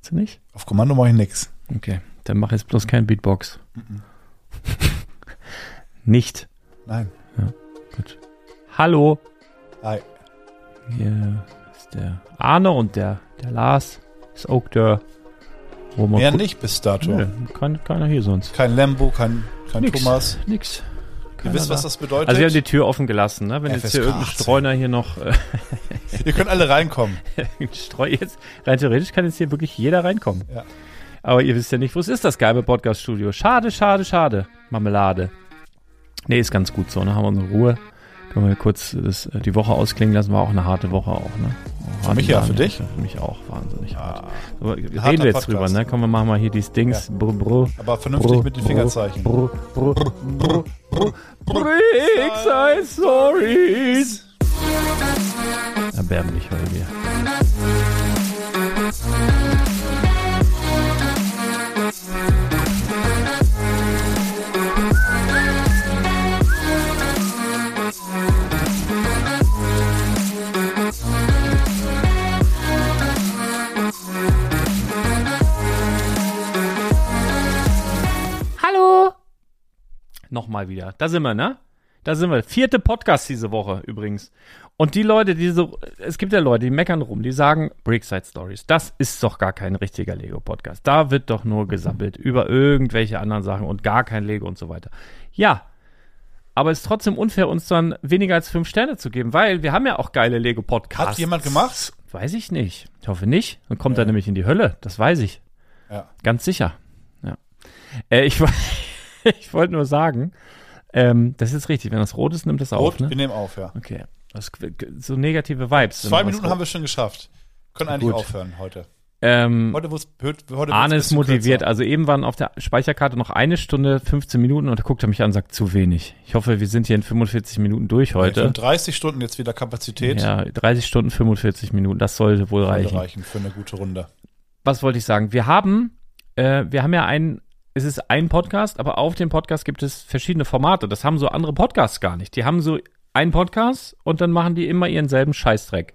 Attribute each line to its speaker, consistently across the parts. Speaker 1: Hast du nicht?
Speaker 2: Auf Kommando mache ich nix.
Speaker 1: Okay, dann mach jetzt bloß kein Beatbox. nicht.
Speaker 2: Nein.
Speaker 1: Gut. Hallo,
Speaker 2: Hi.
Speaker 1: hier ist der Arne und der, der Lars. Ist auch der. Wo man
Speaker 2: Mehr
Speaker 1: gu-
Speaker 2: nicht bis dato.
Speaker 1: Nö, kein, keiner hier sonst.
Speaker 2: Kein Lembo, kein, kein
Speaker 1: Nix.
Speaker 2: Thomas.
Speaker 1: Nix.
Speaker 2: Ihr
Speaker 1: Keiner
Speaker 2: wisst, was
Speaker 1: da.
Speaker 2: das bedeutet.
Speaker 1: Also wir haben die Tür offen gelassen, ne? Wenn jetzt
Speaker 2: FSK
Speaker 1: hier irgendein
Speaker 2: 18.
Speaker 1: Streuner hier noch äh,
Speaker 2: Ihr könnt alle reinkommen.
Speaker 1: Streu jetzt. Rein theoretisch kann jetzt hier wirklich jeder reinkommen.
Speaker 2: Ja.
Speaker 1: Aber ihr wisst ja nicht, wo es ist, das geheime Podcast-Studio. Schade, schade, schade. Marmelade. Nee, ist ganz gut so, ne? Haben wir unsere Ruhe. Können wir kurz das, äh, die Woche ausklingen lassen. War auch eine harte Woche auch, ne? Für
Speaker 2: mich ja, für dich?
Speaker 1: Für mich auch, wahnsinnig hart.
Speaker 2: Ah,
Speaker 1: So, reden wir
Speaker 2: harter
Speaker 1: jetzt
Speaker 2: Podcast.
Speaker 1: drüber, ne? Komm, wir machen mal hier dieses Dings. Brr, brr.
Speaker 2: Aber vernünftig mit den Fingerzeichen.
Speaker 1: Brr, brr, brr, brr, brr, brr. Bricks, I'm sorry. Erbärmlich heute hier. Hallo. Nochmal wieder. Da sind wir, ne? Da sind wir. Vierte Podcast diese Woche übrigens. Und die Leute, die so, es gibt ja Leute, die meckern rum, die sagen, Brickside Stories, das ist doch gar kein richtiger Lego-Podcast. Da wird doch nur gesammelt über irgendwelche anderen Sachen und gar kein Lego und so weiter. Ja, aber es ist trotzdem unfair, uns dann weniger als fünf Sterne zu geben, weil wir haben ja auch geile Lego-Podcasts.
Speaker 2: Hat jemand gemacht?
Speaker 1: Weiß ich nicht. Ich hoffe nicht. Dann kommt er nämlich in die Hölle. Das weiß ich.
Speaker 2: Ja.
Speaker 1: Ganz sicher. Ja. Äh, ich wo- ich wollte nur sagen, ähm, das ist richtig. Wenn das rot ist, nimmt das auf.
Speaker 2: Rot,
Speaker 1: Ne?
Speaker 2: wir nehmen auf, ja.
Speaker 1: Okay. Das, so negative Vibes.
Speaker 2: Zwei Minuten haben wir schon geschafft. Können eigentlich
Speaker 1: Gut.
Speaker 2: aufhören heute.
Speaker 1: Ähm,
Speaker 2: Heute wird's, heute wird's
Speaker 1: Arne
Speaker 2: ein
Speaker 1: ist
Speaker 2: bisschen
Speaker 1: motiviert.
Speaker 2: kürzer.
Speaker 1: Also eben waren auf der Speicherkarte noch eine Stunde, 15 Minuten und da guckt er mich an und sagt, zu wenig. Ich hoffe, wir sind hier in 45 Minuten durch
Speaker 2: Wir haben
Speaker 1: heute.
Speaker 2: 30 Stunden jetzt wieder Kapazität.
Speaker 1: Ja, 30 Stunden, 45 Minuten. Das sollte wohl
Speaker 2: Würde
Speaker 1: reichen.
Speaker 2: reichen für eine gute Runde.
Speaker 1: was wollte ich sagen? Wir haben, äh, wir haben ja einen, es ist ein Podcast, aber auf dem Podcast gibt es verschiedene Formate. Das haben so andere Podcasts gar nicht. Die haben so einen Podcast und dann machen die immer ihren selben Scheißdreck.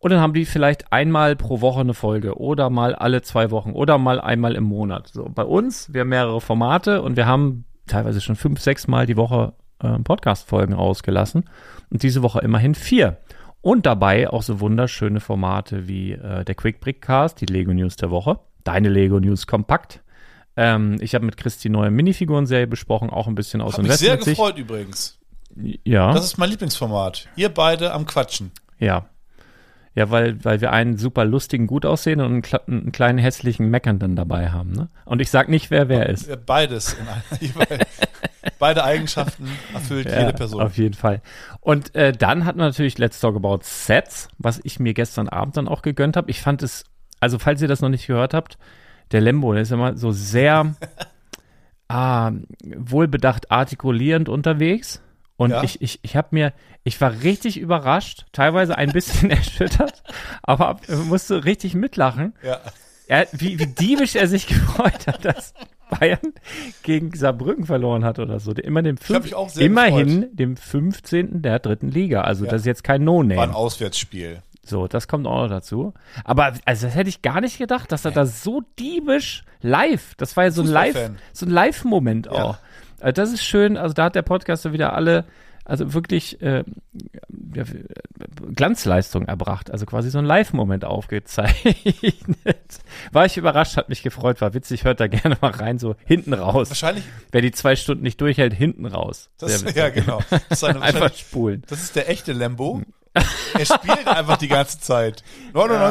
Speaker 1: Und dann haben die vielleicht einmal pro Woche eine Folge oder mal alle zwei Wochen oder mal einmal im Monat. So bei uns, wir haben mehrere Formate und wir haben teilweise schon fünf, sechs Mal die Woche äh, Podcast-Folgen rausgelassen und diese Woche immerhin vier. Und dabei auch so wunderschöne Formate wie äh, der Quick Brickcast, die Lego News der Woche, deine Lego News kompakt. Ähm, ich habe mit Chris die neue Minifiguren-Serie besprochen, auch ein bisschen aus
Speaker 2: Hat mich sehr
Speaker 1: Investment-Sicht.
Speaker 2: gefreut übrigens.
Speaker 1: Ja.
Speaker 2: Das ist mein Lieblingsformat. Ihr beide am Quatschen.
Speaker 1: Ja. Ja, weil, weil wir einen super lustigen, gut aussehen und einen, kle- einen kleinen hässlichen Meckernden dabei haben. Ne? Und ich sag nicht, wer wer ist.
Speaker 2: Ihr Beides. In einer, beide Eigenschaften erfüllt jede Person.
Speaker 1: Auf jeden Fall. Und äh, dann hatten wir natürlich Let's Talk About Sets, was ich mir gestern Abend dann auch gegönnt habe. Ich fand es, also falls ihr das noch nicht gehört habt, der Lembo, der ist immer so sehr ah, wohlbedacht artikulierend unterwegs. Und
Speaker 2: Ja.
Speaker 1: ich, ich, ich habe mir, ich war richtig überrascht, teilweise ein bisschen erschüttert, aber ab- musste richtig mitlachen.
Speaker 2: Ja.
Speaker 1: Er, wie, wie diebisch er sich gefreut hat, dass Bayern gegen Saarbrücken verloren hat oder so. Der, immer dem
Speaker 2: hab
Speaker 1: fünf,
Speaker 2: mich auch sehr
Speaker 1: immerhin dem 15. der dritten Liga. Also das ist jetzt kein
Speaker 2: War ein
Speaker 1: No-Name.
Speaker 2: Auswärtsspiel.
Speaker 1: So, das kommt auch noch dazu. Aber also das hätte ich gar nicht gedacht, dass er da so diebisch live, das war ja so ein Live,
Speaker 2: Fußballfan.
Speaker 1: so ein Live-Moment auch. Also das ist schön, also da hat der Podcaster wieder alle, also wirklich äh, ja, Glanzleistung erbracht, also quasi so ein Live-Moment aufgezeichnet. War ich überrascht, hat mich gefreut, war witzig, hört da gerne mal rein, so hinten raus.
Speaker 2: Wahrscheinlich,
Speaker 1: Wer die zwei Stunden nicht durchhält, hinten raus. Sehr
Speaker 2: das,
Speaker 1: witzig.
Speaker 2: ja, genau. Das ist, eine,
Speaker 1: Einfach Hm. spulen.
Speaker 2: das ist der echte Lembo. Er spielt einfach die ganze Zeit.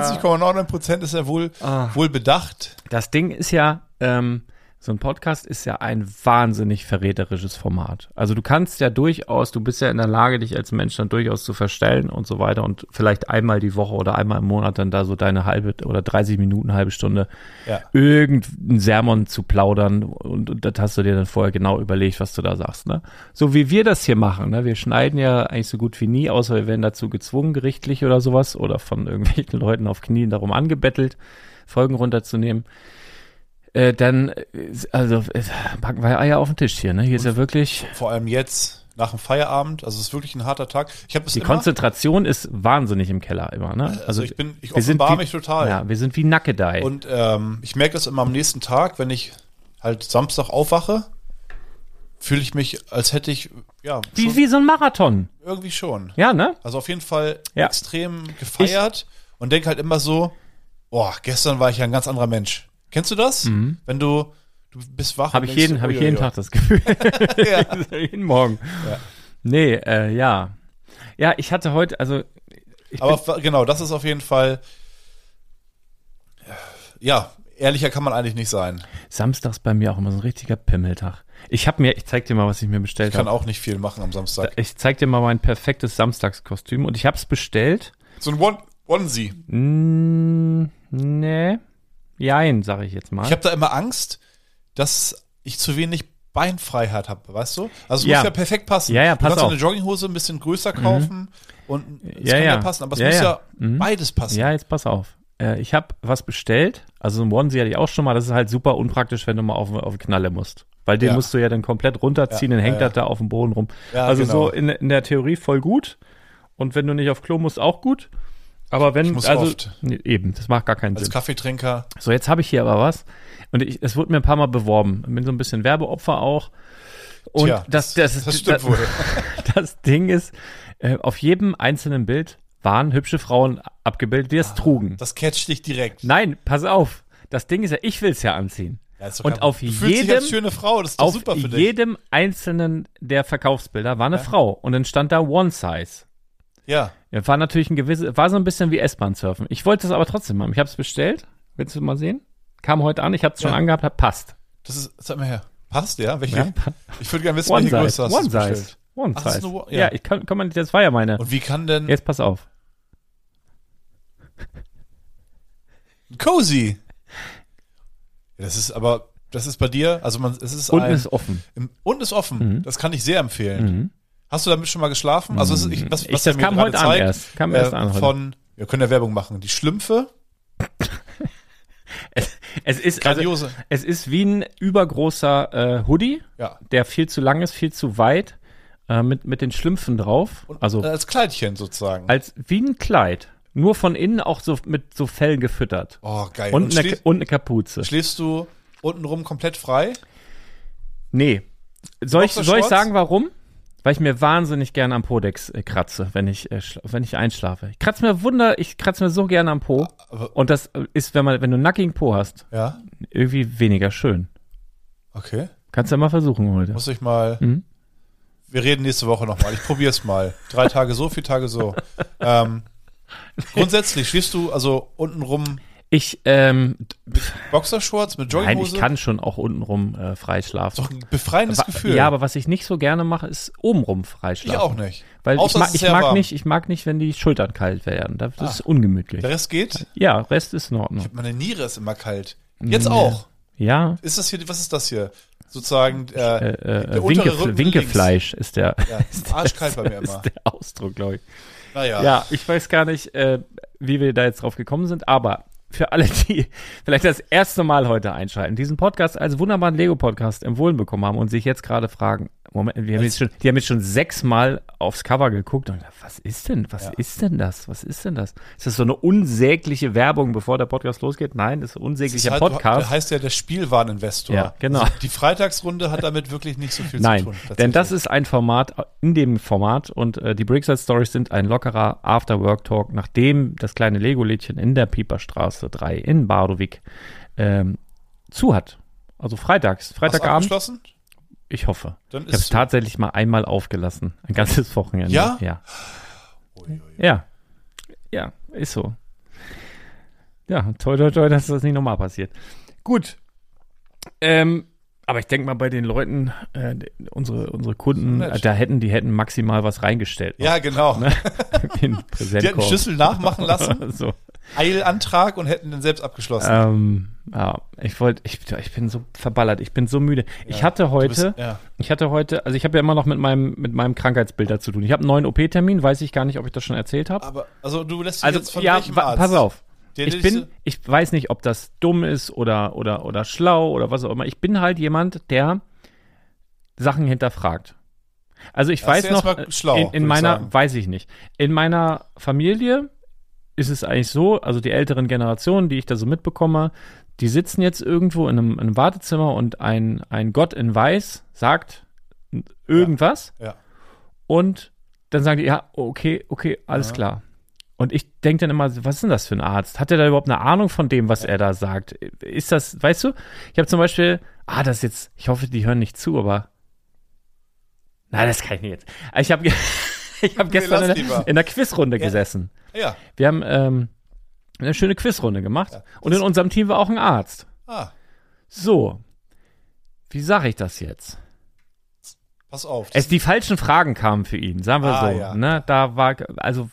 Speaker 2: 99,99% ist er wohl,
Speaker 1: Ah.
Speaker 2: wohl bedacht.
Speaker 1: Das Ding ist ja, ähm, so ein Podcast ist ja ein wahnsinnig verräterisches Format. Also du kannst ja durchaus, du bist ja in der Lage, dich als Mensch dann durchaus zu verstellen und so weiter und vielleicht einmal die Woche oder einmal im Monat dann da so deine halbe oder 30 Minuten, halbe Stunde
Speaker 2: Ja.
Speaker 1: irgendeinen Sermon zu plaudern und, und das hast du dir dann vorher genau überlegt, was du da sagst. Ne? So wie wir das hier machen. Ne? Wir schneiden ja eigentlich so gut wie nie, außer wir werden dazu gezwungen, gerichtlich oder sowas oder von irgendwelchen Leuten auf Knien darum angebettelt, Folgen runterzunehmen. Äh, dann, äh, also, äh, packen wir Eier auf den Tisch hier, ne? Hier ist ja wirklich,
Speaker 2: Vor allem jetzt. nach dem Feierabend. Also es ist wirklich ein harter Tag. Ich habe es
Speaker 1: Die
Speaker 2: immer,
Speaker 1: Konzentration ist wahnsinnig im Keller immer, ne? Also,
Speaker 2: also ich bin, ich
Speaker 1: wir sind
Speaker 2: offenbar
Speaker 1: wie-
Speaker 2: mich total.
Speaker 1: Ja, wir sind wie Nackedei.
Speaker 2: Und ähm, ich merke das immer am nächsten Tag, wenn ich halt Samstag aufwache, fühle ich mich, als hätte ich, ja,
Speaker 1: Wie,
Speaker 2: schon-
Speaker 1: wie so ein Marathon.
Speaker 2: irgendwie schon.
Speaker 1: Ja, ne?
Speaker 2: Also auf jeden Fall
Speaker 1: Ja.
Speaker 2: extrem gefeiert und denke halt immer so, boah, gestern war ich ja ein ganz anderer Mensch. Kennst du das? Wenn du, du bist wach.
Speaker 1: Habe Mhm.
Speaker 2: und
Speaker 1: ich
Speaker 2: denkst,
Speaker 1: jeden, habe ich jeden
Speaker 2: uiuiui.
Speaker 1: Tag das Gefühl.
Speaker 2: Ja.
Speaker 1: jeden Morgen. Nee, äh, ja. Ja, ich hatte heute, also
Speaker 2: Aber fa- genau, das ist auf jeden Fall, ja, ehrlicher kann man eigentlich nicht sein.
Speaker 1: samstags bei mir auch immer so ein richtiger Pimmeltag. Ich habe mir, ich zeig dir mal, was ich mir
Speaker 2: Ich
Speaker 1: bestellt
Speaker 2: kann
Speaker 1: habe.
Speaker 2: auch nicht viel machen am Samstag.
Speaker 1: Ich zeig dir mal mein perfektes Samstagskostüm und ich habe es bestellt.
Speaker 2: So ein One- Onesie.
Speaker 1: Mm, nee. Jein, sage ich jetzt mal.
Speaker 2: Ich habe da immer Angst, dass ich zu wenig Beinfreiheit habe, weißt du? Also es
Speaker 1: Ja.
Speaker 2: muss ja perfekt passen.
Speaker 1: Ja, ja,
Speaker 2: du
Speaker 1: pass
Speaker 2: kannst auch
Speaker 1: auf. Mhm.
Speaker 2: eine Jogginghose ein bisschen größer kaufen und es
Speaker 1: Ja,
Speaker 2: kann ja.
Speaker 1: ja.
Speaker 2: passen, aber es
Speaker 1: Ja,
Speaker 2: muss ja,
Speaker 1: ja. Mhm.
Speaker 2: beides passen.
Speaker 1: Ja, jetzt pass auf. Äh, ich habe was bestellt. Also ein Onesie hatte ich auch schon mal. Das ist halt super unpraktisch, wenn du mal auf, auf die Knalle musst. Weil den
Speaker 2: Ja.
Speaker 1: musst du ja dann komplett runterziehen,
Speaker 2: Ja,
Speaker 1: dann hängt
Speaker 2: ja, ja.
Speaker 1: das da auf dem Boden rum.
Speaker 2: Ja,
Speaker 1: also
Speaker 2: genau.
Speaker 1: so in, in der Theorie voll gut. Und wenn du nicht auf Klo musst, auch gut. Aber wenn,
Speaker 2: muss
Speaker 1: also,
Speaker 2: oft.
Speaker 1: Nee, eben, das macht gar keinen
Speaker 2: Als
Speaker 1: Sinn.
Speaker 2: Kaffeetrinker.
Speaker 1: So, jetzt habe ich hier aber was. Und ich, es wurde mir ein paar Mal beworben. Ich bin so ein bisschen Werbeopfer auch. Und
Speaker 2: Tja,
Speaker 1: das, das,
Speaker 2: das,
Speaker 1: ist-
Speaker 2: stimmt wohl.
Speaker 1: das Ding ist, äh, auf jedem einzelnen Bild waren hübsche Frauen abgebildet,
Speaker 2: Ah.
Speaker 1: die es trugen.
Speaker 2: Das catcht dich direkt.
Speaker 1: Nein, pass auf. Das Ding ist ja, ich will's ja anziehen.
Speaker 2: Ja, ist doch
Speaker 1: Und
Speaker 2: kein-
Speaker 1: auf
Speaker 2: du fühlst dich
Speaker 1: jedem-
Speaker 2: als schöne Frau, das ist doch
Speaker 1: Auf
Speaker 2: super für dich.
Speaker 1: jedem einzelnen der Verkaufsbilder war eine Frau und dann stand da One Size.
Speaker 2: Ja,
Speaker 1: Ja, war natürlich ein gewisses, war so ein bisschen wie S-Bahn surfen. Ich wollte es aber trotzdem haben. Ich habe es bestellt. Willst du mal sehen? Kam heute an, ich habe es schon
Speaker 2: Ja.
Speaker 1: angehabt, hat passt.
Speaker 2: das ist, sag mal her. Passt, ja? Welche?
Speaker 1: Ja.
Speaker 2: Ich würde gerne wissen,
Speaker 1: One
Speaker 2: welche Größe
Speaker 1: Size.
Speaker 2: hast
Speaker 1: One
Speaker 2: du
Speaker 1: Size.
Speaker 2: bestellt.
Speaker 1: One
Speaker 2: Ach, das ist
Speaker 1: Size.
Speaker 2: eine One-
Speaker 1: ja.
Speaker 2: ja.
Speaker 1: ich kann, kann man nicht, das war ja meine.
Speaker 2: Und wie kann denn
Speaker 1: Jetzt pass auf.
Speaker 2: Cozy? Das ist aber, das ist bei dir, also man, es ist
Speaker 1: Unten
Speaker 2: ein,
Speaker 1: ist offen.
Speaker 2: Im, und ist
Speaker 1: Mhm.
Speaker 2: offen. Das kann ich sehr empfehlen. Hast du damit schon mal geschlafen? Also, es ist, ich, was,
Speaker 1: Mhm. Ich-
Speaker 2: was
Speaker 1: das
Speaker 2: er mir
Speaker 1: kam
Speaker 2: gerade äh,
Speaker 1: heute an erst. Kam erst an heute.
Speaker 2: Von, wir können ja Werbung machen. Die Schlümpfe,
Speaker 1: Es ist, also,
Speaker 2: grandiose.
Speaker 1: es ist wie ein übergroßer äh, Hoodie.
Speaker 2: ja.
Speaker 1: der viel zu lang ist, viel zu weit, äh, mit, mit den Schlümpfen drauf. also
Speaker 2: Äh, Als Kleidchen sozusagen.
Speaker 1: als wie ein Kleid. Nur von innen auch so mit so Fellen gefüttert.
Speaker 2: oh, geil.
Speaker 1: und, eine,
Speaker 2: schläfst,
Speaker 1: und eine Kapuze.
Speaker 2: schläfst du untenrum komplett frei?
Speaker 1: Nee. Soll ich,
Speaker 2: Boxershorts?
Speaker 1: soll ich sagen, warum? Weil ich mir wahnsinnig gerne am Podex äh, kratze, wenn ich, äh, schla- wenn ich einschlafe. Ich kratze mir Wunder, ich kratze mir so gerne am Po.
Speaker 2: aber-
Speaker 1: Und das äh, ist, wenn, man, wenn du einen nackigen Po hast,
Speaker 2: Ja.
Speaker 1: irgendwie weniger schön.
Speaker 2: Okay.
Speaker 1: Kannst du ja mal versuchen heute.
Speaker 2: Muss ich mal.
Speaker 1: Mhm.
Speaker 2: Wir reden nächste Woche nochmal. Ich probier's mal. Drei Tage so, vier Tage so. ähm, grundsätzlich schläfst du also untenrum
Speaker 1: Ich, ähm,
Speaker 2: mit Boxershorts, mit
Speaker 1: nein, ich
Speaker 2: Jogginghose?
Speaker 1: kann schon auch untenrum äh, freischlafen.
Speaker 2: Doch ein befreiendes
Speaker 1: Wa-
Speaker 2: Gefühl.
Speaker 1: Ja, aber was ich nicht so gerne mache, ist obenrum freischlafen.
Speaker 2: ich auch nicht.
Speaker 1: Weil ich,
Speaker 2: Außer es
Speaker 1: mag,
Speaker 2: ist
Speaker 1: ich,
Speaker 2: sehr
Speaker 1: mag
Speaker 2: warm. Ah.
Speaker 1: nicht, ich mag nicht, wenn die Schultern kalt werden. Das ist ungemütlich.
Speaker 2: Der Rest geht?
Speaker 1: Ja, Rest ist in Ordnung.
Speaker 2: Meine Niere ist immer kalt. Jetzt auch.
Speaker 1: Ja,
Speaker 2: Ist das hier, was ist das hier? Sozusagen äh,
Speaker 1: äh, äh,
Speaker 2: der untere
Speaker 1: Winke,
Speaker 2: Rücken
Speaker 1: Winkefleisch ist der,
Speaker 2: Ja, arschkalt bei mir immer.
Speaker 1: ist der Ausdruck, glaube ich.
Speaker 2: Naja.
Speaker 1: Ja, ich weiß gar nicht, äh, wie wir da jetzt drauf gekommen sind, aber für alle, die vielleicht das erste Mal heute einschalten, diesen Podcast als wunderbaren Lego-Podcast empfohlen bekommen haben und sich jetzt gerade fragen, Moment, wir haben jetzt schon, die haben jetzt schon sechsmal aufs Cover geguckt und gedacht, was ist denn, was ist denn das, was ist denn das? Ist das so eine unsägliche Werbung, bevor der Podcast losgeht? Nein, das ist ein
Speaker 2: Das
Speaker 1: unsäglicher
Speaker 2: ist halt, der
Speaker 1: Podcast.
Speaker 2: heißt ja der Spielwareninvestor.
Speaker 1: Ja, genau.
Speaker 2: Also die Freitagsrunde hat damit wirklich nicht so viel zu
Speaker 1: Nein,
Speaker 2: tun.
Speaker 1: denn
Speaker 2: tatsächlich.
Speaker 1: das ist ein Format äh, in dem Format und äh, die Brickside Stories sind ein lockerer After-Work-Talk, nachdem das kleine Lego-Lädchen in der Pieperstraße 3 in Bardowik ähm, zu hat. Also freitags,
Speaker 2: Hast du
Speaker 1: Freitagabend,
Speaker 2: abgeschlossen?
Speaker 1: ich hoffe.
Speaker 2: Dann
Speaker 1: Ich habe es
Speaker 2: ist
Speaker 1: tatsächlich mal einmal aufgelassen, ein ganzes Wochenende.
Speaker 2: Ja?
Speaker 1: Ja,
Speaker 2: Uiuiui.
Speaker 1: ja, ja ist so. Ja, toi, toi, toi, dass das nicht nochmal passiert. Gut. Ähm, aber ich denke mal, bei den Leuten, äh, unsere, unsere Kunden,
Speaker 2: nett.
Speaker 1: äh, da hätten, die hätten maximal was reingestellt.
Speaker 2: Ja, genau.
Speaker 1: Ne? in
Speaker 2: Die hatten
Speaker 1: Präsentkorb.
Speaker 2: Schlüssel nachmachen lassen,
Speaker 1: so.
Speaker 2: Eilantrag und hätten den selbst abgeschlossen.
Speaker 1: ähm, ja, ich wollte, ich, ich bin so verballert, ich bin so müde. ich hatte
Speaker 2: Du bist-
Speaker 1: heute,
Speaker 2: ja.
Speaker 1: ich hatte heute, also ich habe ja immer noch mit meinem, mit meinem Krankheitsbild dazu tun. Ich habe einen neuen OP-Termin, weiß ich gar nicht, ob ich das schon erzählt habe.
Speaker 2: Aber also du lässt dich jetzt
Speaker 1: Also,
Speaker 2: von
Speaker 1: ja,
Speaker 2: welchem
Speaker 1: wa-
Speaker 2: Arzt?
Speaker 1: pass auf.
Speaker 2: Der
Speaker 1: ich
Speaker 2: dich so-
Speaker 1: bin, ich weiß nicht, ob das dumm ist oder, oder, oder schlau oder was auch immer. Ich bin halt jemand, der Sachen hinterfragt. Also ich
Speaker 2: Das ist
Speaker 1: weiß
Speaker 2: ja
Speaker 1: noch,
Speaker 2: erstmal schlau,
Speaker 1: in,
Speaker 2: würd ich
Speaker 1: in meiner,
Speaker 2: sagen.
Speaker 1: weiß ich nicht, in meiner Familie ist es eigentlich so, also die älteren Generationen, die ich da so mitbekomme, die sitzen jetzt irgendwo in einem, in einem Wartezimmer und ein, ein Gott in Weiß sagt irgendwas
Speaker 2: Ja.
Speaker 1: und dann sagen die, ja, okay, okay, alles
Speaker 2: Ja.
Speaker 1: klar. Und ich denke dann immer, was ist denn das für ein Arzt? Hat er da überhaupt eine Ahnung von dem, was er da sagt? Ist das, weißt du, ich habe zum Beispiel, ah, das ist jetzt, ich hoffe, die hören nicht zu, aber. Nein, das kann ich nicht jetzt. Ich habe ich hab gestern
Speaker 2: lass
Speaker 1: in, der,
Speaker 2: lieber.
Speaker 1: in der Quizrunde
Speaker 2: Ja.
Speaker 1: gesessen.
Speaker 2: Ja.
Speaker 1: Wir haben ähm, eine schöne Quizrunde gemacht
Speaker 2: Ja.
Speaker 1: und in unserem Team war auch ein Arzt.
Speaker 2: Ah,
Speaker 1: So, wie sage ich das jetzt?
Speaker 2: pass auf.
Speaker 1: Es die falschen Fragen kamen für ihn, sagen wir
Speaker 2: Ah,
Speaker 1: so.
Speaker 2: ja.
Speaker 1: Ne? Da war also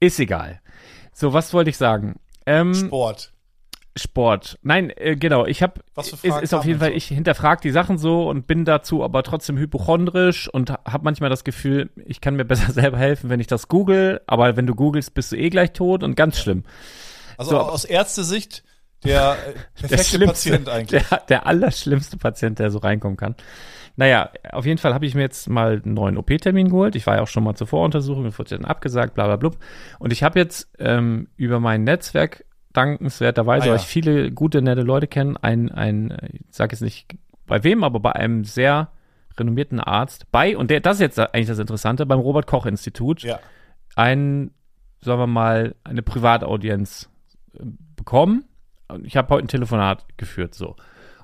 Speaker 1: ist egal. So, was wollte ich sagen? Ähm,
Speaker 2: Sport.
Speaker 1: Sport. Nein, äh, genau. Ich habe
Speaker 2: Was für
Speaker 1: ist,
Speaker 2: Fragen
Speaker 1: ist auf
Speaker 2: kamen
Speaker 1: jeden
Speaker 2: denn
Speaker 1: Fall.
Speaker 2: so?
Speaker 1: Ich hinterfrage die Sachen so und bin dazu aber trotzdem hypochondrisch und habe manchmal das Gefühl, ich kann mir besser selber helfen, wenn ich das google. Aber wenn du googelst, bist du eh gleich tot und ganz schlimm.
Speaker 2: Also
Speaker 1: so.
Speaker 2: aus Ärztesicht der äh,
Speaker 1: der
Speaker 2: perfekte
Speaker 1: schlimmste,
Speaker 2: Patient eigentlich.
Speaker 1: Der, der allerschlimmste Patient, der so reinkommen kann. Naja, auf jeden Fall habe ich mir jetzt mal einen neuen OP-Termin geholt. Ich war ja auch schon mal zur Voruntersuchung, mir wurde dann abgesagt, bla bla blub. Und ich habe jetzt ähm, über mein Netzwerk dankenswerterweise,
Speaker 2: Ah, ja.
Speaker 1: weil ich viele gute, nette Leute kenne, ein, ein, äh, ich sage jetzt nicht bei wem, aber bei einem sehr renommierten Arzt bei, und der, das ist jetzt eigentlich das Interessante, beim Robert-Koch-Institut
Speaker 2: Ja.
Speaker 1: ein, sagen wir mal, eine Privataudienz äh, bekommen. Und Ich habe heute ein Telefonat geführt, so.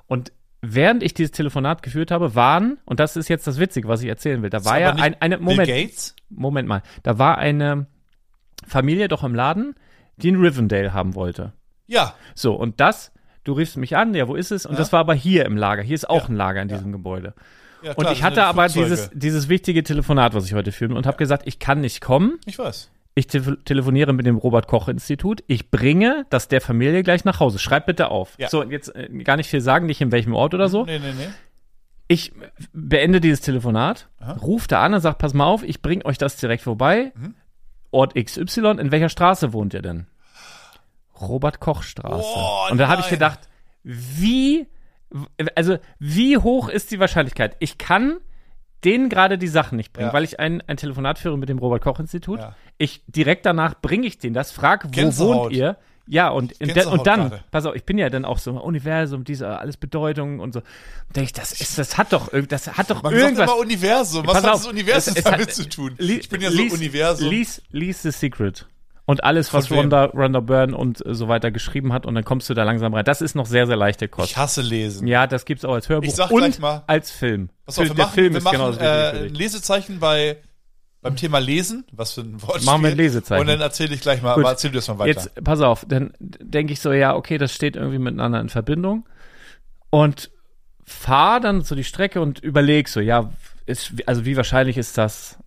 Speaker 1: Und während ich dieses Telefonat geführt habe, waren, und das ist jetzt das Witzige, was ich erzählen will, da war
Speaker 2: aber
Speaker 1: ja
Speaker 2: nicht
Speaker 1: ein, eine,
Speaker 2: Bill
Speaker 1: Moment,
Speaker 2: Gates?
Speaker 1: Moment mal, da war eine Familie doch im Laden, die in Rivendell haben wollte.
Speaker 2: Ja.
Speaker 1: So, und das, du riefst mich an, ja, wo ist es? Und
Speaker 2: Ja.
Speaker 1: das war aber hier im Lager. Hier ist auch
Speaker 2: Ja.
Speaker 1: ein Lager in
Speaker 2: Ja.
Speaker 1: diesem Gebäude.
Speaker 2: ja
Speaker 1: Und
Speaker 2: klar,
Speaker 1: ich
Speaker 2: das sind
Speaker 1: hatte aber
Speaker 2: Flugzeuge.
Speaker 1: dieses, dieses wichtige Telefonat, was ich heute führen und habe gesagt, ich kann nicht kommen.
Speaker 2: Ich weiß.
Speaker 1: Ich te telefoniere mit dem Robert-Koch-Institut. Ich bringe das der Familie gleich nach Hause. Schreib bitte auf.
Speaker 2: Ja.
Speaker 1: So, und jetzt äh, gar nicht viel sagen, nicht in welchem Ort oder so.
Speaker 2: Nee, nee, nee.
Speaker 1: Ich beende dieses Telefonat,
Speaker 2: Aha.
Speaker 1: ruf da an und sag, pass mal auf, ich bringe euch das direkt vorbei.
Speaker 2: Mhm.
Speaker 1: Ort XY, in welcher Straße wohnt ihr denn? Robert-Koch-Straße.
Speaker 2: Oh,
Speaker 1: und da habe ich
Speaker 2: nein.
Speaker 1: gedacht, wie, w- also wie hoch ist die Wahrscheinlichkeit? Ich kann denen gerade die Sachen nicht bringen,
Speaker 2: Ja.
Speaker 1: weil ich ein, ein Telefonat führe mit dem Robert-Koch-Institut.
Speaker 2: Ja.
Speaker 1: Ich direkt danach bringe ich denen das, frag, wo
Speaker 2: Gänsehaut.
Speaker 1: wohnt ihr? Ja, und, und, dann-
Speaker 2: Gänsehaut
Speaker 1: und dann,
Speaker 2: gerade.
Speaker 1: pass auf, ich bin ja dann auch so Universum, diese alles Bedeutungen und so. Denke ich, das ist, das hat doch, irg- das hat doch
Speaker 2: Man sagt
Speaker 1: irgendwas.
Speaker 2: immer Universum. Was
Speaker 1: Pass
Speaker 2: hat
Speaker 1: auf,
Speaker 2: das Universum
Speaker 1: es- es
Speaker 2: damit
Speaker 1: hat-
Speaker 2: zu tun?
Speaker 1: li-
Speaker 2: Ich bin ja
Speaker 1: lies-
Speaker 2: so Universum.
Speaker 1: Lies, lies The Secret. Und alles, was
Speaker 2: Von wem?
Speaker 1: Rhonda, Rhonda Byrne und äh, so weiter geschrieben hat, und dann kommst du da langsam rein. Das ist noch sehr, sehr leichte Kost.
Speaker 2: Ich hasse Lesen.
Speaker 1: Ja, das gibt's auch als Hörbuch
Speaker 2: Ich sag
Speaker 1: und
Speaker 2: gleich mal-
Speaker 1: als Film.
Speaker 2: Pass auf, wir
Speaker 1: Der
Speaker 2: machen,
Speaker 1: Film
Speaker 2: wir
Speaker 1: ist
Speaker 2: machen
Speaker 1: genauso wichtig für
Speaker 2: äh, ein
Speaker 1: dich.
Speaker 2: Lesezeichen bei, beim Thema Lesen. Was für ein Wort.
Speaker 1: Machen wir ein Lesezeichen.
Speaker 2: Und dann erzähle ich gleich mal,
Speaker 1: Gut.
Speaker 2: aber erzähl du das mal weiter.
Speaker 1: Jetzt, pass auf, dann denke ich so, ja, okay, das steht irgendwie miteinander in Verbindung. Und fahr dann so die Strecke und überleg so, ja, ist, also wie wahrscheinlich ist das?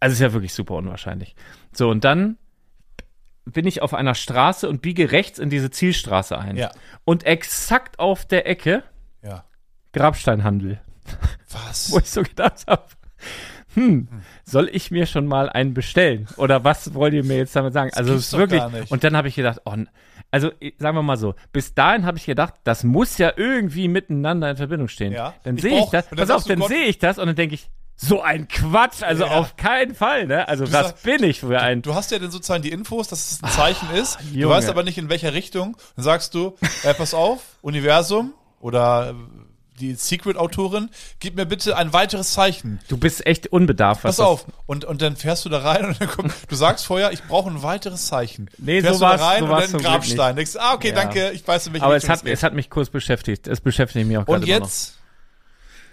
Speaker 1: Also ist ja wirklich super unwahrscheinlich. So, und dann bin ich auf einer Straße und biege rechts in diese Zielstraße ein.
Speaker 2: Ja.
Speaker 1: Und exakt auf der Ecke
Speaker 2: Ja.
Speaker 1: Grabsteinhandel
Speaker 2: Was?
Speaker 1: wo ich so gedacht habe, hm, soll ich mir schon mal einen bestellen? Oder was wollt ihr mir jetzt damit sagen? also
Speaker 2: gibt's
Speaker 1: es ist
Speaker 2: doch
Speaker 1: wirklich.
Speaker 2: gar nicht.
Speaker 1: Und dann habe ich gedacht, oh, n- also eh, sagen wir mal so, bis dahin habe ich gedacht, das muss ja irgendwie miteinander in Verbindung stehen.
Speaker 2: Ja.
Speaker 1: Dann
Speaker 2: Ich
Speaker 1: sehe ich
Speaker 2: brauch-
Speaker 1: das,
Speaker 2: und dann
Speaker 1: pass auf,
Speaker 2: sagst du,
Speaker 1: dann
Speaker 2: Gott-
Speaker 1: sehe ich das und dann denke ich, so ein Quatsch, also
Speaker 2: Ja.
Speaker 1: auf keinen Fall, ne? Also was
Speaker 2: sag-
Speaker 1: bin ich für ein.
Speaker 2: Du hast ja dann sozusagen die Infos, dass es ein Zeichen ist. Du
Speaker 1: Ah, Junge.
Speaker 2: weißt aber nicht, in welcher Richtung. Dann sagst du, äh, pass auf, Universum oder äh, die Secret-Autorin, gib mir bitte ein weiteres Zeichen.
Speaker 1: Du bist echt unbedarft. was
Speaker 2: Pass
Speaker 1: das-
Speaker 2: auf. Und, und dann fährst du da rein und dann kommt, du sagst vorher, ich brauche ein weiteres Zeichen.
Speaker 1: Nee,
Speaker 2: fährst
Speaker 1: so
Speaker 2: du
Speaker 1: war's-
Speaker 2: da rein
Speaker 1: so
Speaker 2: und
Speaker 1: war's
Speaker 2: dann ein
Speaker 1: zum Glück
Speaker 2: Grabstein. Denkst, ah, okay,
Speaker 1: Ja.
Speaker 2: danke, ich weiß, in welche
Speaker 1: Aber es hat,
Speaker 2: Richtung
Speaker 1: es hat mich kurz beschäftigt. Es beschäftigt mich auch
Speaker 2: Und
Speaker 1: gerade immer
Speaker 2: jetzt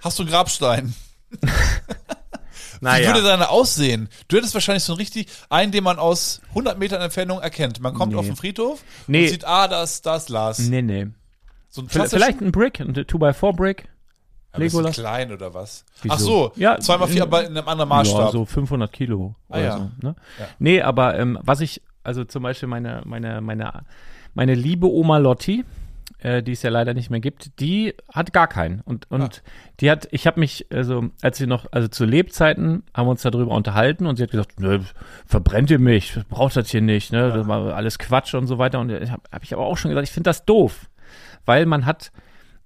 Speaker 2: hast du einen Grabstein.
Speaker 1: noch.
Speaker 2: Wie
Speaker 1: Naja.
Speaker 2: würde deine aussehen? Du hättest wahrscheinlich so einen richtig, einen, den man aus 100 Metern Entfernung erkennt. Man kommt
Speaker 1: Nee.
Speaker 2: auf den Friedhof
Speaker 1: Nee.
Speaker 2: und sieht, ah, da ist, da ist Lars.
Speaker 1: Nee, nee.
Speaker 2: So ein
Speaker 1: Vielleicht,
Speaker 2: klassischer-
Speaker 1: vielleicht ein Brick, ein 2x4 Brick.
Speaker 2: Ja, ein bisschen
Speaker 1: Legolas.
Speaker 2: klein oder was?
Speaker 1: Wieso?
Speaker 2: Ach so,
Speaker 1: Ja,
Speaker 2: zweimal vier,
Speaker 1: in-
Speaker 2: aber in einem anderen
Speaker 1: Ja,
Speaker 2: Maßstab.
Speaker 1: so 500 Kilo
Speaker 2: Ah,
Speaker 1: oder
Speaker 2: ja.
Speaker 1: so. Ne?
Speaker 2: Ja.
Speaker 1: Nee, aber ähm, was ich, also zum Beispiel meine, meine, meine, meine liebe Oma Lotti, äh, die es ja leider nicht mehr gibt, die hat gar keinen. Und, und
Speaker 2: Ah.
Speaker 1: die hat, ich habe mich, also als sie noch, also zu Lebzeiten haben wir uns darüber unterhalten und sie hat gesagt, Nö, verbrennt ihr mich, braucht das hier nicht, ne? Das war alles Quatsch und so weiter. Und habe hab ich aber auch schon gesagt, ich finde das doof, weil man hat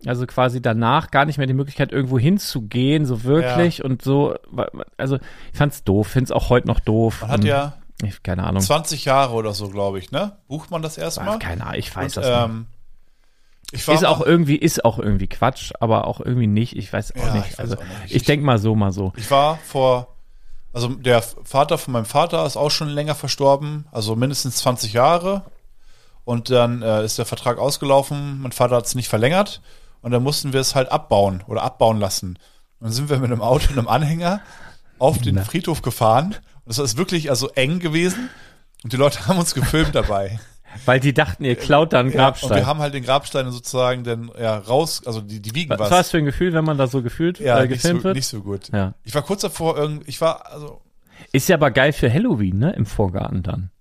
Speaker 1: Also quasi danach gar nicht mehr die Möglichkeit, irgendwo hinzugehen, so wirklich und so. Also ich fand's doof, find's auch heute noch doof.
Speaker 2: Man hat
Speaker 1: und,
Speaker 2: ja
Speaker 1: ich, keine Ahnung.
Speaker 2: 20 Jahre oder so, glaube ich, ne? Bucht man das erstmal?
Speaker 1: Ach, keine Ahnung, ich weiß
Speaker 2: Und,
Speaker 1: das nicht.
Speaker 2: ähm, ich war
Speaker 1: Ist auch
Speaker 2: mal-
Speaker 1: irgendwie, ist auch irgendwie Quatsch, aber auch irgendwie nicht. Ich weiß auch
Speaker 2: Ja,
Speaker 1: nicht.
Speaker 2: ich weiß
Speaker 1: also
Speaker 2: auch nicht.
Speaker 1: ich denk mal so, mal so.
Speaker 2: Ich war vor, also der Vater von meinem Vater ist auch schon länger verstorben, also mindestens 20 Jahre. Und dann äh, ist der Vertrag ausgelaufen, mein Vater hat es nicht verlängert und dann mussten wir es halt abbauen oder abbauen lassen. Und dann sind wir mit einem Auto und einem Anhänger auf den Friedhof gefahren. Und das ist wirklich also eng gewesen und die Leute haben uns gefilmt dabei.
Speaker 1: Weil die dachten, ihr klaut da einen
Speaker 2: Äh, Ja, Und wir
Speaker 1: Grabstein.
Speaker 2: haben halt den Grabstein sozusagen dann ja, raus, also die, die wiegen
Speaker 1: Was war das für ein Gefühl, wenn man da so gefühlt
Speaker 2: Ja,
Speaker 1: äh,
Speaker 2: nicht
Speaker 1: gefilmt
Speaker 2: so,
Speaker 1: wird?
Speaker 2: nicht so gut.
Speaker 1: Ja.
Speaker 2: Ich war kurz davor, irgendwie, ich war, also,
Speaker 1: Ist ja aber geil für Halloween, ne? Im Vorgarten dann.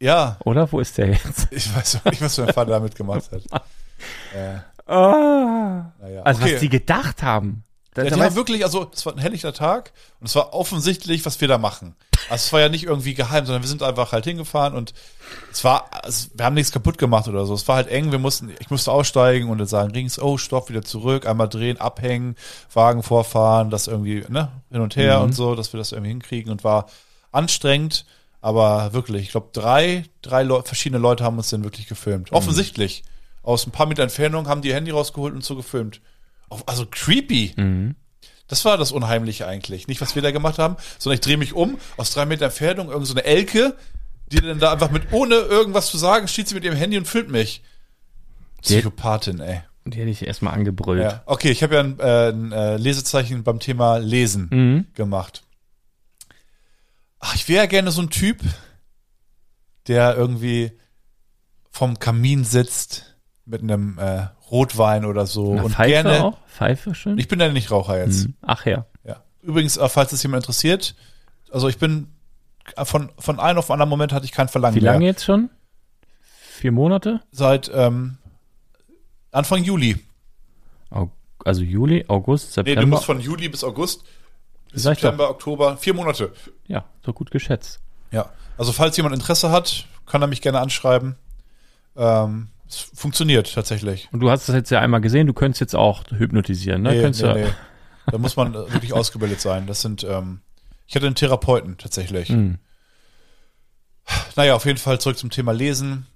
Speaker 2: ja,
Speaker 1: Oder? Wo ist der jetzt?
Speaker 2: Ich weiß auch nicht, was mein Vater damit gemacht hat. Äh,
Speaker 1: Ah.
Speaker 2: naja.
Speaker 1: Also
Speaker 2: okay.
Speaker 1: was die gedacht haben. Da,
Speaker 2: ja,
Speaker 1: da
Speaker 2: die
Speaker 1: weiß-
Speaker 2: haben wirklich, also es war ein helllichter Tag und es war offensichtlich, was wir da machen. Also es war ja nicht irgendwie geheim, sondern wir sind einfach halt hingefahren und es war, es, wir haben nichts kaputt gemacht oder so. Es war halt eng, wir mussten, ich musste aussteigen und dann sagen, rings, oh, stopp, wieder zurück, einmal drehen, abhängen, Wagen vorfahren, das irgendwie, ne, hin und her
Speaker 1: Mhm.
Speaker 2: und so, dass wir das irgendwie hinkriegen und war anstrengend, aber wirklich, ich glaube, drei, drei Leu verschiedene Leute haben uns dann wirklich gefilmt.
Speaker 1: Mhm.
Speaker 2: Offensichtlich. Aus ein paar Meter Entfernung haben die ihr Handy rausgeholt und so gefilmt. Auf- Also creepy.
Speaker 1: Mhm.
Speaker 2: Das war das Unheimliche eigentlich. Nicht, was wir da gemacht haben, sondern ich drehe mich um, aus drei Meter Entfernung, irgend so eine Elke, die dann da einfach mit, ohne irgendwas zu sagen, steht sie mit ihrem Handy und filmt mich.
Speaker 1: Die-
Speaker 2: Psychopathin, ey.
Speaker 1: Die hätte ich erstmal angebrüllt.
Speaker 2: Ja. Okay, ich habe ja ein, äh, ein äh, Lesezeichen beim Thema Lesen
Speaker 1: Mhm.
Speaker 2: gemacht. Ach, ich wäre ja gerne so ein Typ, der irgendwie vom Kamin sitzt mit einem äh, Rotwein oder so
Speaker 1: Na,
Speaker 2: und
Speaker 1: Pfeife
Speaker 2: gerne.
Speaker 1: auch? Pfeife schön?
Speaker 2: Ich bin ja nicht Raucher jetzt.
Speaker 1: Hm. Ach ja.
Speaker 2: Ja. Übrigens, äh, falls es jemand interessiert, also ich bin äh, von, von einem auf den anderen Moment hatte ich kein Verlangen
Speaker 1: Wie lange
Speaker 2: mehr.
Speaker 1: jetzt schon? Vier Monate?
Speaker 2: Seit ähm, Anfang Juli.
Speaker 1: Au- Also Juli, August,
Speaker 2: Nee,
Speaker 1: September.
Speaker 2: du musst von Juli bis August, bis
Speaker 1: Sag ich doch.
Speaker 2: September, Oktober, vier Monate.
Speaker 1: ja, so gut geschätzt.
Speaker 2: Ja. Also falls jemand Interesse hat, kann er mich gerne anschreiben. Ähm, es funktioniert tatsächlich.
Speaker 1: Und du hast das jetzt ja einmal gesehen, du könntest jetzt auch hypnotisieren, ne? könntest du,
Speaker 2: Da muss man äh, wirklich ausgebildet sein. Das sind, ähm, ich hatte einen Therapeuten tatsächlich.
Speaker 1: Hm.
Speaker 2: Naja, auf jeden Fall zurück zum Thema Lesen.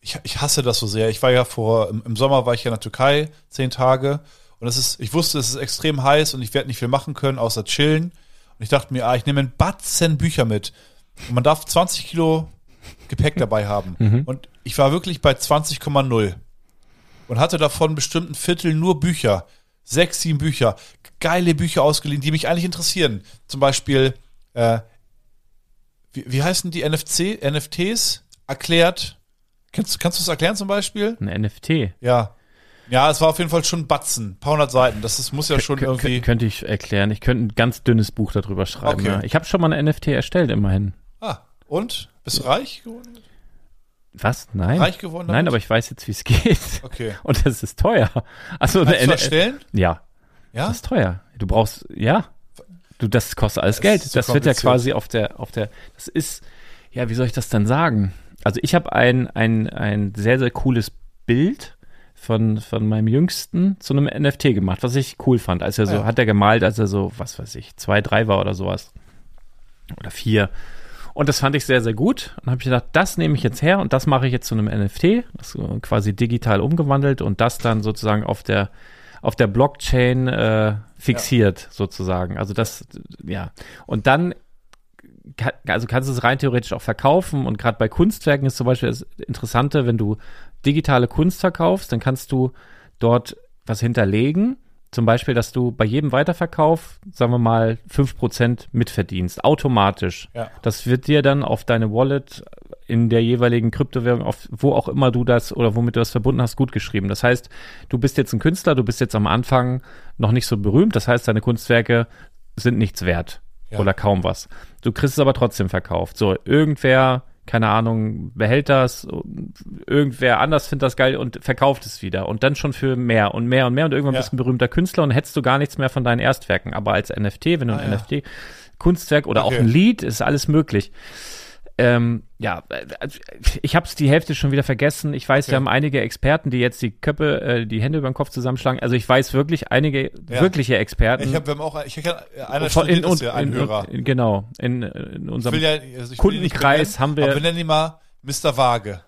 Speaker 2: Ich, ich hasse das so sehr. Ich war ja vor, im, im Sommer war ich ja in der Türkei, zehn Tage. Und es ist, ich wusste, es ist extrem heiß und ich werde nicht viel machen können, außer chillen. Und ich dachte mir, ah, ich nehme einen Batzen Bücher mit. Und man darf 20 Kilo Gepäck dabei haben. Und ich war wirklich bei 20,0 und hatte davon bestimmt ein Viertel nur Bücher. Sechs, sieben Bücher. Geile Bücher ausgeliehen, die mich eigentlich interessieren. Zum Beispiel, äh, wie, wie heißen die NFC, NFTs? Erklärt. Kannst, du- kannst du es erklären zum Beispiel?
Speaker 1: Ein NFT.
Speaker 2: Ja. Ja, es war auf jeden Fall schon ein Batzen. Ein paar hundert Seiten. Das ist, muss ja schon
Speaker 1: Kö- kö-
Speaker 2: irgendwie.
Speaker 1: Könnte ich erklären. Ich könnte ein ganz dünnes Buch darüber schreiben.
Speaker 2: Okay.
Speaker 1: Ja. Ich habe schon mal ein NFT erstellt, immerhin.
Speaker 2: Ah, und? Bist du reich geworden?
Speaker 1: Was? Nein.
Speaker 2: Reich geworden damit?
Speaker 1: Nein, aber ich weiß jetzt, wie es geht.
Speaker 2: Okay.
Speaker 1: Und das ist teuer. Also eine
Speaker 2: Kannst du
Speaker 1: N-
Speaker 2: erstellen?
Speaker 1: Ja,
Speaker 2: Ja?
Speaker 1: das ist teuer. Du brauchst, ja. Du, das kostet alles Geld.
Speaker 2: ist so
Speaker 1: das wird ja
Speaker 2: kompliziert.
Speaker 1: quasi auf der, auf der, das ist, ja, wie soll ich das denn sagen? Also ich habe ein, ein, ein sehr, sehr cooles Bild von, von meinem Jüngsten zu einem NFT gemacht, was ich cool fand. Als er so,
Speaker 2: Ja.
Speaker 1: hat er gemalt, als er so, was weiß ich, zwei, drei war oder sowas. Oder vier. Und das fand ich sehr, sehr gut. Und habe ich gedacht, das nehme ich jetzt her und das mache ich jetzt zu einem NFT, das ist äh, quasi digital umgewandelt und das dann sozusagen auf der, auf der Blockchain äh, fixiert, sozusagen. Also das, ja. Und dann, ka- also kannst du es rein theoretisch auch verkaufen. Und gerade bei Kunstwerken ist zum Beispiel das Interessante, wenn du digitale Kunst verkaufst, dann kannst du dort was hinterlegen. Zum Beispiel, dass du bei jedem Weiterverkauf, sagen wir mal, 5% mitverdienst, automatisch.
Speaker 2: Ja.
Speaker 1: Das wird dir dann auf deine Wallet in der jeweiligen Kryptowährung, auf wo auch immer du das oder womit du das verbunden hast, gut geschrieben. Das heißt, du bist jetzt ein Künstler, du bist jetzt am Anfang noch nicht so berühmt. Das heißt, deine Kunstwerke sind nichts wert
Speaker 2: Ja.
Speaker 1: oder kaum was. Du kriegst es aber trotzdem verkauft. So, irgendwer, keine Ahnung, behält das, irgendwer anders findet das geil und verkauft es wieder. Und dann schon für mehr und mehr und mehr. Und irgendwann
Speaker 2: Ja.
Speaker 1: bist du ein berühmter Künstler und hättest du gar nichts mehr von deinen Erstwerken. Aber als NFT, wenn du
Speaker 2: Ah,
Speaker 1: ein
Speaker 2: ja.
Speaker 1: NFT, Kunstwerk oder
Speaker 2: Okay.
Speaker 1: auch ein Lied, ist alles möglich. Ähm, ja, also ich habe es die Hälfte schon wieder vergessen. Ich weiß, wir
Speaker 2: Okay.
Speaker 1: haben einige Experten, die jetzt die Köpfe, äh, die Hände über den Kopf zusammenschlagen. Also ich weiß wirklich einige
Speaker 2: Ja.
Speaker 1: wirkliche Experten.
Speaker 2: Ich habe, wir haben auch, ich kann, einer
Speaker 1: Mhm. Von-
Speaker 2: studiert das ja, ein
Speaker 1: in,
Speaker 2: Hörer.
Speaker 1: in, genau, in, in
Speaker 2: Ich will
Speaker 1: unserem
Speaker 2: ja, also ich will ihn nicht
Speaker 1: Kundenkreis
Speaker 2: benennen,
Speaker 1: haben wir-
Speaker 2: Aber wir nennen ihn mal Mr. Waage.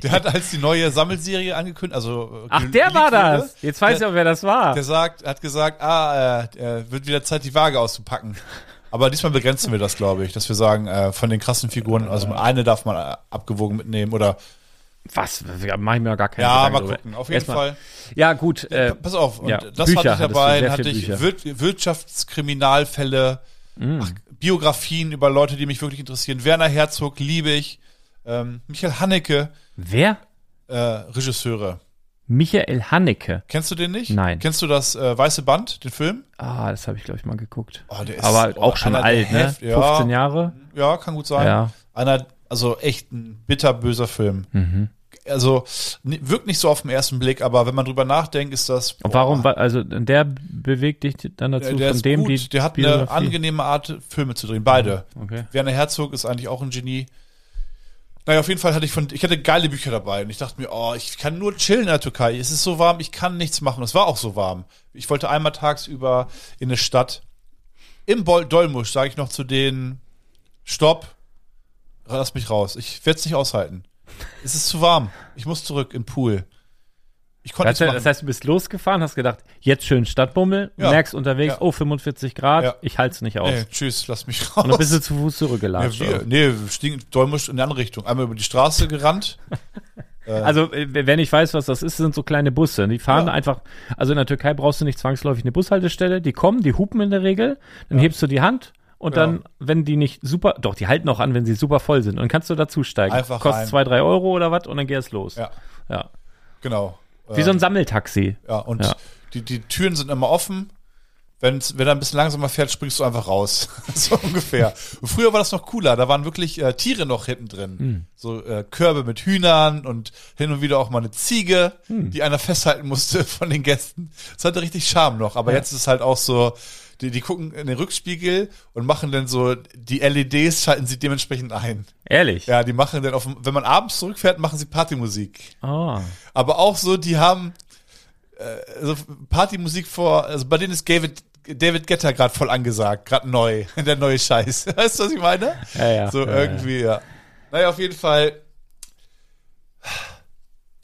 Speaker 2: Der hat als die neue Sammelserie angekündigt, also. äh,
Speaker 1: Ach,
Speaker 2: geleakt
Speaker 1: der war
Speaker 2: wurde.
Speaker 1: das. Jetzt weiß ich
Speaker 2: der,
Speaker 1: auch, wer das war.
Speaker 2: Der sagt, hat gesagt, ah, äh, äh, wird wieder Zeit, die Waage auszupacken. Aber diesmal begrenzen wir das, glaube ich, dass wir sagen, äh, von den krassen Figuren, also eine darf man äh, abgewogen mitnehmen oder.
Speaker 1: Was? Da mache ich mir gar keine
Speaker 2: Ja,
Speaker 1: Gedanken
Speaker 2: mal
Speaker 1: drüber.
Speaker 2: gucken. Auf jeden
Speaker 1: Erstmal-
Speaker 2: Fall.
Speaker 1: Ja, gut. Äh,
Speaker 2: Pass auf, und
Speaker 1: ja,
Speaker 2: das
Speaker 1: Bücher
Speaker 2: hatte ich
Speaker 1: hattest du,
Speaker 2: dabei,
Speaker 1: sehr
Speaker 2: hatte
Speaker 1: viele
Speaker 2: ich
Speaker 1: Bücher. Mm.
Speaker 2: Wir Wirtschaftskriminalfälle, ach, Biografien über Leute, die mich wirklich interessieren. Werner Herzog, liebe ich. Ähm, Michael Haneke,
Speaker 1: wer?
Speaker 2: äh, Regisseure.
Speaker 1: Michael Haneke.
Speaker 2: Kennst du den nicht?
Speaker 1: Nein.
Speaker 2: Kennst du das äh, Weiße Band, den Film?
Speaker 1: Ah, das habe ich, glaube ich, mal geguckt.
Speaker 2: Oh, der ist-
Speaker 1: Aber
Speaker 2: oh,
Speaker 1: auch schon
Speaker 2: einer der
Speaker 1: alt, ne?
Speaker 2: Heft- ja.
Speaker 1: 15 Jahre?
Speaker 2: Ja, kann gut sein.
Speaker 1: Ja.
Speaker 2: Einer, also echt ein bitterböser Film.
Speaker 1: Mhm.
Speaker 2: Also ni- wirkt nicht so auf den ersten Blick, aber wenn man drüber nachdenkt, ist das.
Speaker 1: Und warum?
Speaker 2: boah,
Speaker 1: wa- Also, der bewegt dich dann dazu,
Speaker 2: der, der
Speaker 1: von
Speaker 2: ist
Speaker 1: dem
Speaker 2: gut.
Speaker 1: die.
Speaker 2: der hat eine
Speaker 1: Biografie-
Speaker 2: angenehme Art, Filme zu drehen. Beide.
Speaker 1: Okay.
Speaker 2: Werner Herzog ist eigentlich auch ein Genie. Naja, auf jeden Fall hatte ich von, ich hatte geile Bücher dabei und ich dachte mir, oh, ich kann nur chillen in der Türkei. Es ist so warm, ich kann nichts machen. Es war auch so warm. Ich wollte einmal tagsüber in eine Stadt. Im Bol Dolmusch sage ich noch zu denen, stopp, lass mich raus. Ich werde es nicht aushalten. Es ist zu warm. Ich muss zurück im Pool. Ich konnte
Speaker 1: Das,
Speaker 2: nichts machen.
Speaker 1: das heißt, du bist losgefahren, hast gedacht, jetzt schön Stadtbummel,
Speaker 2: Ja.
Speaker 1: merkst unterwegs,
Speaker 2: Ja.
Speaker 1: oh, 45 Grad,
Speaker 2: Ja.
Speaker 1: ich halte es nicht aus.
Speaker 2: nee, tschüss, lass mich raus.
Speaker 1: Und dann bist du zu Fuß zurückgelatscht.
Speaker 2: ja, wir,
Speaker 1: oder?
Speaker 2: nee, wir stiegen Dolmusch in die andere Richtung. Einmal über die Straße gerannt.
Speaker 1: also, äh, wenn ich weiß, was das ist, sind so kleine Busse. Die fahren
Speaker 2: Ja.
Speaker 1: einfach, also in der Türkei brauchst du nicht zwangsläufig eine Bushaltestelle, die kommen, die hupen in der Regel, dann hebst du die Hand und
Speaker 2: Ja.
Speaker 1: dann, wenn die nicht super, doch, die halten auch an, wenn sie super voll sind. Und kannst du dazusteigen.
Speaker 2: Einfach
Speaker 1: Kostet
Speaker 2: rein.
Speaker 1: zwei, drei Euro oder was und dann geht es los.
Speaker 2: Ja.
Speaker 1: Ja.
Speaker 2: Genau.
Speaker 1: Wie so ein Sammeltaxi.
Speaker 2: Ja, und
Speaker 1: Ja.
Speaker 2: Die, die Türen sind immer offen. Wenn's, wenn er ein bisschen langsamer fährt, springst du einfach raus. so ungefähr. Und früher war das noch cooler. Da waren wirklich äh, Tiere noch hinten drin. So äh, Körbe mit Hühnern und hin und wieder auch mal eine Ziege, die einer festhalten musste von den Gästen. Das hatte richtig Charme noch. Aber jetzt ist es halt auch so, die, die gucken in den Rückspiegel und machen dann so, die LEDs schalten sie dementsprechend ein.
Speaker 1: Ehrlich.
Speaker 2: Ja, die machen dann auf, dem- wenn man abends zurückfährt, machen sie Partymusik
Speaker 1: Ah.
Speaker 2: aber auch so, die haben äh, also Partymusik vor, also bei denen ist David, David Getter gerade voll angesagt, gerade neu, der neue Scheiß. Weißt du, was ich meine?
Speaker 1: Ja, ja.
Speaker 2: So
Speaker 1: ja, ja.
Speaker 2: irgendwie, ja. Naja, auf jeden Fall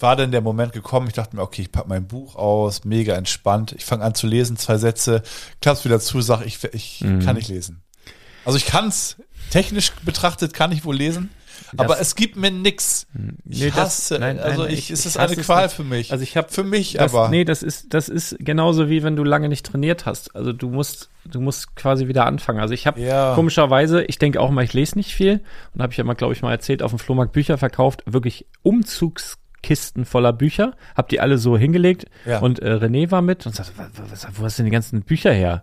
Speaker 2: war dann der Moment gekommen, ich dachte mir, okay, ich pack mein Buch aus, mega entspannt, ich fange an zu lesen, zwei Sätze, klapp's wieder zu, sag ich, ich
Speaker 1: Mhm.
Speaker 2: kann nicht lesen. Also ich kann's, technisch betrachtet kann ich wohl lesen, aber es gibt mir nix. Ich
Speaker 1: Hm. Nee, das-
Speaker 2: hasse,
Speaker 1: nein, nein,
Speaker 2: also
Speaker 1: nein,
Speaker 2: ich,
Speaker 1: ich-
Speaker 2: es
Speaker 1: ich
Speaker 2: ist
Speaker 1: hasse
Speaker 2: eine
Speaker 1: es
Speaker 2: Qual
Speaker 1: nicht.
Speaker 2: für mich.
Speaker 1: Also ich hab-
Speaker 2: für mich
Speaker 1: Das,
Speaker 2: aber.
Speaker 1: nee, das ist, das ist genauso wie wenn du lange nicht trainiert hast. Also du musst, du musst quasi wieder anfangen. Also ich habe
Speaker 2: Ja.
Speaker 1: komischerweise, ich denke auch mal, ich lese nicht viel und habe ich ja mal, glaube ich, mal erzählt, auf dem Flohmarkt Bücher verkauft, wirklich Umzugskisten voller Bücher, habe die alle so hingelegt
Speaker 2: Ja.
Speaker 1: und äh, René war mit und sagte, "Wa- wa- was, wo hast du denn die ganzen Bücher her?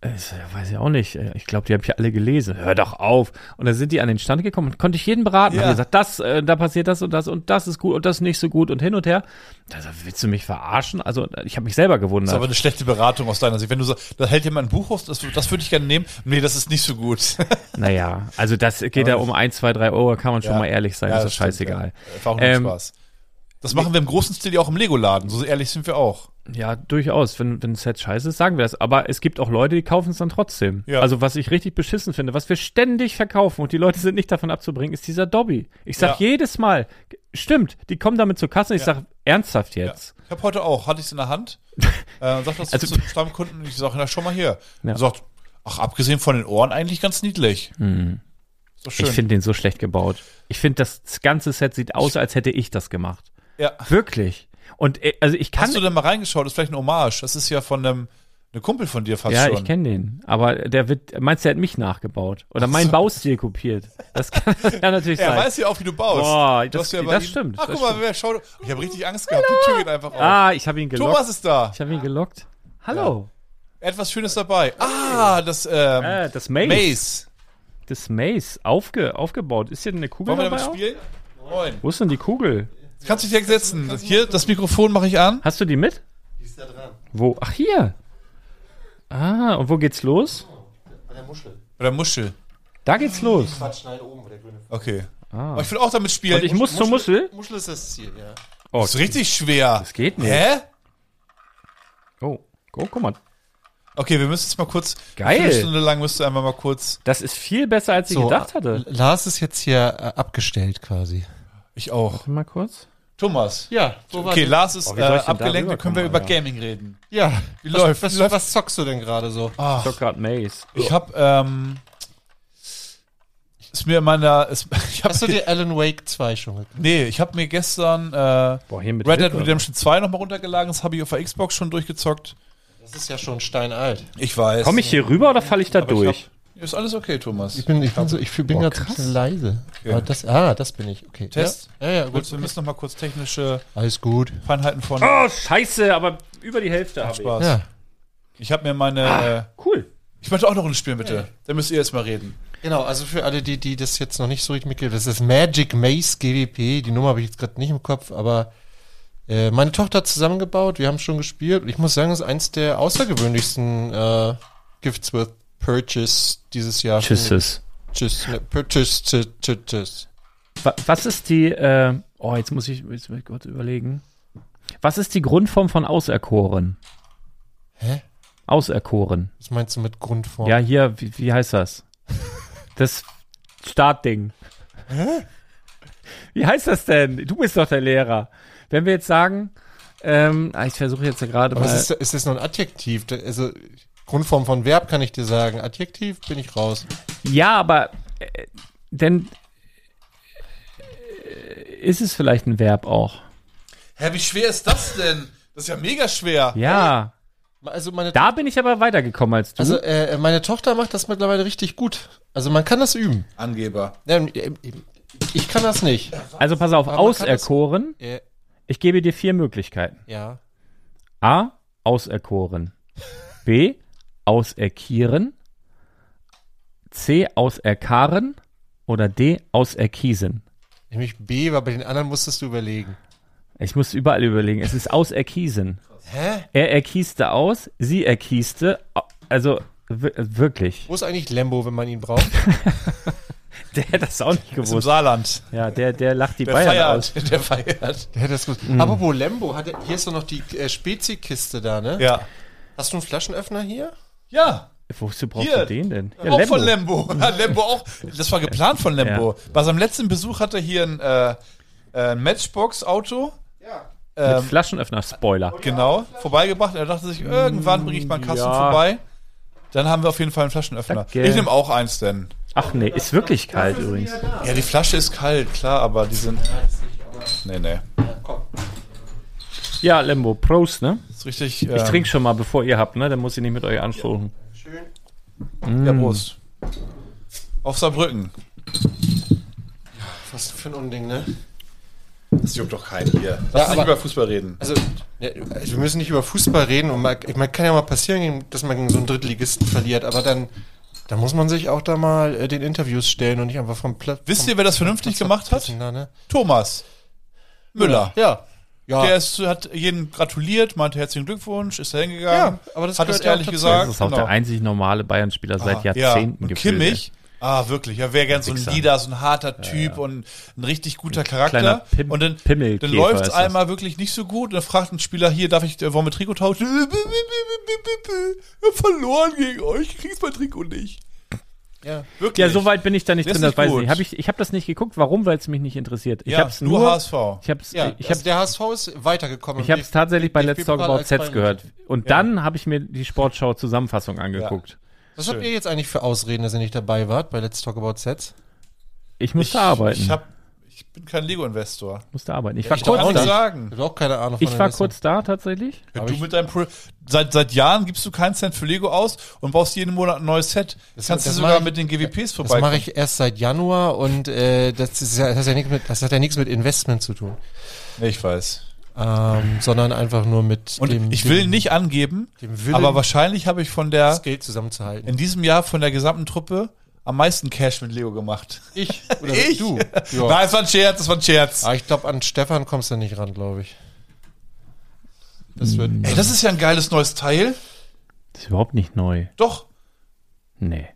Speaker 1: Äh, Ich so, "Ja, weiß ich auch nicht. Äh, Ich glaube, die habe ich alle gelesen. Hör doch auf. Und dann sind die an den Stand gekommen und konnte ich jeden beraten.
Speaker 2: Ja.
Speaker 1: Hab gesagt, das, äh, da passiert das und das und das ist gut und das ist nicht so gut und hin und her. Da sag ich, willst du mich verarschen? Also ich habe mich selber gewundert.
Speaker 2: Das ist aber eine schlechte Beratung aus deiner Sicht. Wenn du so, da hält jemand ein Buch auf, das, das würde ich gerne nehmen. Nee, das ist nicht so gut.
Speaker 1: naja, also das geht ja um ein, zwei, drei Euro, kann man schon
Speaker 2: Ja.
Speaker 1: mal ehrlich sein,
Speaker 2: Ja,
Speaker 1: ist
Speaker 2: das
Speaker 1: das
Speaker 2: stimmt,
Speaker 1: scheißegal.
Speaker 2: ja. War auch nur
Speaker 1: Ähm,
Speaker 2: Spaß. Das machen wir im großen Stil ja auch im Lego-Laden. So ehrlich sind wir auch.
Speaker 1: Ja, durchaus. Wenn wenn es jetzt scheiße ist, sagen wir das. Aber es gibt auch Leute, die kaufen es dann trotzdem.
Speaker 2: Ja.
Speaker 1: Also was ich richtig beschissen finde, was wir ständig verkaufen und die Leute sind nicht davon abzubringen, ist dieser Dobby. Ich sag
Speaker 2: Ja.
Speaker 1: jedes Mal, stimmt, die kommen damit zur Kasse und ich sag, ernsthaft
Speaker 2: Ja.
Speaker 1: jetzt?
Speaker 2: Ich habe heute auch, hatte ich es in der Hand. Äh, sag das
Speaker 1: Also-
Speaker 2: zu einem Stammkunden. Ich sage, na, schau mal hier.
Speaker 1: Ja.
Speaker 2: Er Sagt, ach, abgesehen von den Ohren eigentlich ganz niedlich. So schön.
Speaker 1: Hm. Ich finde den so schlecht gebaut. Ich finde, das ganze Set sieht aus, als hätte ich das gemacht.
Speaker 2: ja.
Speaker 1: Wirklich. Und äh, also ich kann
Speaker 2: Hast du denn mal reingeschaut? Das ist vielleicht ein Hommage. Das ist ja von einem eine Kumpel von dir fast
Speaker 1: Ja,
Speaker 2: schon.
Speaker 1: ich kenne den. Aber der wird, meinst du, er hat mich nachgebaut? Oder meinen Baustil kopiert? Das kann, das kann natürlich
Speaker 2: Er
Speaker 1: sein.
Speaker 2: weiß ja auch, wie du baust.
Speaker 1: Boah,
Speaker 2: Du
Speaker 1: das-
Speaker 2: hast ja bei
Speaker 1: das
Speaker 2: ihm-
Speaker 1: stimmt,
Speaker 2: Ach,
Speaker 1: das
Speaker 2: guck mal,
Speaker 1: stimmt.
Speaker 2: wer schaut. Ich habe richtig Angst gehabt. Die Tür geht einfach auf.
Speaker 1: ah, ich habe ihn gelockt.
Speaker 2: Thomas ist da.
Speaker 1: Ich habe ihn gelockt. Hallo.
Speaker 2: Etwas Schönes dabei. Ah, das ähm,
Speaker 1: Äh, das Maze.
Speaker 2: Maze.
Speaker 1: Das Maze aufge, aufgebaut. Ist hier denn eine Kugel
Speaker 2: Wollen wir
Speaker 1: dabei
Speaker 2: damit
Speaker 1: auch?
Speaker 2: spielen? Moin.
Speaker 1: Wo ist denn die Kugel?
Speaker 2: Kannst du dich direkt setzen. Hier, das Mikrofon mache ich an.
Speaker 1: Hast du die mit?
Speaker 3: Die ist da dran.
Speaker 1: Wo? Ach, hier. Ah, und wo geht's los?
Speaker 3: Bei der Muschel.
Speaker 2: Oder Muschel.
Speaker 1: Da geht's los.
Speaker 3: Quatsch, nein, oben, wo der grüne
Speaker 2: Okay. Aber ich will auch damit spielen.
Speaker 1: Ah. Und ich muss zur Muschel.
Speaker 3: Muschel ist das Ziel, ja.
Speaker 1: Oh,
Speaker 2: Das ist richtig schwer.
Speaker 1: Das geht nicht.
Speaker 2: Hä?
Speaker 1: Oh, oh, guck mal.
Speaker 2: Okay, wir müssen jetzt mal kurz.
Speaker 1: Geil.
Speaker 2: Eine Stunde lang müsst ihr einmal mal kurz.
Speaker 1: Das ist viel besser, als ich
Speaker 2: äh,
Speaker 1: gedacht hatte.
Speaker 3: äh, Lars ist jetzt hier äh, abgestellt quasi.
Speaker 2: Ich auch.
Speaker 1: Mal kurz.
Speaker 2: Thomas.
Speaker 3: Ja, wo war
Speaker 2: Okay,
Speaker 3: du?
Speaker 2: Lars ist
Speaker 1: Oh, wie
Speaker 2: äh,
Speaker 1: soll ich denn da
Speaker 2: abgelenkt, dann können wir über
Speaker 1: rüberkommen,
Speaker 2: Gaming reden.
Speaker 3: Ja,
Speaker 2: Wie
Speaker 3: was,
Speaker 2: läuft-
Speaker 3: Was,
Speaker 2: wie läuft-
Speaker 3: was zockst du denn gerade so?
Speaker 2: Ach,
Speaker 1: Stockard Maze.
Speaker 2: ich hab, ähm. Ist mir in meiner. Ist, ich hab,
Speaker 3: Hast du dir Alan Wake 2 schon gekauft?
Speaker 2: nee, ich hab mir gestern äh,
Speaker 1: Boah, hier mit
Speaker 2: Red Dead
Speaker 1: Hilfe.
Speaker 2: Redemption 2 nochmal runtergeladen. Das habe ich auf der Xbox schon durchgezockt.
Speaker 3: Das ist ja schon steinalt.
Speaker 2: Ich weiß.
Speaker 1: Komm ich hier rüber oder falle ich da
Speaker 2: Aber ich
Speaker 1: durch?
Speaker 2: Hab, ist alles okay, Thomas.
Speaker 3: Ich bin, ich bin, so, ich bin
Speaker 1: Boah,
Speaker 3: ganz
Speaker 1: krass.
Speaker 3: leise. Aber das, ah, das bin ich. Okay.
Speaker 2: Test?
Speaker 3: Ja, ja, ja gut.
Speaker 2: Gut, wir müssen nochmal kurz technische
Speaker 3: Alles gut.
Speaker 2: Feinheiten von.
Speaker 1: Oh, scheiße, aber über die
Speaker 3: Ah!
Speaker 1: Hälfte habe ich.
Speaker 2: Spaß.
Speaker 3: Ja.
Speaker 2: Ich habe mir meine.
Speaker 3: Ah!
Speaker 2: Äh,
Speaker 1: Cool.
Speaker 2: ich möchte auch noch ein Spiel, bitte. Dann müsst ihr jetzt mal reden.
Speaker 3: Genau, also für alle, die, die das jetzt noch nicht so richtig mitgekriegt haben, das ist Magic Maze GWP. Die Nummer habe ich jetzt gerade nicht im Kopf, aber äh, meine Tochter hat zusammengebaut, wir haben schon gespielt. Und ich muss sagen, das ist eins der außergewöhnlichsten äh, Gifts with Purchase dieses Jahr. Tschüss. Ne, Purchase, tschüss, tschüss, tschüss.
Speaker 1: Wa- Was ist die, äh, oh, jetzt muss ich, jetzt muss ich kurz überlegen. Was ist die Grundform von Auserkoren?
Speaker 3: Hä?
Speaker 1: Auserkoren.
Speaker 3: Was meinst du mit Grundform?
Speaker 1: Ja, hier, wie, wie heißt das? Das Startding. Wie heißt das denn? Du bist doch der Lehrer. Wenn wir jetzt sagen, ähm, ah, ich versuche jetzt ja gerade
Speaker 3: Aber
Speaker 1: mal.
Speaker 3: ist, das- ist das nur ein Adjektiv? Da- Also Grundform von Verb kann ich dir sagen. Adjektiv bin ich raus.
Speaker 1: Ja, aber äh, denn äh, ist es vielleicht ein Verb auch?
Speaker 2: Hä, wie schwer ist das denn? Das ist ja mega schwer.
Speaker 1: Ja,
Speaker 3: Also meine
Speaker 1: da bin ich aber weitergekommen als du.
Speaker 3: also äh, meine Tochter macht das mittlerweile richtig gut. Also man kann das üben.
Speaker 2: Angeber.
Speaker 3: Ähm, ähm, ähm, Ich kann das nicht.
Speaker 1: Also pass auf,
Speaker 3: Aber man kann das-
Speaker 1: auserkoren.
Speaker 3: Äh,
Speaker 1: Ich gebe dir vier Möglichkeiten.
Speaker 3: Ja.
Speaker 1: A. Auserkoren. B. Auserkieren. C. Auserkaren. Oder D. Auserkiesen.
Speaker 3: Nämlich B, weil bei den anderen musstest du überlegen.
Speaker 1: Ich muss überall überlegen. Es ist Auserkiesen.
Speaker 3: Hä?
Speaker 1: Er erkieste aus, sie erkieste. au- Also wi- wirklich.
Speaker 3: Wo ist eigentlich Lembo, wenn man ihn braucht?
Speaker 1: Der hätte das auch nicht
Speaker 2: Ist im
Speaker 1: gewusst.
Speaker 2: Saarland.
Speaker 1: Ja, der, der lacht die
Speaker 2: Der
Speaker 1: Bayern aus.
Speaker 2: feiert. Der feiert.
Speaker 3: Der hätte das gewusst. Aber wo Lembo? Hat er, hier ist doch noch die äh, Spezi-Kiste da, ne?
Speaker 2: Ja.
Speaker 3: Hast du einen Flaschenöffner hier?
Speaker 2: Ja.
Speaker 1: Wozu brauchst
Speaker 2: Hier.
Speaker 1: du den denn? Ja,
Speaker 2: auch
Speaker 1: Lembo.
Speaker 2: von Lembo. Hat Lembo auch. Das war geplant von Lembo. Bei seinem letzten Besuch hatte er hier ein, äh, äh, ein Matchbox-Auto.
Speaker 3: Ja.
Speaker 1: Mit
Speaker 2: Ähm,
Speaker 1: Flaschenöffner, Spoiler.
Speaker 2: genau. Vorbeigebracht. Er dachte sich, irgendwann bringe ich mal einen Kasten
Speaker 1: ja.
Speaker 2: vorbei. Dann haben wir auf jeden Fall einen Flaschenöffner.
Speaker 1: Danke.
Speaker 2: Ich nehme auch eins, denn.
Speaker 1: Ach nee, ist wirklich kalt übrigens.
Speaker 2: Ja, die Flasche ist kalt, klar, aber die sind. Nee, nee.
Speaker 1: Ja, Lembo, Prost, ne?
Speaker 2: Ist richtig. ähm,
Speaker 1: Ich trinke schon mal, bevor ihr habt, ne? Dann muss ich nicht mit euch anstoßen.
Speaker 3: Schön.
Speaker 2: Ja,
Speaker 3: Mm.
Speaker 2: Prost. Auf Saarbrücken.
Speaker 3: Was für ein Unding, ne?
Speaker 2: Das juckt doch keinen hier. Lass
Speaker 3: Ja,
Speaker 2: nicht
Speaker 3: aber-
Speaker 2: über Fußball reden.
Speaker 3: Also, ne, also wir müssen nicht über Fußball reden. Und man, ich meine, kann ja mal passieren, dass man gegen so einen Drittligisten verliert. Aber dann, dann muss man sich auch da mal äh, den Interviews stellen und nicht einfach vom Platz.
Speaker 2: Wisst ihr, wer das vernünftig gemacht hat?
Speaker 3: Na, ne?
Speaker 2: Thomas Müller.
Speaker 3: Ja. Ja.
Speaker 2: Der ist, hat jedem gratuliert, meinte herzlichen Glückwunsch, ist da hingegangen.
Speaker 3: Ja, aber das
Speaker 2: hat es
Speaker 3: gehört ja auch
Speaker 2: ehrlich
Speaker 3: dazu.
Speaker 1: Das
Speaker 2: gesagt. genau.
Speaker 1: ist auch der einzig normale Bayern-Spieler seit Jahrzehnten
Speaker 2: Ah, Und
Speaker 1: gefühlt,
Speaker 2: Kimmich. Ah, wirklich. Ja, wäre gern so ein
Speaker 1: Wichser.
Speaker 2: Leader, so ein harter Typ und ein richtig guter
Speaker 1: kleiner
Speaker 2: Charakter.
Speaker 1: Pim-
Speaker 2: und dann,
Speaker 1: Pimmelkäfer
Speaker 2: dann läuft
Speaker 1: ist
Speaker 2: es
Speaker 1: das.
Speaker 2: einmal wirklich nicht so gut. Und dann fragt ein Spieler hier, darf ich, äh, wollen wir Trikot tauschen? Ich hab verloren gegen euch, ich krieg's mein Trikot nicht.
Speaker 3: Ja.
Speaker 2: Wirklich.
Speaker 1: Ja, so weit bin ich da nicht
Speaker 2: Das
Speaker 1: drin,
Speaker 2: ist
Speaker 1: das weiß
Speaker 2: nicht
Speaker 1: ich
Speaker 2: gut.
Speaker 1: nicht. Hab ich ich habe das nicht geguckt, warum, weil es mich nicht interessiert. Ich
Speaker 2: Ja,
Speaker 1: habe es
Speaker 2: nur
Speaker 1: nur,
Speaker 2: HSV.
Speaker 1: ich habe es
Speaker 3: Ja,
Speaker 1: ich
Speaker 3: also
Speaker 1: hab,
Speaker 3: der HSV ist weitergekommen.
Speaker 1: ich hab's tatsächlich bei Let's Talk About Sets
Speaker 3: Sets
Speaker 1: gehört. Und dann habe ich mir die Sportschau Zusammenfassung angeguckt.
Speaker 3: Was habt ihr jetzt eigentlich für Ausreden, dass ihr nicht dabei wart bei Let's Talk About Sets?
Speaker 1: Ich musste arbeiten.
Speaker 2: Ich, hab, ich bin kein Lego-Investor.
Speaker 1: musste arbeiten. Ich war
Speaker 3: ich
Speaker 2: Kann
Speaker 1: kurz
Speaker 3: auch
Speaker 2: ich
Speaker 3: nicht.
Speaker 1: da.
Speaker 3: Ich
Speaker 2: sagen.
Speaker 3: hab auch keine Ahnung
Speaker 1: Ich
Speaker 3: der
Speaker 1: war
Speaker 3: Leistung.
Speaker 1: kurz da tatsächlich.
Speaker 2: du mit deinem Pro seit, seit Jahren gibst du keinen Cent für Lego aus und baust jeden Monat ein neues Set. Das kannst
Speaker 3: das
Speaker 2: du sogar
Speaker 3: mach ich-
Speaker 2: mit den GWPs
Speaker 3: Das mache
Speaker 2: vorbei.
Speaker 3: ich erst seit Januar und äh, das, ist ja, das, hat ja nichts mit, das hat ja nichts mit Investment zu tun,
Speaker 2: Nee, ich weiß.
Speaker 3: ähm, sondern einfach nur mit
Speaker 2: Und ich will nicht angeben,
Speaker 3: dem Willen-
Speaker 2: aber wahrscheinlich habe ich von der
Speaker 3: das Geld zusammenzuhalten.
Speaker 2: in diesem Jahr von der gesamten Truppe am meisten Cash mit Lego gemacht.
Speaker 3: Ich oder
Speaker 2: Ich?
Speaker 3: du? Ja. Ah.
Speaker 2: Nein, es war ein Scherz, es war ein Scherz.
Speaker 3: Aber ich glaube, an Stefan kommst du nicht ran, glaube ich. Das wird.
Speaker 2: Ey, das ist ja ein geiles neues Teil.
Speaker 1: Das ist überhaupt nicht neu.
Speaker 2: Doch.
Speaker 1: Nee.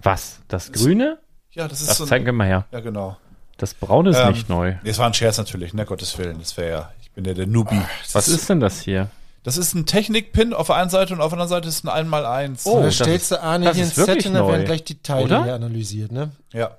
Speaker 1: Was? Das Grüne?
Speaker 2: Ja, das ist
Speaker 1: Das
Speaker 2: so ein,
Speaker 1: zeig mir mal her.
Speaker 2: Ja, genau.
Speaker 1: Das Braune ist
Speaker 2: Ähm,
Speaker 1: nicht neu.
Speaker 2: Nee, es war ein Scherz natürlich, ne, Gottes Willen. Das wäre ja, ich bin ja der Newbie.
Speaker 1: Was ist denn das hier?
Speaker 2: Das ist ein Technik-Pin auf der einen Seite und auf der anderen Seite ist ein 1x1.
Speaker 3: Oh, da
Speaker 1: das
Speaker 3: stellst du Arne
Speaker 1: das
Speaker 3: hier
Speaker 1: ist
Speaker 3: ins Set
Speaker 1: wirklich
Speaker 3: und dann
Speaker 1: neu.
Speaker 3: werden gleich die Teile
Speaker 1: Oder?
Speaker 3: hier analysiert, ne?
Speaker 2: Ja.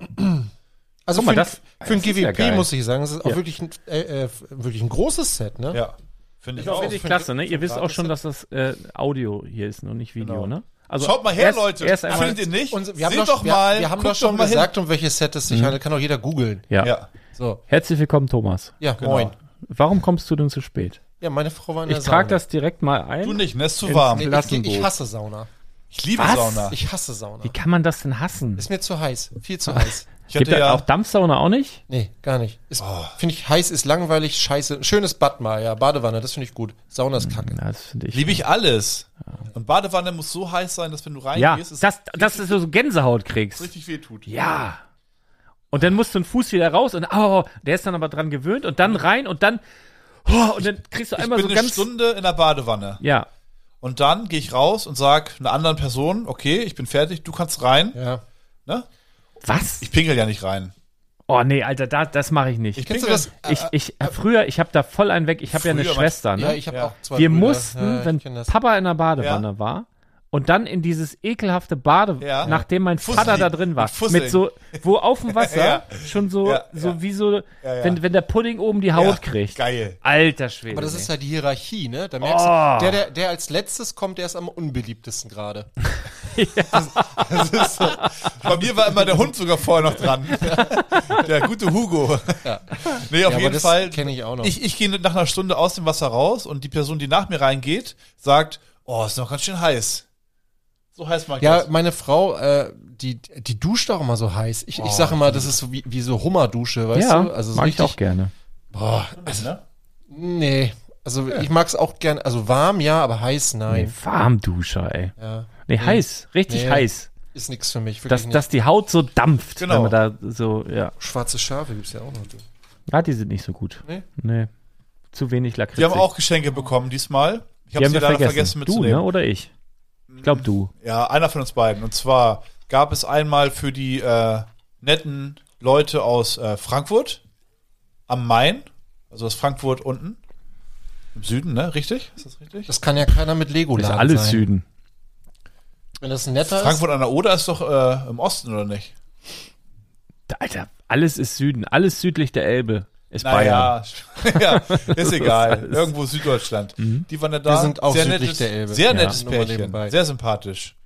Speaker 3: Also
Speaker 1: Guck mal,
Speaker 3: für, ein-
Speaker 1: das-
Speaker 3: für ein
Speaker 1: das ist ja
Speaker 3: GWP
Speaker 1: geil.
Speaker 3: muss ich sagen, es ist auch
Speaker 1: Ja.
Speaker 3: wirklich, ein, äh, äh, wirklich ein großes Set, ne?
Speaker 2: Ja. Oh, Finde ich
Speaker 1: Das
Speaker 2: auch.
Speaker 1: ist wirklich
Speaker 3: für-
Speaker 1: klasse, ne? Ihr wisst auch schon,
Speaker 3: für-
Speaker 1: dass das äh, Audio hier ist und nicht Video,
Speaker 2: Genau.
Speaker 1: ne? Also
Speaker 2: Schaut mal her,
Speaker 1: erst-
Speaker 2: Leute.
Speaker 1: Erst einmal,
Speaker 2: Findet ihr nicht?
Speaker 3: Und wir haben
Speaker 2: Seht
Speaker 3: doch,
Speaker 2: doch
Speaker 3: wir,
Speaker 2: mal.
Speaker 3: wir haben
Speaker 2: guckt
Speaker 3: doch schon
Speaker 2: mal hin.
Speaker 3: gesagt, um welches Set es sich handelt. Kann auch jeder googeln.
Speaker 1: Mhm. ja.
Speaker 2: Ja.
Speaker 3: So,
Speaker 1: Herzlich willkommen, Thomas.
Speaker 3: ja,
Speaker 2: Genau.
Speaker 3: moin.
Speaker 1: Warum kommst du denn zu spät?
Speaker 3: Ja, meine Frau war in der
Speaker 1: Ich trage
Speaker 3: Sauna.
Speaker 1: das direkt mal ein.
Speaker 2: Du nicht, ne? Ist zu
Speaker 1: Ins-
Speaker 2: warm.
Speaker 1: Nee.
Speaker 3: Ich, ich,
Speaker 1: Klassenboot.
Speaker 3: ich hasse Sauna.
Speaker 2: Ich liebe
Speaker 1: Was?
Speaker 2: Sauna.
Speaker 3: Ich hasse Sauna.
Speaker 1: Wie kann man das denn hassen?
Speaker 3: Ist mir zu heiß. Viel zu heiß.
Speaker 2: Ich
Speaker 1: Gibt
Speaker 2: hatte
Speaker 1: da
Speaker 2: ja.
Speaker 1: auch Dampfsauna auch nicht?
Speaker 3: Nee, gar nicht. Ist-
Speaker 1: Oh.
Speaker 3: Finde ich heiß, ist langweilig, scheiße. Schönes Bad mal, ja. Badewanne, das finde ich gut. Sauna ist kacke.
Speaker 1: Na, das finde ich.
Speaker 2: Liebe ich alles. Und Badewanne muss so heiß sein, dass wenn du
Speaker 1: ja,
Speaker 2: reingehst,
Speaker 1: das, dass du so Gänsehaut kriegst.
Speaker 2: richtig weh tut.
Speaker 1: Ja. Und dann musst du den Fuß wieder raus und oh, der ist dann aber dran gewöhnt und dann rein und dann oh, und dann kriegst du
Speaker 2: Ich
Speaker 1: einmal
Speaker 2: bin
Speaker 1: so
Speaker 2: eine
Speaker 1: ganz
Speaker 2: Stunde in der Badewanne.
Speaker 1: ja,
Speaker 2: Und dann gehe ich raus und sag einer anderen Person, okay, ich bin fertig, du kannst rein.
Speaker 3: Ja.
Speaker 2: Ne?
Speaker 1: was?
Speaker 2: Ich pinkel ja nicht rein.
Speaker 1: Oh nee, Alter, da, das mache ich nicht.
Speaker 2: Ich
Speaker 1: Ich,
Speaker 3: Kennst du
Speaker 2: pinkel-
Speaker 3: das?
Speaker 1: ich, früher, ich habe da voll einen weg. Ich habe ja eine
Speaker 2: Früher war-
Speaker 1: Schwester, ne?
Speaker 3: Ja, ich habe
Speaker 2: Ja.
Speaker 3: auch zwei
Speaker 1: Wir
Speaker 3: Brüder.
Speaker 1: mussten,
Speaker 3: Ja, ich
Speaker 1: wenn
Speaker 3: kenn das.
Speaker 1: Papa in der Badewanne war und dann in dieses ekelhafte Bade,
Speaker 2: Ja.
Speaker 1: nachdem mein
Speaker 2: Fusseln.
Speaker 1: Vater da drin war,
Speaker 2: Mit Fusseln.
Speaker 1: mit so, wo auf dem Wasser
Speaker 2: Ja.
Speaker 1: schon so,
Speaker 2: Ja,
Speaker 1: so
Speaker 2: ja.
Speaker 1: wie so,
Speaker 2: ja.
Speaker 1: Wenn, wenn der Pudding oben die Haut
Speaker 2: Ja,
Speaker 1: kriegt.
Speaker 2: geil.
Speaker 1: Alter Schwede.
Speaker 3: Aber das ist
Speaker 1: nee.
Speaker 3: ja die Hierarchie, ne? Da merkst
Speaker 1: Oh.
Speaker 3: du, der, der, der als letztes kommt, der ist am unbeliebtesten gerade. Das, das ist so.
Speaker 2: Bei mir war immer der Hund sogar vorher noch dran. der gute Hugo.
Speaker 3: Ja.
Speaker 2: Nee, auf
Speaker 3: aber
Speaker 2: jeden
Speaker 3: das
Speaker 2: Fall.
Speaker 3: kenn ich auch noch.
Speaker 2: Ich, ich gehe nach einer Stunde aus dem Wasser raus und die Person, die nach mir reingeht, sagt, oh, ist noch ganz schön heiß. So heiß mag ich
Speaker 3: Ja,
Speaker 2: das.
Speaker 3: meine Frau, äh, die, die duscht auch immer so heiß. Ich, ich sage immer, das ist so wie, wie so Hummerdusche, weißt
Speaker 1: Oh, ja,
Speaker 3: du? Also so
Speaker 1: mag ich
Speaker 3: richtig.
Speaker 1: auch gerne.
Speaker 3: Boah, also,
Speaker 2: Ne?
Speaker 3: nee. Also ich mag's auch gern, also warm ja, aber heiß
Speaker 1: Nee,
Speaker 3: nein.
Speaker 1: Warmduscher, ey.
Speaker 3: Ja.
Speaker 1: Nee, heiß, richtig
Speaker 3: Nee.
Speaker 1: heiß.
Speaker 3: Ist nix für mich. Wirklich
Speaker 1: Dass,
Speaker 3: nicht.
Speaker 1: dass die Haut so dampft,
Speaker 2: Genau.
Speaker 1: wenn man da so, ja.
Speaker 3: Schwarze Schafe gibt's ja auch noch. du.
Speaker 1: Ja, die sind nicht so gut.
Speaker 3: Nee?
Speaker 1: Nee. Zu wenig Lakritz.
Speaker 2: Die haben auch Geschenke bekommen diesmal. Ich
Speaker 1: die
Speaker 2: habe
Speaker 1: haben
Speaker 2: sie
Speaker 1: wir
Speaker 2: leider
Speaker 1: vergessen.
Speaker 2: vergessen,
Speaker 1: du,
Speaker 2: mitzunehmen.
Speaker 1: ne, oder ich? Ich glaube, du.
Speaker 2: Ja, einer von uns beiden. Und zwar gab es einmal für die äh, netten Leute aus äh, Frankfurt am Main, also aus Frankfurt unten im Süden, ne? Richtig? Ist das richtig?
Speaker 3: Das kann ja keiner mit Lego
Speaker 1: Das ist
Speaker 3: laden
Speaker 1: alles
Speaker 3: sein.
Speaker 1: Süden.
Speaker 3: Wenn das ein netter
Speaker 2: Frankfurt an der Oder ist doch äh, im Osten oder nicht?
Speaker 1: Da- Alter, alles ist Süden. Alles südlich der Elbe ist Bayern.
Speaker 2: Naja, ja, ist egal.
Speaker 1: alles.
Speaker 2: Irgendwo Süddeutschland. Die waren ja da.
Speaker 3: Wir sind auch südlich
Speaker 2: nettes,
Speaker 3: der Elbe.
Speaker 2: Sehr
Speaker 3: Ja.
Speaker 2: nettes
Speaker 3: Mhm. Nur mal
Speaker 2: Pärchen.
Speaker 3: nebenbei.
Speaker 2: Sehr sympathisch.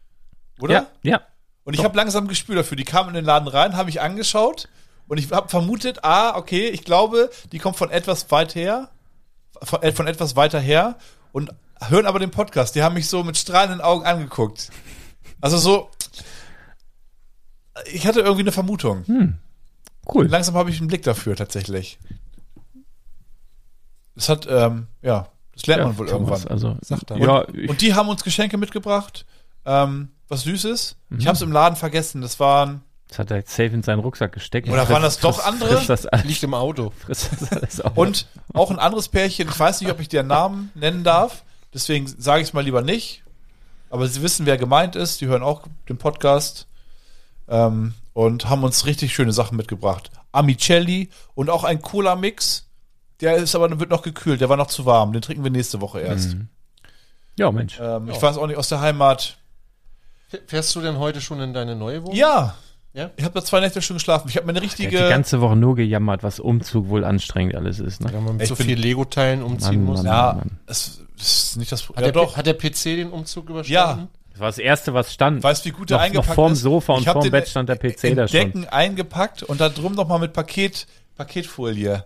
Speaker 2: Oder?
Speaker 1: Ja, ja.
Speaker 2: Und ich habe langsam ein Gespür dafür. Die kamen in den Laden rein, habe ich angeschaut und ich habe vermutet, ah, okay, ich glaube, die kommen von etwas weit her, von, äh, von etwas weiter her und hören aber den Podcast. Die haben mich so mit strahlenden Augen angeguckt. Also so, ich hatte irgendwie eine Vermutung.
Speaker 1: Cool.
Speaker 2: Langsam habe ich einen Blick dafür tatsächlich. Das hat, ähm, ja, das lernt
Speaker 1: ja,
Speaker 2: man wohl
Speaker 1: Thomas,
Speaker 2: irgendwann.
Speaker 1: Also,
Speaker 3: Sagt er.
Speaker 1: ja, ich,
Speaker 2: Und die haben uns Geschenke mitgebracht, ähm, was Süßes.
Speaker 1: Mhm.
Speaker 2: Ich habe es im Laden vergessen. Das waren
Speaker 1: das hat er jetzt safe in seinen Rucksack gesteckt.
Speaker 2: Oder waren das doch andere?
Speaker 1: Frisst das alles,
Speaker 3: liegt im Auto.
Speaker 1: frisst das alles auf.
Speaker 2: Und auch ein anderes Pärchen, ich weiß nicht, ob ich deren Namen nennen darf, deswegen sage ich es mal lieber nicht. Aber sie wissen, wer gemeint ist, die hören auch den Podcast ähm, und haben uns richtig schöne Sachen mitgebracht. Amicelli und auch ein Cola-Mix, der ist aber wird noch gekühlt, der war noch zu warm, den trinken wir nächste Woche
Speaker 1: Mhm.
Speaker 2: erst.
Speaker 1: ja, Mensch.
Speaker 2: Ähm, ich weiß auch nicht, aus der Heimat.
Speaker 3: F- Fährst du denn heute schon in deine neue Wohnung?
Speaker 2: Ja,
Speaker 3: Ja?
Speaker 2: ich habe da zwei Nächte schon geschlafen. Ich habe meine
Speaker 1: Der
Speaker 2: richtige...
Speaker 1: hat die ganze Woche nur gejammert, was Umzug wohl anstrengend alles ist. Ne?
Speaker 3: Wenn man mit
Speaker 2: Ich
Speaker 3: so
Speaker 2: bin-
Speaker 3: viel Lego-Teilen
Speaker 1: Mann,
Speaker 3: umziehen muss.
Speaker 1: Mann.
Speaker 2: ja, es es ist nicht das...
Speaker 3: Hat,
Speaker 2: ja,
Speaker 3: der,
Speaker 2: doch.
Speaker 3: hat der PC den Umzug
Speaker 2: Ja,
Speaker 3: überstanden?
Speaker 1: Das war das Erste, was stand.
Speaker 2: Weißt du, wie gut der
Speaker 1: Noch- noch
Speaker 2: eingepackt
Speaker 1: vorm
Speaker 2: ist?
Speaker 1: Sofa und
Speaker 2: Ich hab
Speaker 1: vorm
Speaker 2: den
Speaker 1: Bett stand der PC
Speaker 2: in
Speaker 1: da schon.
Speaker 2: Decken eingepackt und da drum nochmal mit Paket, Paketfolie.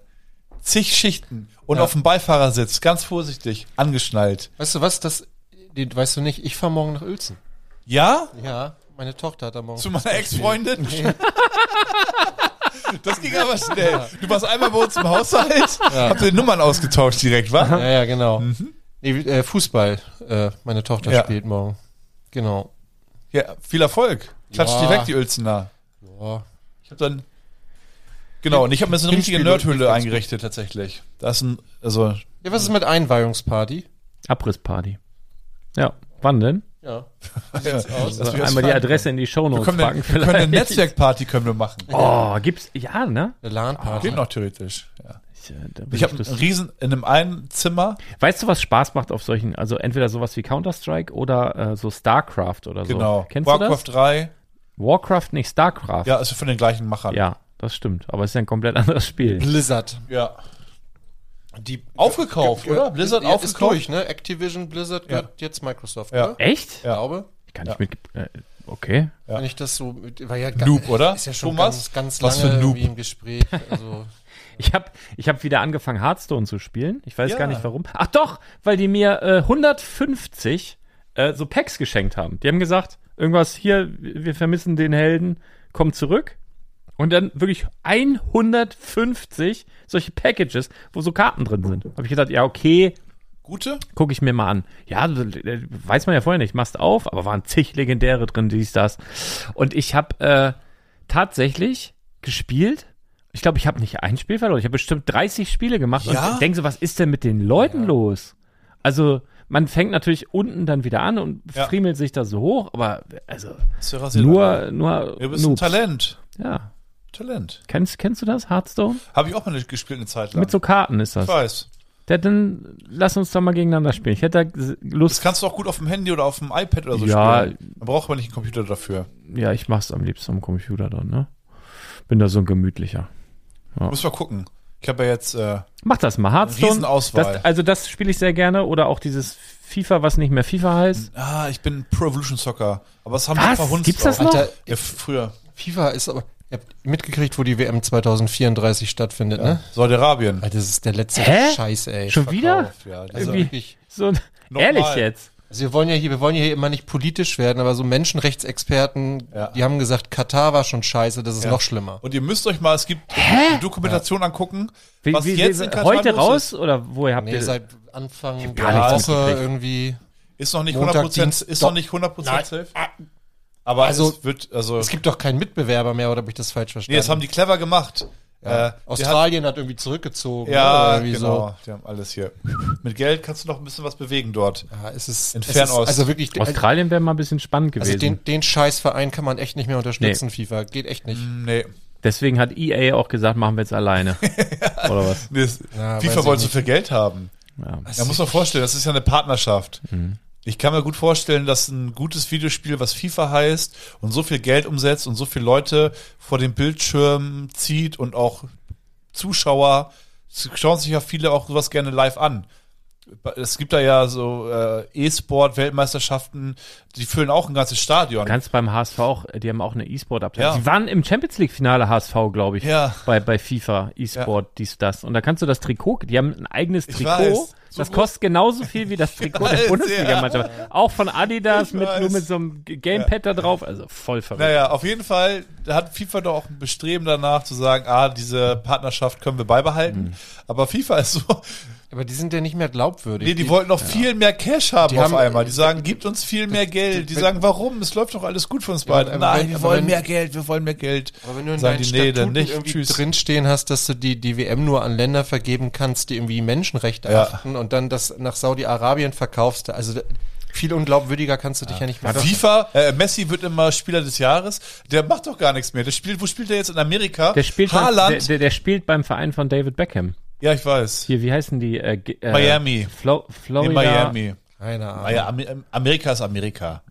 Speaker 2: Zig Schichten. Und
Speaker 3: Ja.
Speaker 2: auf dem Beifahrersitz, ganz vorsichtig, angeschnallt.
Speaker 3: Weißt du was? Das, den, weißt du nicht, ich fahr morgen nach Uelzen.
Speaker 2: Ja?
Speaker 3: Ja, meine Tochter hat da morgen.
Speaker 2: Zu meiner Ex-Freundin? Das ging aber schnell. Du warst einmal bei uns im Haushalt, habt ihr Nummern ausgetauscht direkt, wa?
Speaker 3: Ja, ja, genau. Nee, äh, Fußball. Äh, meine Tochter
Speaker 2: Mhm. Ja.
Speaker 3: spielt morgen. Genau.
Speaker 2: Ja, viel Erfolg. Klatscht
Speaker 3: Ja.
Speaker 2: die weg, die Uelzener.
Speaker 3: Ja.
Speaker 2: Ich hab dann. Genau, und ich habe mir so eine richtige
Speaker 3: Hinspiel-
Speaker 2: Nerdhülle eingerichtet, tatsächlich. Da ist ein, also,
Speaker 3: ja, was ist mit Einweihungsparty?
Speaker 1: Abrissparty. Ja, wann denn?
Speaker 3: Ja.
Speaker 2: Ja.
Speaker 3: aus?
Speaker 2: Dass wir das
Speaker 1: einmal die
Speaker 2: fahren.
Speaker 1: Adresse in die
Speaker 2: Wir
Speaker 1: Shownotes
Speaker 2: können,
Speaker 1: packen
Speaker 2: eine, wir können eine Netzwerkparty können wir machen.
Speaker 1: Oh, gibt's, ja, ne?
Speaker 3: Eine LAN-Party.
Speaker 2: Geht noch theoretisch. Ja.
Speaker 1: Ich, äh, da bin
Speaker 2: Ich habe
Speaker 1: ich
Speaker 2: einen
Speaker 1: das-
Speaker 2: riesen in einem einen Zimmer.
Speaker 1: weißt du, was Spaß macht auf solchen, also entweder sowas wie Counter-Strike oder äh, so StarCraft oder so.
Speaker 2: Genau.
Speaker 1: Kennst
Speaker 2: Warcraft
Speaker 1: du das?
Speaker 2: 3.
Speaker 1: Warcraft, nicht StarCraft.
Speaker 2: Ja, ist von den gleichen Machern.
Speaker 1: Ja, das stimmt. Aber es ist ja ein komplett anderes Spiel.
Speaker 3: Blizzard.
Speaker 2: ja.
Speaker 3: Die
Speaker 2: Aufgekauft, oder?
Speaker 3: Blizzard
Speaker 2: Blizzard
Speaker 3: ja, aufgekauft. Ist
Speaker 2: aufgekauft.
Speaker 3: durch, ne? Activision Blizzard gehört jetzt Microsoft,
Speaker 2: Ja.
Speaker 3: oder?
Speaker 1: Echt?
Speaker 3: Ich glaube.
Speaker 1: Ich kann nicht mit. Äh, okay.
Speaker 2: Ja.
Speaker 3: Wenn ich das so, mit- war ja ga-
Speaker 2: Noob, oder?
Speaker 3: Ist ja schon
Speaker 2: Thomas?
Speaker 3: ganz, ganz
Speaker 2: Was für
Speaker 3: lange
Speaker 2: ein Noob?
Speaker 3: irgendwie im Gespräch. Also,
Speaker 1: Ich habe ich hab wieder angefangen, Hearthstone zu spielen. Ich weiß
Speaker 2: Ja.
Speaker 1: gar nicht warum. Ach doch, weil die mir äh, 150 äh, so Packs geschenkt haben. Die haben gesagt, irgendwas hier, wir vermissen den Helden, komm zurück. Und dann wirklich 150 solche Packages, wo so Karten drin sind. Habe ich gedacht, ja, okay,
Speaker 2: Gute?
Speaker 1: gucke ich mir mal an. Ja, du- äh, weiß man ja vorher nicht, machst auf, aber waren zig Legendäre drin, dies, das. Und ich habe äh, tatsächlich gespielt. Ich glaube, ich habe nicht ein Spiel verloren. Ich habe bestimmt 30 Spiele gemacht
Speaker 2: Ja?
Speaker 1: und denk so, was ist denn mit den Leuten los? Also, man fängt natürlich unten dann wieder an und
Speaker 2: Ja.
Speaker 1: friemelt sich da so hoch, aber also
Speaker 2: Sarah Silver.
Speaker 1: nur, nur
Speaker 2: Du bist ein
Speaker 1: Noobs.
Speaker 2: Talent.
Speaker 1: Ja.
Speaker 2: Talent.
Speaker 1: Kennst, kennst du das, Hearthstone?
Speaker 2: Habe ich auch mal nicht gespielt eine Zeit lang.
Speaker 1: Mit so Karten ist das.
Speaker 2: ich weiß.
Speaker 1: Ja, dann lass uns doch mal gegeneinander spielen. Ich hätte da g- Lust
Speaker 2: Das kannst du auch gut auf dem Handy oder auf dem iPad oder so
Speaker 1: Ja.
Speaker 2: spielen. Da braucht man nicht einen Computer dafür.
Speaker 1: Ja, ich mach's am liebsten am Computer dann, ne? Bin da so ein gemütlicher.
Speaker 2: Muss mal gucken. Ich habe ja jetzt äh,
Speaker 1: Mach das mal, Hearthstone.
Speaker 2: Riesenauswahl.
Speaker 1: Das, also das spiele ich sehr gerne oder auch dieses FIFA, was nicht mehr FIFA heißt.
Speaker 2: Ah, ich bin Pro Evolution Soccer. Aber das haben
Speaker 1: Was?
Speaker 2: wir verhunzt
Speaker 1: Gibt's das
Speaker 2: auch.
Speaker 1: noch?
Speaker 3: Alter,
Speaker 2: Ja, f- früher.
Speaker 3: FIFA ist aber, ihr habt mitgekriegt, wo die WM 2034 stattfindet, ne?
Speaker 2: Saudi-Arabien.
Speaker 3: Alter, das ist der letzte
Speaker 1: Hä?
Speaker 3: Scheiß, ey.
Speaker 1: Schon wieder?
Speaker 2: Verkauf, Ja,
Speaker 3: Also,
Speaker 2: also,
Speaker 1: Irgendwie-
Speaker 3: wirklich.
Speaker 1: So ein-
Speaker 2: Nochmal.
Speaker 1: ehrlich jetzt.
Speaker 3: also wir wollen ja hier, wir wollen ja hier immer nicht politisch werden, aber so Menschenrechtsexperten,
Speaker 2: Ja.
Speaker 3: die haben gesagt, Katar war schon scheiße, das ist
Speaker 2: Ja.
Speaker 3: noch schlimmer.
Speaker 2: und ihr müsst euch mal, es gibt eine Dokumentation angucken,
Speaker 1: Wie,
Speaker 2: was
Speaker 1: wie,
Speaker 2: jetzt
Speaker 1: wie,
Speaker 2: in Katar
Speaker 1: heute
Speaker 2: los
Speaker 1: raus oder woher habt
Speaker 3: Nee,
Speaker 1: ihr
Speaker 3: seit Anfang
Speaker 1: gar
Speaker 3: der
Speaker 2: nichts
Speaker 3: Woche
Speaker 1: mitgekriegt.
Speaker 3: irgendwie.
Speaker 2: ist, ist noch nicht
Speaker 3: Montag,
Speaker 2: 100%,
Speaker 3: Dienst-
Speaker 2: ist
Speaker 3: Doch.
Speaker 2: noch nicht 100% safe.
Speaker 3: Ah,
Speaker 2: Aber
Speaker 3: Also-
Speaker 2: es wird, also,
Speaker 3: Es gibt doch keinen Mitbewerber mehr, oder habe ich das falsch verstanden?
Speaker 2: nee, das haben die clever gemacht. Äh, die
Speaker 3: Australien hat, irgendwie zurückgezogen. ne,
Speaker 2: Hat, ja,
Speaker 3: oder irgendwie
Speaker 2: genau. Die haben alles hier. Mit Geld kannst du noch ein bisschen was bewegen dort.
Speaker 3: So. Ja, es ist,
Speaker 2: In
Speaker 3: es ist
Speaker 2: Fernost.
Speaker 3: also wirklich,
Speaker 1: Australien wäre mal ein bisschen spannend
Speaker 3: also
Speaker 1: gewesen.
Speaker 3: den, den Scheißverein kann man echt nicht mehr unterstützen, FIFA. Geht echt nicht.
Speaker 2: Hm, Nee.
Speaker 1: Deswegen hat EA auch gesagt, machen wir jetzt alleine. oder was?
Speaker 2: nee es-
Speaker 3: Ja, weiß
Speaker 2: FIFA
Speaker 3: ich
Speaker 2: wollte so
Speaker 3: nicht.
Speaker 2: viel Geld haben.
Speaker 1: Ja.
Speaker 2: Ja, muss man vorstellen, das ist ja eine Partnerschaft. Ich kann mir gut vorstellen, dass ein gutes Videospiel, was FIFA heißt und so viel Geld umsetzt und so viele Leute vor den Bildschirmen zieht und auch Zuschauer, es schauen sich ja viele auch sowas gerne live an. Es gibt da ja so äh, E-Sport-Weltmeisterschaften, die füllen auch ein ganzes Stadion.
Speaker 1: Ganz beim HSV auch, die haben auch eine E-Sport-Abteilung.
Speaker 2: Ja.
Speaker 1: Die waren im Champions League-Finale HSV, glaube ich.
Speaker 2: Ja.
Speaker 1: Bei, bei FIFA, E-Sport, dies, das. Und da kannst du das Trikot, die haben ein eigenes Trikot.
Speaker 2: weiß. So
Speaker 1: das
Speaker 2: gut.
Speaker 1: kostet genauso viel wie das Trikot
Speaker 2: weiß,
Speaker 1: der
Speaker 2: ja.
Speaker 1: Bundesliga-Mannschaft. Auch von Adidas,
Speaker 2: Ich
Speaker 1: mit, nur
Speaker 2: weiß.
Speaker 1: mit so einem G- Gamepad da drauf. Also voll verrückt.
Speaker 2: Naja, auf jeden Fall hat FIFA doch auch ein Bestreben danach zu sagen, ah, diese Partnerschaft können wir beibehalten. Aber FIFA ist so,
Speaker 3: Aber die sind ja nicht mehr glaubwürdig.
Speaker 2: Nee, die, wollten noch viel mehr Cash haben
Speaker 3: Die
Speaker 2: auf
Speaker 3: haben-
Speaker 2: einmal. Die sagen, gibt uns viel mehr Geld. Die
Speaker 3: wenn-
Speaker 2: sagen, warum? Es läuft doch alles gut für uns beide.
Speaker 3: aber
Speaker 2: Nein,
Speaker 3: wenn-
Speaker 2: wir
Speaker 3: aber
Speaker 2: wollen
Speaker 3: wenn-
Speaker 2: mehr Geld, wir wollen mehr Geld.
Speaker 3: Aber wenn du in
Speaker 2: sagen
Speaker 3: deinen
Speaker 2: die, nee, dann
Speaker 3: Statuten
Speaker 2: nicht.
Speaker 3: irgendwie
Speaker 2: Tschüss.
Speaker 3: drinstehen hast, dass du die, die WM nur an Länder vergeben kannst, die irgendwie Menschenrechte
Speaker 2: Ja.
Speaker 3: achten und dann das nach Saudi-Arabien verkaufst, also da- viel unglaubwürdiger kannst du dich ja, nicht mehr
Speaker 2: FIFA, äh, Messi wird immer Spieler des Jahres. Der macht doch gar nichts mehr. Der spielt, wo spielt der jetzt in Amerika?
Speaker 1: Der spielt,
Speaker 3: halt-
Speaker 1: beim, der,
Speaker 2: Haaland.
Speaker 1: der, der spielt beim Verein von David Beckham.
Speaker 2: ja, ich weiß.
Speaker 1: Hier, wie heißen die? Äh, G- äh,
Speaker 2: Miami.
Speaker 1: Flo Florida.
Speaker 2: In Miami.
Speaker 3: Keine
Speaker 2: Ah,
Speaker 3: Ahnung.
Speaker 2: ja, Am- Amerika ist Amerika.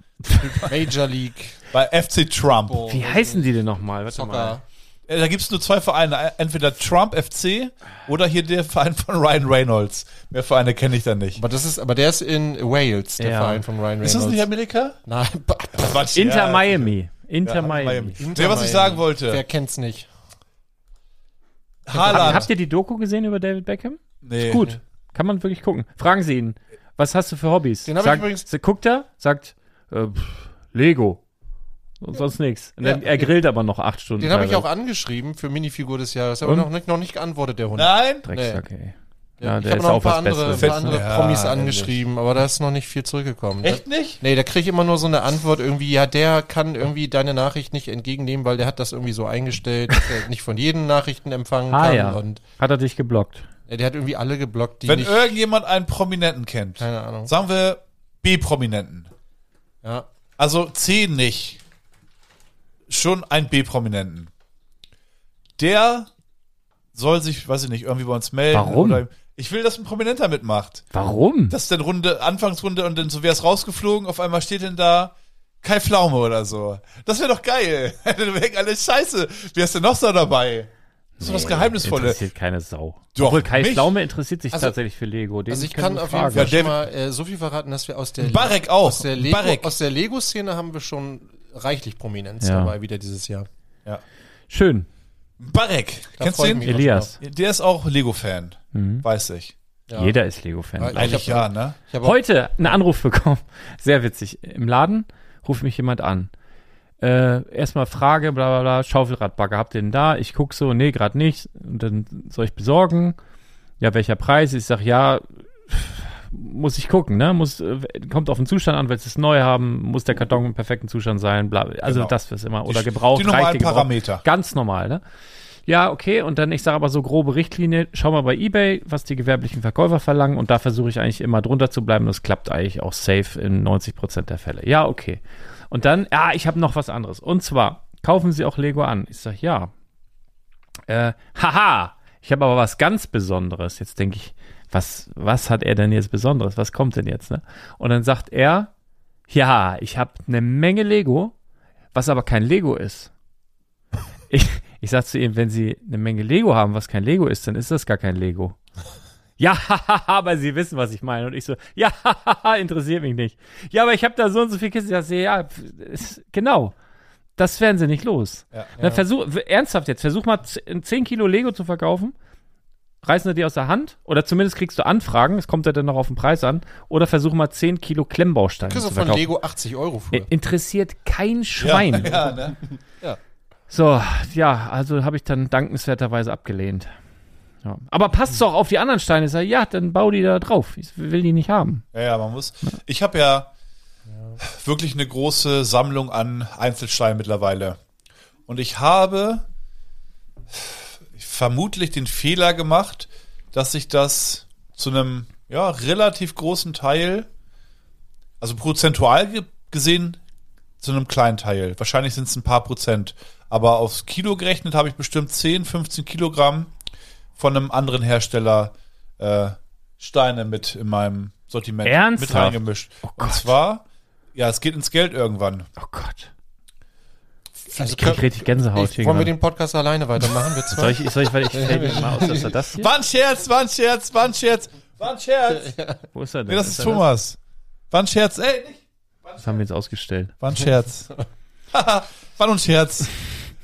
Speaker 3: Major League,
Speaker 2: Bei FC Trump.
Speaker 3: Oh.
Speaker 1: Wie heißen die denn nochmal? Warte mal.
Speaker 3: Soccer.
Speaker 2: Äh, Da gibt's nur zwei Vereine. Entweder Trump FC oder hier der Verein von Ryan Reynolds. Mehr Vereine kenne ich da nicht.
Speaker 3: Aber das ist, aber der ist in Wales, der
Speaker 1: Ja.
Speaker 3: Verein von Ryan Reynolds.
Speaker 2: Ist das nicht Amerika?
Speaker 3: Nein,
Speaker 2: Quatsch,
Speaker 1: Inter
Speaker 2: ja.
Speaker 1: Miami. Inter
Speaker 2: Ja,
Speaker 1: Miami.
Speaker 2: Miami. Nee, was ich sagen wollte.
Speaker 3: Wer kennt's nicht?
Speaker 1: Hab,
Speaker 2: Haaland.
Speaker 1: habt ihr die Doku gesehen über David Beckham?
Speaker 3: Äh,
Speaker 2: nee.
Speaker 1: Gut, kann man wirklich gucken. Fragen Sie ihn, was hast du für Hobbys?
Speaker 3: Den hab ich
Speaker 1: Sagt-
Speaker 3: übrigens-
Speaker 1: sie- Guckt er, sagt äh, pff, Lego und sonst nichts. Und dann, er grillt aber noch acht Stunden.
Speaker 3: äh, Den habe ich auch
Speaker 1: teilweise.
Speaker 3: angeschrieben für Minifigur des Jahres, aber
Speaker 1: Und?
Speaker 3: noch nicht, noch nicht geantwortet, der Hund.
Speaker 2: Nein?
Speaker 1: Drecksack, ey.
Speaker 3: Ja,
Speaker 1: Ja,
Speaker 3: ich
Speaker 1: der
Speaker 3: habe
Speaker 1: ist
Speaker 3: noch ein
Speaker 1: auch
Speaker 3: paar
Speaker 1: was
Speaker 3: andere, ein
Speaker 1: Besseres.
Speaker 3: paar andere
Speaker 2: Ja,
Speaker 3: Promis
Speaker 2: ehrlich.
Speaker 3: angeschrieben, aber da ist noch nicht viel zurückgekommen.
Speaker 2: Echt
Speaker 3: Da,
Speaker 2: nicht?
Speaker 3: nee, da krieg ich immer nur so eine Antwort irgendwie, ja, der kann irgendwie deine Nachricht nicht entgegennehmen, weil der hat das irgendwie so eingestellt, dass er nicht von jedem Nachrichten empfangen
Speaker 1: Ah
Speaker 3: kann.
Speaker 1: ja,
Speaker 3: Und
Speaker 1: hat er dich geblockt.
Speaker 3: äh, der hat irgendwie alle geblockt, die
Speaker 2: Wenn
Speaker 3: nicht.
Speaker 2: irgendjemand einen Prominenten kennt,
Speaker 3: Keine Ahnung.
Speaker 2: sagen wir B-Prominenten,
Speaker 3: Ja.
Speaker 2: Also C nicht. Schon ein B-Prominenten. Der soll sich, weiß ich nicht, irgendwie bei uns melden.
Speaker 1: Warum?
Speaker 2: Oder ich will, dass ein Prominenter mitmacht.
Speaker 1: Warum?
Speaker 2: Das ist dann Runde, Anfangsrunde und dann so wär's rausgeflogen, auf einmal steht denn da Kai Pflaume oder so. Das wäre doch geil. dann wäre alles scheiße. Wer ist denn noch so dabei? So was Geheimnisvolles.
Speaker 1: Interessiert keine Sau.
Speaker 2: Doch,
Speaker 1: Obwohl Kai
Speaker 2: mich.
Speaker 1: Pflaume interessiert sich
Speaker 3: Also-
Speaker 1: tatsächlich für Lego. Den
Speaker 3: Also ich
Speaker 1: können
Speaker 3: kann
Speaker 1: wir
Speaker 3: auf jeden
Speaker 1: fragen.
Speaker 3: Fall
Speaker 2: Ja,
Speaker 3: schon mal äh, so viel verraten, dass wir aus der
Speaker 2: Barek auch.
Speaker 3: aus der Lego,
Speaker 2: Barek.
Speaker 3: aus der Lego-Szene haben wir schon reichlich Prominenz
Speaker 1: Ja.
Speaker 3: dabei wieder dieses Jahr.
Speaker 2: Ja.
Speaker 1: Schön.
Speaker 2: Barek.
Speaker 3: Da
Speaker 2: Kennst du
Speaker 3: freu ich
Speaker 2: ihn?
Speaker 3: mich auch
Speaker 1: Elias.
Speaker 2: Der ist auch Lego-Fan. Weiß ich.
Speaker 3: schon auf. Ja.
Speaker 1: Jeder ist Lego-Fan.
Speaker 3: Ja,
Speaker 2: Eigentlich
Speaker 3: ich hab-
Speaker 2: ja, ne?
Speaker 3: Ich hab auch-
Speaker 1: Heute einen Anruf bekommen. Sehr witzig. Im Laden ruft mich jemand an. Äh, erstmal Frage, bla bla bla, Schaufelradbagger, habt ihr den da? Ich guck so, nee, gerade nicht. Und dann soll ich besorgen. Ja, welcher Preis? Ich sag, ja, muss ich gucken, ne? Muss, äh, kommt auf den Zustand an, willst du es neu haben, muss der Karton im perfekten Zustand sein, bla, also
Speaker 2: Genau.
Speaker 1: das was immer.
Speaker 2: Die-
Speaker 1: Oder gebraucht,
Speaker 2: die normalen
Speaker 1: reicht dir gebraucht.
Speaker 2: Parameter.
Speaker 1: Ganz normal, ne? Ja, okay, und dann, ich sage aber so grobe Richtlinie, schau mal bei Ebay, was die gewerblichen Verkäufer verlangen und da versuche ich eigentlich immer drunter zu bleiben. Das klappt eigentlich auch safe in 90% der Fälle. Ja, okay. Und dann, ja, ich habe noch was anderes. Und zwar, kaufen Sie auch Lego an? Ich sage, ja. Äh, haha, ich habe aber was ganz Besonderes. Jetzt denke ich, was, was hat er denn jetzt Besonderes? Was kommt denn jetzt? Ne? Und dann sagt er, ja, ich habe eine Menge Lego, was aber kein Lego ist. Ich, ich sag zu ihm, wenn Sie eine Menge Lego haben, was kein Lego ist, dann ist das gar kein Lego. Ja, aber Sie wissen, was ich meine. Und ich so, ja, interessiert mich nicht. Ja, aber ich habe da so und so viel Kisten. Ich sag, ja, pf, ist, genau. Das werden Sie nicht los.
Speaker 2: Ja.
Speaker 1: Na, versuch, w- ernsthaft jetzt, versuch mal z- 10 Kilo Lego zu verkaufen. Reißen sie dir aus der Hand oder zumindest kriegst du Anfragen, es kommt ja dann noch auf den Preis an, oder versuch mal 10 Kilo Klemmbausteine
Speaker 3: Kriegst
Speaker 1: zu
Speaker 3: du von
Speaker 1: verkaufen.
Speaker 3: Lego 80 Euro für.
Speaker 1: I- Interessiert kein Schwein.
Speaker 2: Ja, ne?
Speaker 1: So, ja, also habe ich dann dankenswerterweise abgelehnt. Ja. Aber passt doch auf die anderen Steine. Ich sage, ja, dann bau die da drauf. Ich will die nicht haben.
Speaker 2: Ja, ja, man muss. Ich habe ja wirklich eine große Sammlung an Einzelsteinen mittlerweile. Und ich habe vermutlich den Fehler gemacht, dass ich das zu einem ja, relativ großen Teil, also prozentual ge gesehen, zu einem kleinen Teil. Wahrscheinlich sind es ein paar Prozent. Aber aufs Kilo gerechnet habe ich bestimmt 10, 15 Kilogramm von einem anderen Hersteller äh, Steine mit in meinem Sortiment
Speaker 1: Ernsthaft? Oh
Speaker 2: mit reingemischt.
Speaker 1: Gott.
Speaker 2: Und zwar, ja, es geht ins Geld irgendwann.
Speaker 1: Oh Gott.
Speaker 3: Also,
Speaker 1: Ich krieg richtig Gänsehaut
Speaker 3: ich,
Speaker 1: hier
Speaker 3: wollen wir
Speaker 1: gerade.
Speaker 3: den Podcast alleine weitermachen? Wir
Speaker 1: Soll
Speaker 3: zwei?
Speaker 1: ich, soll ich, weil ich fällt mir mal aus, dass er das hier?
Speaker 2: War ein Scherz, war ein Scherz, war ein Scherz, war ein Scherz.
Speaker 1: Wo ist er denn?
Speaker 2: Nee, das ist
Speaker 1: er
Speaker 2: Thomas. War ein Scherz, ey, nicht.
Speaker 1: Das? das haben wir jetzt ausgestellt.
Speaker 2: War ein Scherz. Haha, war nur ein Scherz.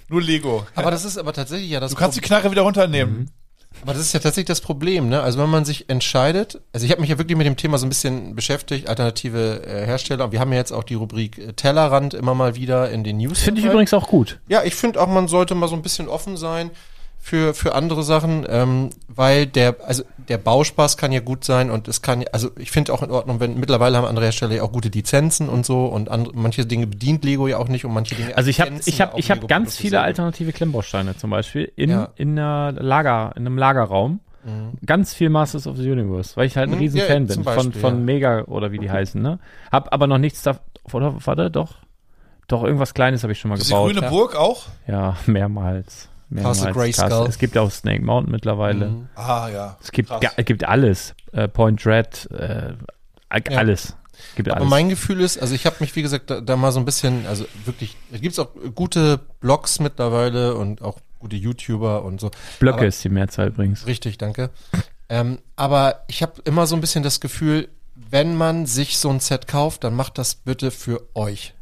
Speaker 2: Nur Lego.
Speaker 3: Aber das ist aber tatsächlich ja das
Speaker 2: Du kannst die Knarre wieder
Speaker 1: Mhm.
Speaker 2: runternehmen.
Speaker 3: Aber das ist ja tatsächlich das Problem, ne? Also wenn man sich entscheidet, also ich habe mich ja wirklich mit dem Thema so ein bisschen beschäftigt, alternative äh, Hersteller. Und Wir haben ja jetzt auch die Rubrik äh, Tellerrand immer mal wieder in den News.
Speaker 1: Das finde ich
Speaker 3: dabei.
Speaker 1: übrigens auch gut.
Speaker 3: Ja, ich finde auch, man sollte mal so ein bisschen offen sein für, für andere Sachen, ähm, weil der, also der Bauspaß kann ja gut sein und es kann, also ich finde auch in Ordnung, wenn mittlerweile haben andere Hersteller ja auch gute Lizenzen und so und andere, manche Dinge bedient Lego ja auch nicht und manche Dinge.
Speaker 1: Also ich habe
Speaker 3: ergänzen
Speaker 1: ich hab,
Speaker 3: auch
Speaker 1: ich hab
Speaker 3: Lego-Produkte
Speaker 1: ganz viele
Speaker 3: selber.
Speaker 1: alternative Klemmbausteine zum Beispiel in,
Speaker 3: Ja.
Speaker 1: in, einer Lager, in einem Lagerraum. Ganz viel Masters of the Universe, weil ich halt ein
Speaker 3: Mhm,
Speaker 1: riesen
Speaker 3: ja,
Speaker 1: Fan
Speaker 3: zum
Speaker 1: bin von,
Speaker 3: Beispiel,
Speaker 1: von
Speaker 3: ja. Mhm.
Speaker 1: Mega oder wie die heißen. Ne? Hab aber noch nichts davon. Oder, warte, doch. Doch, irgendwas Kleines habe ich schon mal
Speaker 2: Ist die
Speaker 1: gebaut.
Speaker 2: grüne Burg auch?
Speaker 1: Ja, mehrmals. mehrmals.
Speaker 3: Castle Grayskull.
Speaker 1: Castle. Es gibt ja auch Snake Mountain mittlerweile.
Speaker 3: Mhm.
Speaker 2: Ah, ja.
Speaker 1: Es gibt,
Speaker 2: Krass.
Speaker 1: ga, es gibt alles. Äh, Point Dread, äh, a-
Speaker 3: Ja.
Speaker 1: alles. Es gibt
Speaker 3: Aber
Speaker 1: alles.
Speaker 3: mein Gefühl ist, also ich habe mich, wie gesagt, da, da mal so ein bisschen, also wirklich, es gibt auch gute Blogs mittlerweile und auch gute YouTuber und so.
Speaker 1: Blöcke
Speaker 3: aber-
Speaker 1: ist die Mehrzahl übrigens.
Speaker 3: Richtig, danke. ähm, aber ich habe immer so ein bisschen das Gefühl, wenn man sich so ein Set kauft, dann macht das bitte für euch.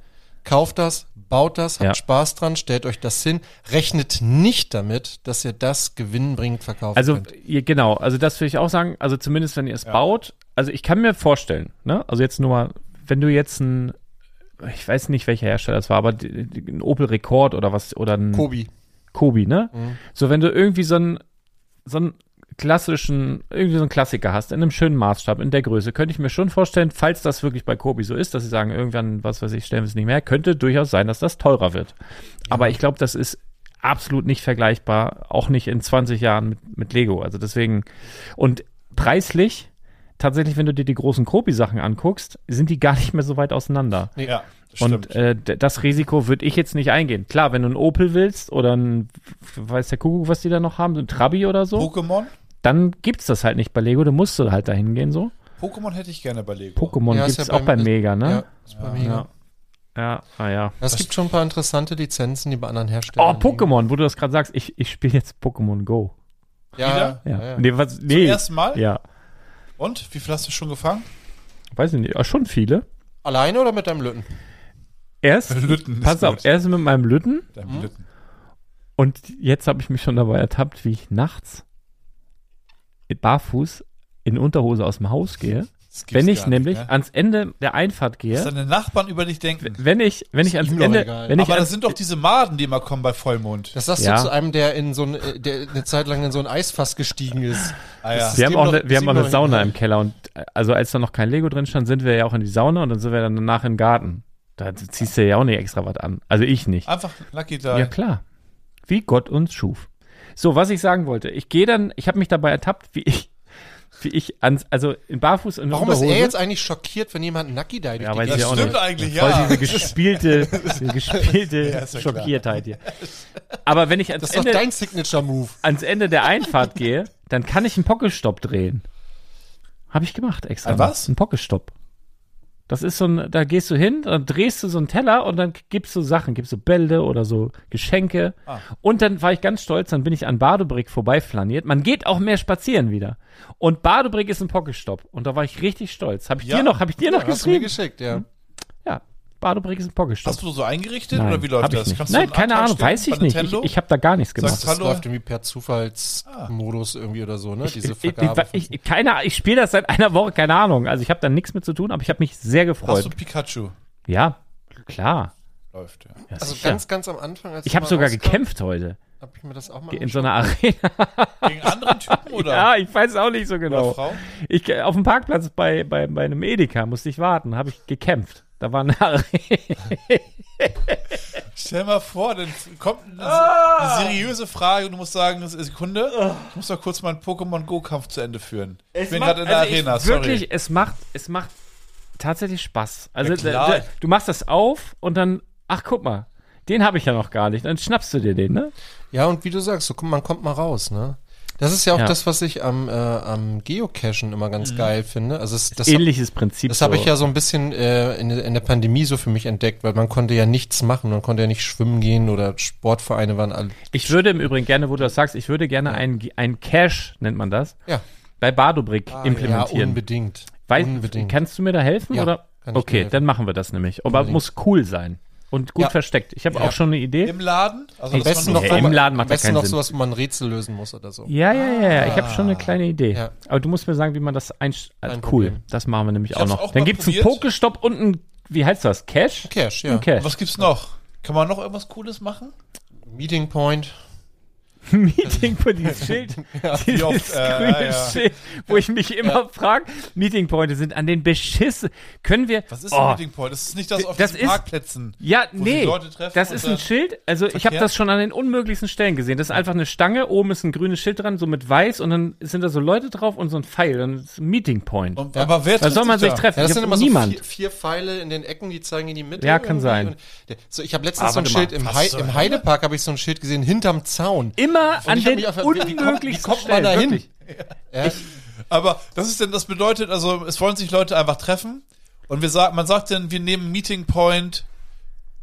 Speaker 3: Kauft das, baut das, habt
Speaker 1: Ja.
Speaker 3: Spaß dran, stellt euch das hin, rechnet nicht damit, dass ihr das gewinnbringend verkauft.
Speaker 1: Also
Speaker 3: könnt.
Speaker 1: je- genau, also das will ich auch sagen, also zumindest wenn ihr es baut, also ich kann mir vorstellen, ne? Also jetzt nur mal, wenn du jetzt ein ich weiß nicht, welcher Hersteller das war, aber die- die- ein Opel Rekord oder was oder ein
Speaker 3: Kobi.
Speaker 1: Kobi, ne? So wenn du irgendwie so einen so einen klassischen irgendwie so einen Klassiker hast in einem schönen Maßstab in der Größe, könnte ich mir schon vorstellen, falls das wirklich bei Kobi so ist, dass sie sagen irgendwann was weiß ich, stellen wir es nicht mehr, könnte durchaus sein, dass das teurer wird. Aber ich glaube, das ist absolut nicht vergleichbar, auch nicht in 20 Jahren mit, mit Lego. Also deswegen, und preislich, tatsächlich, wenn du dir die großen Kobi-Sachen anguckst, sind die gar nicht mehr so weit auseinander.
Speaker 2: Ja, das
Speaker 1: Und äh, d- das Risiko würde ich jetzt nicht eingehen. Klar, wenn du einen Opel willst oder ein, weiß der Kuckuck, was die da noch haben, so ein Trabi oder so,
Speaker 2: Pokémon?
Speaker 1: dann gibt's das halt nicht bei Lego. Du musst du halt dahin gehen so.
Speaker 2: Pokémon hätte ich gerne bei Lego.
Speaker 1: Pokémon
Speaker 3: Ja,
Speaker 1: gibt's
Speaker 3: ist ja
Speaker 1: auch bei
Speaker 3: beim-
Speaker 1: Mega,
Speaker 3: Ja,
Speaker 1: ne?
Speaker 3: ist bei Mega.
Speaker 1: Ja. Ja, ah ja.
Speaker 3: Es gibt schon ein paar interessante Lizenzen, die bei anderen Herstellern.
Speaker 1: Oh, Pokémon, wo du das gerade sagst, ich, ich spiele jetzt Pokémon Go.
Speaker 3: liegen. Ja,
Speaker 1: Ja.
Speaker 3: Ah, ja. ja.
Speaker 1: Nee, was, nee.
Speaker 2: Erst mal.
Speaker 1: ja.
Speaker 2: Und? Wie viel hast du schon gefangen?
Speaker 1: Weiß ich nicht, ah, schon viele.
Speaker 3: Alleine oder mit deinem Lütten?
Speaker 1: Erst,
Speaker 2: Lütten.
Speaker 1: pass auf, äh, hm? erst mit meinem Lütten
Speaker 2: Dein Lütten.
Speaker 1: und jetzt habe ich mich schon dabei ertappt, wie ich nachts mit barfuß in Unterhose aus dem Haus gehe.
Speaker 2: Das gibt's
Speaker 1: Wenn ich
Speaker 2: gar nicht,
Speaker 1: nämlich
Speaker 2: ne?
Speaker 1: ans Ende der Einfahrt
Speaker 2: Dass
Speaker 1: gehe,
Speaker 2: deine Nachbarn über dich denken.
Speaker 1: wenn ich, wenn ich
Speaker 3: Ist
Speaker 1: ans
Speaker 3: ihm doch
Speaker 1: Ende,
Speaker 3: egal.
Speaker 1: wenn ich
Speaker 2: Aber das
Speaker 1: ans,
Speaker 2: sind doch diese Maden, die immer kommen bei Vollmond.
Speaker 3: Das sagst
Speaker 1: Ja.
Speaker 3: du zu einem, der in so ein, äh, der eine Zeit lang in so ein Eisfass gestiegen ist.
Speaker 2: Ah, ja.
Speaker 3: das-
Speaker 1: wir haben auch,
Speaker 3: Ist ihm
Speaker 1: ne,
Speaker 3: doch-
Speaker 1: wir
Speaker 3: ist
Speaker 1: haben auch
Speaker 3: ihm
Speaker 1: eine
Speaker 3: doch
Speaker 1: Sauna
Speaker 3: egal.
Speaker 1: im Keller und äh, also als da noch kein Lego drin stand, sind wir ja auch in die Sauna und dann sind wir dann danach im Garten. Da ziehst du ja auch nicht extra was an. Also ich nicht.
Speaker 2: Einfach Lucky Die.
Speaker 1: Ja, klar. Wie Gott uns schuf. So, was ich sagen wollte, ich gehe dann, ich habe mich dabei ertappt, wie ich, wie ich ans, also in Barfuß und in
Speaker 3: Warum ist
Speaker 1: Unterhose.
Speaker 3: er jetzt eigentlich schockiert, wenn jemand Nacki da durch
Speaker 1: Ja,
Speaker 3: die
Speaker 1: weiß
Speaker 3: Gegend-
Speaker 1: ich auch
Speaker 2: stimmt
Speaker 1: nicht.
Speaker 2: eigentlich,
Speaker 1: Voll
Speaker 2: ja.
Speaker 1: diese gespielte, diese gespielte
Speaker 2: Ja, ist ja klar.
Speaker 1: Schockiertheit hier. Aber wenn ich ans
Speaker 3: Das ist doch
Speaker 1: Ende,
Speaker 3: dein Signature-Move.
Speaker 1: ans Ende der Einfahrt gehe, dann kann ich einen Pockestop drehen. Habe ich gemacht extra.
Speaker 2: Ein was?
Speaker 1: Ein Pockestop. Das ist so ein, da gehst du hin, dann drehst du so einen Teller und dann gibst du Sachen, gibst du Bälle oder so Geschenke.
Speaker 2: Ah.
Speaker 1: Und dann war ich ganz stolz, dann bin ich an Badebrick vorbeiflaniert. Man geht auch mehr spazieren wieder. Und Badebrick ist ein Pockestop. Und da war ich richtig stolz. Habe ich
Speaker 2: Ja.
Speaker 1: dir noch, habe ich dir noch
Speaker 3: Ja, hast du mir
Speaker 1: geschrieben?
Speaker 3: geschickt, ja.
Speaker 1: ja, Badebrick ist ein Pockestop.
Speaker 2: Hast du so eingerichtet
Speaker 1: Nein,
Speaker 2: oder wie läuft
Speaker 1: hab ich
Speaker 2: das?
Speaker 1: Nicht.
Speaker 2: du
Speaker 1: Nein,
Speaker 2: einen
Speaker 1: keine
Speaker 2: Antrag
Speaker 1: Ahnung,
Speaker 2: stellen
Speaker 1: weiß
Speaker 2: bei
Speaker 1: ich nicht. Ich,
Speaker 2: Nintendo?
Speaker 1: ich habe da gar nichts gemacht.
Speaker 2: Sagst
Speaker 3: Das
Speaker 2: Hallo?
Speaker 3: läuft irgendwie per Zufallsmodus irgendwie oder so, ne? Diese
Speaker 1: Ich,
Speaker 3: Vergabe.
Speaker 1: ich, ich, keine, Ahnung, ich spiele das seit einer Woche, keine Ahnung. Also ich habe da nichts mit zu tun, aber ich habe mich sehr
Speaker 2: Hast du
Speaker 1: gefreut.
Speaker 2: Pikachu?
Speaker 1: Ja, klar.
Speaker 2: Läuft, ja.
Speaker 1: Ja,
Speaker 3: also
Speaker 1: sicher.
Speaker 3: ganz, ganz am Anfang, als
Speaker 1: ich habe
Speaker 3: mal
Speaker 1: sogar
Speaker 3: rauskam,
Speaker 1: gekämpft heute
Speaker 3: Hab ich mir das auch mal
Speaker 1: in so einer Arena.
Speaker 2: Gegen andere Typen oder,
Speaker 1: Ja, ich weiß auch nicht so
Speaker 2: oder
Speaker 1: genau.
Speaker 2: Frau?
Speaker 1: Ich, auf dem Parkplatz bei, bei, bei einem Edeka musste ich warten, habe ich gekämpft. Da war eine Arena.
Speaker 2: Stell mal vor, dann kommt eine,
Speaker 1: Ah!
Speaker 2: eine seriöse Frage und du musst sagen, das ist Sekunde, ich muss doch kurz meinen Pokémon Go-Kampf zu Ende führen. ich bin gerade in der
Speaker 1: also
Speaker 2: Arena,
Speaker 1: ich,
Speaker 2: sorry.
Speaker 1: Wirklich, es macht, es macht tatsächlich Spaß. Also
Speaker 2: Ja, klar.
Speaker 1: da- da- du machst das auf und dann, ach guck mal, den habe ich ja noch gar nicht. Dann schnappst du dir den, ne?
Speaker 3: Ja, und wie du sagst, so, komm, man kommt mal raus, ne? Das ist ja auch
Speaker 1: Ja.
Speaker 3: das, was ich am, äh, am Geocachen immer ganz geil finde. Also es, das,
Speaker 1: Ähnliches Prinzip.
Speaker 3: das habe
Speaker 1: so.
Speaker 3: ich ja so ein bisschen äh, in, in der Pandemie so für mich entdeckt, weil man konnte ja nichts machen. Man konnte ja nicht schwimmen gehen oder Sportvereine waren alle.
Speaker 1: Ich würde im Übrigen gerne, wo du das sagst, ich würde gerne einen, einen Cache, nennt man das,
Speaker 3: Ja,
Speaker 1: bei Badobrick
Speaker 3: Ah, ja
Speaker 1: implementieren.
Speaker 3: unbedingt.
Speaker 1: Weil-
Speaker 3: unbedingt.
Speaker 1: Kannst du mir da helfen?
Speaker 3: Ja,
Speaker 1: oder?
Speaker 3: kann ich dir
Speaker 1: okay,
Speaker 3: helfen.
Speaker 1: dann machen wir das nämlich. Aber muss cool sein und gut
Speaker 3: Ja.
Speaker 1: versteckt. Ich habe
Speaker 3: Ja.
Speaker 1: auch schon eine Idee.
Speaker 2: Im Laden? Also,
Speaker 3: am
Speaker 2: dass
Speaker 3: besten
Speaker 2: man
Speaker 3: noch,
Speaker 2: nur-
Speaker 1: Ja, im
Speaker 3: wo man-
Speaker 1: Laden macht
Speaker 3: am
Speaker 1: ja
Speaker 3: besten
Speaker 1: keinen
Speaker 3: noch
Speaker 1: Sinn.
Speaker 3: sowas, wo man ein Rätsel lösen muss oder so.
Speaker 1: Ja, ja, ja, ja. Ich habe schon eine kleine Idee.
Speaker 3: Ah. Ja.
Speaker 1: Aber du musst mir sagen, wie man das einst. Also
Speaker 3: Kein
Speaker 1: cool,
Speaker 3: Problem.
Speaker 1: das machen wir nämlich auch
Speaker 2: hab's
Speaker 1: noch.
Speaker 2: auch
Speaker 1: Dann
Speaker 2: mal
Speaker 1: gibt's einen
Speaker 2: probiert.
Speaker 1: Pokestopp und einen, wie heißt das? Cash?
Speaker 3: Cash, ja.
Speaker 1: Ein Cash.
Speaker 2: Was gibt's noch? Kann man noch irgendwas Cooles machen?
Speaker 3: Meeting Point.
Speaker 1: Meeting Point, dieses Schild, dieses
Speaker 2: oft, äh,
Speaker 1: grüne
Speaker 2: ja, ja.
Speaker 1: Schild, wo ich mich immer frage, Meeting Pointe sind an den Beschiss. Können wir.
Speaker 2: Was ist
Speaker 1: oh,
Speaker 2: ein Meeting Point? Das ist nicht das auf
Speaker 1: Das
Speaker 2: diesen
Speaker 1: ist-
Speaker 2: Parkplätzen.
Speaker 1: Ja,
Speaker 2: wo
Speaker 1: nee,
Speaker 2: sich Leute treffen
Speaker 1: das
Speaker 2: und
Speaker 1: ist
Speaker 2: dann-
Speaker 1: ein Schild. Also ich habe
Speaker 2: Verkehr?
Speaker 1: das schon an den unmöglichsten Stellen gesehen. Das ist einfach eine Stange, oben ist ein grünes Schild dran, so mit weiß und dann sind da so Leute drauf und so ein Pfeil. Dann ist ein Meeting Point.
Speaker 2: Und- Aber wer
Speaker 1: da soll man sich
Speaker 2: da?
Speaker 1: treffen.
Speaker 3: Ja, das
Speaker 1: Ich
Speaker 3: sind
Speaker 1: hab
Speaker 3: immer
Speaker 1: niemand.
Speaker 3: so vier, vier Pfeile in den Ecken, die zeigen in die Mitte.
Speaker 1: Ja, kann
Speaker 3: irgendwie
Speaker 1: sein.
Speaker 3: und der- So, ich habe letztens
Speaker 1: Ah,
Speaker 3: so ein
Speaker 1: warte mal.
Speaker 3: Schild im,
Speaker 2: Was
Speaker 3: Hei-
Speaker 2: zur
Speaker 3: im
Speaker 2: Hölle?
Speaker 3: Heidepark habe ich so ein Schild gesehen, hinterm Zaun.
Speaker 1: Immer an
Speaker 3: ich hab
Speaker 1: den
Speaker 3: mich auch gefragt, wie- wie kommt- wie
Speaker 1: unmöglichsten
Speaker 3: kommt man
Speaker 1: Stellen.
Speaker 3: da hin?
Speaker 1: wirklich.
Speaker 2: Aber das ist denn, das bedeutet, also es wollen sich Leute einfach treffen und wir sagen, man sagt dann, wir nehmen Meeting Point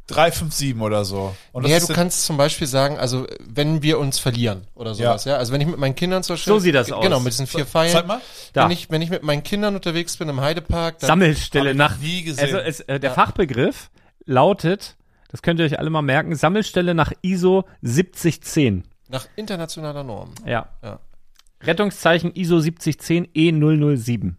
Speaker 2: 357 oder so. Und das
Speaker 3: Ja,
Speaker 2: ist
Speaker 3: du
Speaker 2: dann-
Speaker 3: kannst zum Beispiel sagen, also wenn wir uns verlieren oder sowas, ja. Also wenn ich mit meinen Kindern zum Beispiel.
Speaker 1: So sieht das
Speaker 3: G-
Speaker 1: aus.
Speaker 3: Genau, mit diesen vier Pfeilen.
Speaker 2: Zeig mal.
Speaker 1: Da.
Speaker 3: Wenn, ich, wenn ich mit meinen Kindern unterwegs bin im Heidepark, dann
Speaker 1: Sammelstelle nach.
Speaker 2: nie gesehen.
Speaker 1: Also es, äh, der Fachbegriff lautet, das könnt ihr euch alle mal merken, Sammelstelle nach ISO 7010.
Speaker 3: nach internationaler Norm.
Speaker 1: Ja.
Speaker 3: Ja.
Speaker 1: Rettungszeichen ISO E 7010 E007.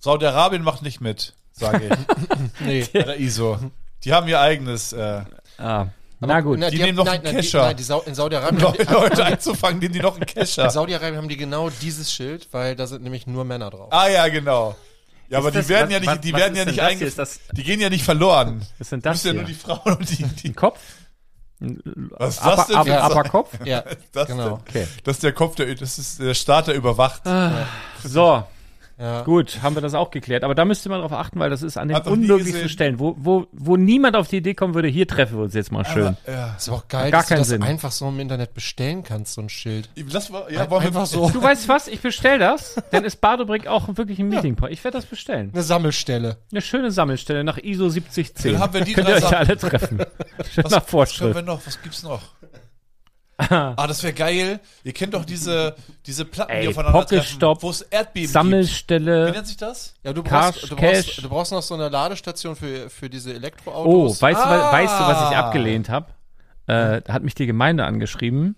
Speaker 2: Saudi-Arabien macht nicht mit, sage ich.
Speaker 3: Nee.
Speaker 2: Bei der ISO. Die haben ihr eigenes, äh,
Speaker 1: Ah. Na gut.
Speaker 3: Na,
Speaker 2: die nehmen noch
Speaker 3: nein,
Speaker 2: einen
Speaker 3: nein, die,
Speaker 2: Kescher.
Speaker 3: nein, die Sau in Saudi-Arabien haben,
Speaker 2: Leute, Leute einzufangen, denen die noch einen Cash
Speaker 3: in
Speaker 1: Also-
Speaker 2: haben.
Speaker 3: Saudi-Arabien haben die genau dieses Schild, weil da sind nämlich nur Männer drauf.
Speaker 2: Ah ja, genau. Ja, aber die
Speaker 1: das-
Speaker 2: werden
Speaker 1: was-
Speaker 2: ja nicht,
Speaker 1: was-
Speaker 2: die
Speaker 1: was
Speaker 2: werden
Speaker 1: ist
Speaker 2: ja
Speaker 1: denn
Speaker 2: nicht
Speaker 1: das hier?
Speaker 2: eingefangen.
Speaker 1: Ist das-
Speaker 2: Die gehen ja nicht verloren.
Speaker 1: Was sind
Speaker 2: Das
Speaker 1: das
Speaker 2: müssen ja nur
Speaker 1: hier?
Speaker 2: die Frauen und die, die
Speaker 1: Kopf?
Speaker 2: Was ist
Speaker 1: Upper,
Speaker 2: das denn?
Speaker 1: Upper,
Speaker 2: für ein-
Speaker 1: Upper Kopf?
Speaker 3: Ja,
Speaker 2: das
Speaker 3: genau.
Speaker 1: Ah.
Speaker 2: denn? Das ist der Kopf, der, das ist der Staat, der überwacht.
Speaker 1: So.
Speaker 3: Ja.
Speaker 1: Gut, haben wir das auch geklärt. Aber da müsste man drauf achten, weil das ist an den
Speaker 2: Hab noch nie
Speaker 1: unmöglichsten
Speaker 2: gesehen.
Speaker 1: Stellen, wo, wo, wo niemand auf die Idee kommen würde, hier treffen wir uns jetzt mal schön.
Speaker 2: Ja.
Speaker 3: Ist aber auch geil,
Speaker 1: Gar
Speaker 3: dass du
Speaker 1: keinen
Speaker 3: das
Speaker 1: Sinn.
Speaker 3: einfach so im Internet bestellen kannst, so ein Schild.
Speaker 2: Lass mal, ja, wollen wir-
Speaker 3: einfach so
Speaker 1: Du weißt was, ich bestell das, denn ist Badobrick auch wirklich ein meeting -Point. Ich werde das bestellen.
Speaker 3: eine Sammelstelle.
Speaker 1: Eine schöne Sammelstelle nach ISO 7010.
Speaker 2: Dann haben wir die
Speaker 1: Könnt
Speaker 2: drei
Speaker 1: ihr euch
Speaker 2: Sachen.
Speaker 1: alle treffen. Schön
Speaker 2: Was,
Speaker 1: nach
Speaker 2: was können
Speaker 1: Vorschrift.
Speaker 2: wir noch? Was gibt's noch? ah, das wäre geil. Ihr kennt doch diese, diese Platten,
Speaker 1: Ey,
Speaker 2: die aufeinandertreffen,
Speaker 1: Pocketstopp,
Speaker 2: wo es Erdbeben gibt. Wie
Speaker 1: Sammelstelle.
Speaker 2: nennt sich das?
Speaker 3: Ja, du
Speaker 1: Cash,
Speaker 3: brauchst, du,
Speaker 1: Cash.
Speaker 3: brauchst, du brauchst noch so eine Ladestation für, für diese
Speaker 1: Oh,
Speaker 3: Elektroautos.
Speaker 1: weißt, du, wa-
Speaker 2: Ah.
Speaker 1: weißt du, was ich abgelehnt habe? Äh, da hat mich die Gemeinde angeschrieben,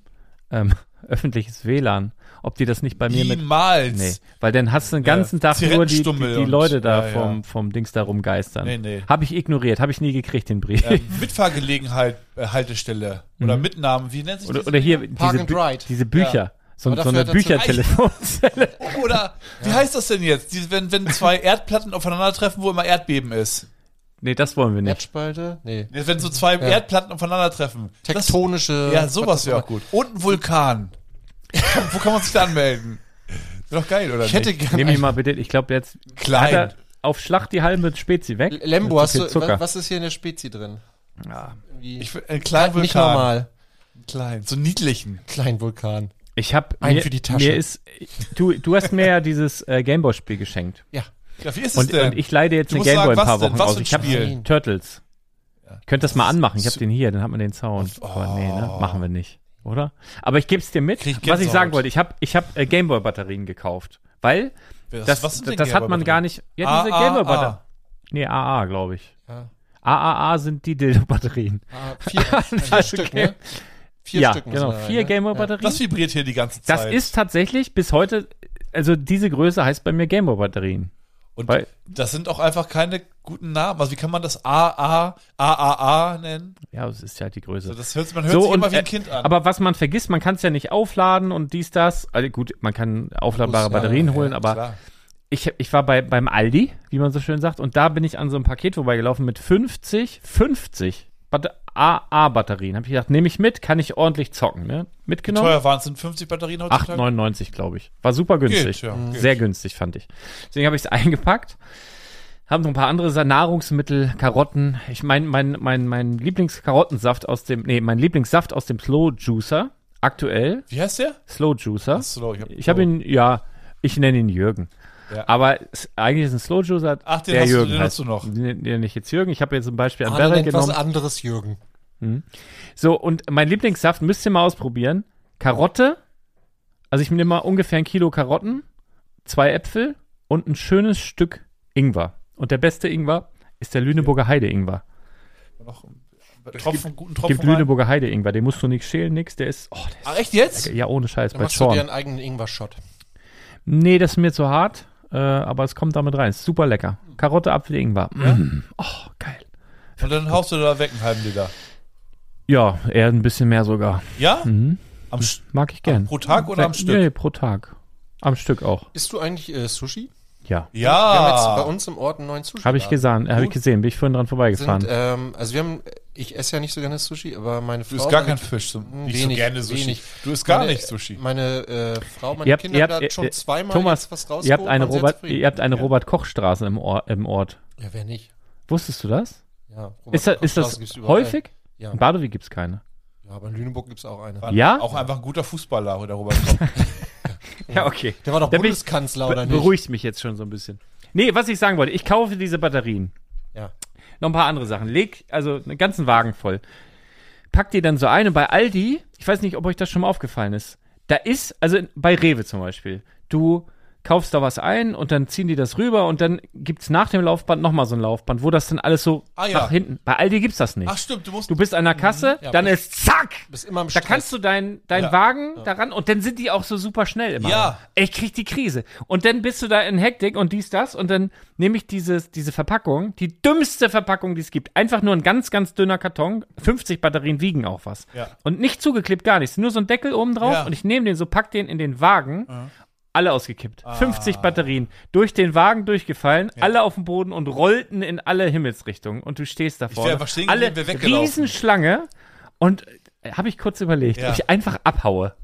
Speaker 1: ähm, öffentliches WLAN, ob die das nicht bei mir mit.
Speaker 2: Niemals.
Speaker 1: Nee, weil dann hast du den ganzen Tag nur die, die,
Speaker 2: Zirettenstummel
Speaker 1: die
Speaker 2: und-
Speaker 1: Leute da
Speaker 2: ja, ja.
Speaker 1: Vom, vom Dings da rumgeistern.
Speaker 2: Nee, nee.
Speaker 1: Habe ich ignoriert, habe ich nie gekriegt, den Brief.
Speaker 2: Ähm, Mitfahrgelegenheit, äh, Haltestelle. Oder Mitnahmen, wie nennt sich
Speaker 1: Mhm. oder,
Speaker 2: das?
Speaker 1: oder hier
Speaker 3: Park
Speaker 1: diese,
Speaker 3: and
Speaker 1: Bü-
Speaker 3: Ride.
Speaker 1: diese Bücher. So,
Speaker 3: Aber
Speaker 1: so eine
Speaker 3: dafür hat er zu-
Speaker 1: Büchertelefonzelle.
Speaker 2: Oh, Oder, wie heißt das denn jetzt? Die, wenn, wenn zwei Erdplatten aufeinandertreffen, wo immer Erdbeben ist.
Speaker 1: Nee, das wollen wir nicht.
Speaker 3: Netzspalte? Nee.
Speaker 2: Ja, Wenn so zwei Erdplatten aufeinandertreffen. Das-
Speaker 3: Tektonische.
Speaker 2: Ja, sowas
Speaker 3: ja
Speaker 2: wäre auch gut. Und ein Vulkan. Wo kann man sich da anmelden? Wäre doch geil, oder
Speaker 3: Ich hätte
Speaker 2: nicht?
Speaker 3: gerne.
Speaker 1: Nehm ihn mal bitte, ich glaube jetzt hat
Speaker 2: Klein.
Speaker 1: er auf Schlag die halbe Spezi weg.
Speaker 3: Lembo,
Speaker 1: Das
Speaker 3: hast
Speaker 1: ist
Speaker 3: du,
Speaker 1: zu viel Zucker.
Speaker 3: wa- was ist hier in der Spezi drin?
Speaker 1: Ja.
Speaker 3: Irgendwie-
Speaker 2: Ich, will- einen kleinen Vulkan.
Speaker 3: nicht normal.
Speaker 2: Klein. So einen niedlichen.
Speaker 3: Klein Vulkan.
Speaker 1: Ich habe
Speaker 3: Einen
Speaker 1: mir,
Speaker 3: für die Tasche.
Speaker 1: mir ist du du hast mir ja dieses äh, Gameboy-Spiel geschenkt
Speaker 3: Ja.
Speaker 2: Ja, wie ist es
Speaker 1: und,
Speaker 2: denn?
Speaker 1: und ich leide jetzt
Speaker 2: Du
Speaker 1: den
Speaker 2: musst
Speaker 1: Gameboy
Speaker 2: sagen,
Speaker 1: ein paar
Speaker 2: was denn?
Speaker 1: Wochen
Speaker 2: Was
Speaker 1: aus.
Speaker 2: für ein
Speaker 1: Ich habe
Speaker 3: Spiel?
Speaker 1: Turtles. Könnt das mal anmachen. Ich habe
Speaker 2: so-
Speaker 1: den hier, dann hat man den
Speaker 2: Oh.
Speaker 1: Sound. Aber nee, ne? machen wir nicht, oder? Aber ich gebe es dir mit.
Speaker 2: Krieg ich
Speaker 1: was ich
Speaker 2: Gänsehaut.
Speaker 1: sagen wollte, ich habe ich habe äh, Gameboy-Batterien gekauft, weil
Speaker 2: Wer-
Speaker 1: das das,
Speaker 2: was sind denn
Speaker 1: hat man
Speaker 2: Gameboy-Batterien?
Speaker 1: gar nicht. Ja, diese
Speaker 2: Ah, ah,
Speaker 1: Gameboy-Batterien.
Speaker 2: ah.
Speaker 1: Nee, AA, glaube ich.
Speaker 3: Ja.
Speaker 1: AAA sind die Dildo-Batterien.
Speaker 3: Ah, vier vier Stück, ne? Vier
Speaker 1: Ja,
Speaker 3: Stück müssen
Speaker 1: genau.
Speaker 3: da rein,
Speaker 1: Vier
Speaker 3: ne?
Speaker 1: Gameboy-Batterien.
Speaker 2: Das vibriert hier die ganze Zeit.
Speaker 1: Das ist tatsächlich bis heute, also diese Größe heißt bei mir Gameboy-Batterien.
Speaker 2: Und
Speaker 1: Weil-
Speaker 2: das sind auch einfach keine guten Namen. Also wie kann man das AA, AAA nennen?
Speaker 1: Ja, es ist halt die Größe.
Speaker 2: Also das hört, man hört
Speaker 1: So,
Speaker 2: sich immer
Speaker 1: und,
Speaker 2: wie ein
Speaker 1: äh,
Speaker 2: Kind an.
Speaker 1: Aber was man vergisst, man kann es ja nicht aufladen und dies, das. Also gut, man kann aufladbare
Speaker 3: Bus, ja,
Speaker 1: Batterien
Speaker 3: ja,
Speaker 1: holen, aber
Speaker 2: Klar.
Speaker 1: ich, ich war bei, beim Aldi, wie man so schön sagt, und da bin ich an so einem Paket vorbeigelaufen mit 50, 50 Bat- AA-Batterien. Habe ich gedacht, nehme ich mit, kann ich ordentlich zocken. Ne?
Speaker 2: Wie
Speaker 1: Mitgenommen.
Speaker 2: teuer waren es? Sind 50 Batterien heutzutage?
Speaker 1: 8,99, glaube ich. War super günstig.
Speaker 2: Geht, ja, geht.
Speaker 1: Sehr günstig, fand ich. Deswegen habe ich es eingepackt. Haben noch ein paar andere Sa- Nahrungsmittel, Karotten. Ich meine, mein, mein, mein Lieblingskarottensaft aus dem, nee, mein Lieblingssaft aus dem Slow Juicer. Aktuell.
Speaker 2: Wie heißt der?
Speaker 1: Slow Juicer.
Speaker 2: Slow, ich hab-
Speaker 1: ich habe ihn, ja, ich nenne ihn Jürgen.
Speaker 2: Ja.
Speaker 1: Aber es, eigentlich ist ein Slow Juicer.
Speaker 2: Ach, den
Speaker 1: der
Speaker 2: hast du-
Speaker 1: Jürgen
Speaker 2: den hast
Speaker 1: heißt.
Speaker 2: du noch. Ah,
Speaker 1: Den, den ich jetzt Jürgen. Ich habe jetzt zum Beispiel an
Speaker 3: Arne
Speaker 1: Barrel
Speaker 3: nennt was
Speaker 1: genommen.
Speaker 3: anderes, Jürgen.
Speaker 1: So, und mein Lieblingssaft müsst ihr mal ausprobieren. Karotte. Also ich nehme mal ungefähr ein Kilo Karotten, zwei Äpfel und ein schönes Stück Ingwer. Und der beste Ingwer ist der Lüneburger Heide-Ingwer.
Speaker 2: Noch einen Tropfen, guten Tropfen.
Speaker 1: Gibt
Speaker 2: rein.
Speaker 1: Lüneburger Heide-Ingwer. Den musst du nicht schälen, nix. Der ist, oh, der
Speaker 2: Ach, echt jetzt?
Speaker 1: ist ja ohne Scheiß
Speaker 3: Dann
Speaker 1: bei
Speaker 3: machst du dir
Speaker 1: Zorn.
Speaker 3: einen eigenen Ingwer-Shot.
Speaker 1: Nee, das ist mir zu hart. Äh, aber es kommt damit rein. Ist super lecker. Karotte, Apfel, Ingwer. Mm. Oh, geil.
Speaker 2: Und dann haust du da weg einen halben Liter.
Speaker 1: Ja, eher ein bisschen mehr sogar.
Speaker 2: Ja?
Speaker 1: Mhm.
Speaker 2: Am, Sch-
Speaker 1: Mag ich gern. Äh,
Speaker 2: Pro Tag oder am Stück?
Speaker 1: Nee, pro Tag. Am Stück auch.
Speaker 3: Isst du eigentlich äh, Sushi?
Speaker 1: Ja.
Speaker 2: ja.
Speaker 3: Wir haben jetzt bei uns im Ort einen neuen Sushi.
Speaker 1: Habe ich gesehen, habe ich gesehen, bin ich vorhin dran vorbeigefahren.
Speaker 3: sind, ähm, also wir haben, ich esse ja nicht so gerne Sushi, aber meine Frau.
Speaker 2: Du isst gar
Speaker 3: meine,
Speaker 2: kein Fisch. So, nicht Hm, so
Speaker 3: wenig,
Speaker 2: gerne Sushi.
Speaker 3: wenig.
Speaker 2: Du isst gar
Speaker 3: meine,
Speaker 2: nicht Sushi.
Speaker 3: Meine äh, Frau, meine
Speaker 1: ihr habt,
Speaker 3: Kinder
Speaker 1: ihr habt,
Speaker 3: haben da schon
Speaker 1: ihr,
Speaker 3: zweimal
Speaker 1: Thomas,
Speaker 3: jetzt was rausgeholt.
Speaker 1: ihr habt eine
Speaker 3: waren sehr
Speaker 1: Robert,
Speaker 3: zufrieden.
Speaker 1: ihr habt eine Robert Koch Straße im, Or im Ort.
Speaker 3: ja, wer nicht?
Speaker 1: Wusstest du das?
Speaker 3: Ja, Robert
Speaker 1: Ist das, ist das
Speaker 3: Kochstraße gibt's überall.
Speaker 1: häufig?
Speaker 3: Ja.
Speaker 1: In Badowie gibt's keine.
Speaker 3: ja, aber in Lüneburg gibt es auch eine.
Speaker 2: War
Speaker 1: Ja?
Speaker 2: Auch einfach ein guter Fußballer, der Robert Koch.
Speaker 1: Ja, okay.
Speaker 3: Der war doch
Speaker 1: Da bin ich-
Speaker 3: Bundeskanzler, oder
Speaker 1: Be
Speaker 3: Genau, nicht?
Speaker 1: beruhigt mich jetzt schon so ein bisschen. Nee, was ich sagen wollte, ich kaufe diese Batterien.
Speaker 3: Ja.
Speaker 1: Noch ein paar andere Sachen. Leg also einen ganzen Wagen voll. Pack die dann so ein und bei Aldi, ich weiß nicht, ob euch das schon mal aufgefallen ist, da ist, also in, bei Rewe zum Beispiel, du kaufst da was ein und dann ziehen die das rüber und dann gibt's nach dem Laufband nochmal so ein Laufband, wo das dann alles so
Speaker 2: Ah, ja.
Speaker 1: nach hinten. Bei Aldi gibt's das nicht.
Speaker 2: Ach mhm. stimmt, du musst.
Speaker 1: Du bist an der Kasse,
Speaker 3: Ja,
Speaker 1: dann
Speaker 3: bist-
Speaker 1: ist zack!
Speaker 3: Bist immer im
Speaker 1: Da
Speaker 3: Stress.
Speaker 1: kannst du deinen dein
Speaker 2: Ja.
Speaker 1: Wagen daran und dann sind die auch so super schnell immer.
Speaker 2: Ja.
Speaker 1: Ich krieg die Krise. Und dann bist du da in Hektik und dies, das und dann nehme ich dieses, diese Verpackung, die dümmste Verpackung, die es gibt. Einfach nur ein ganz, ganz dünner Karton. 50 Batterien wiegen auch was.
Speaker 2: Ja.
Speaker 1: Und nicht zugeklebt, gar nichts. Nur so ein Deckel oben drauf
Speaker 2: Ja.
Speaker 1: und ich nehme den so, pack den in den Wagen. Alle ausgekippt.
Speaker 2: Ah.
Speaker 1: 50 Batterien. Durch den Wagen durchgefallen, alle auf dem Boden und rollten in alle Himmelsrichtungen. Und du stehst davor.
Speaker 2: einfach stehen
Speaker 1: alle
Speaker 2: geblieben, wär weggelaufen.
Speaker 1: Riesenschlange. Und äh, habe ich kurz überlegt,
Speaker 2: Ja.
Speaker 1: ob ich einfach abhaue.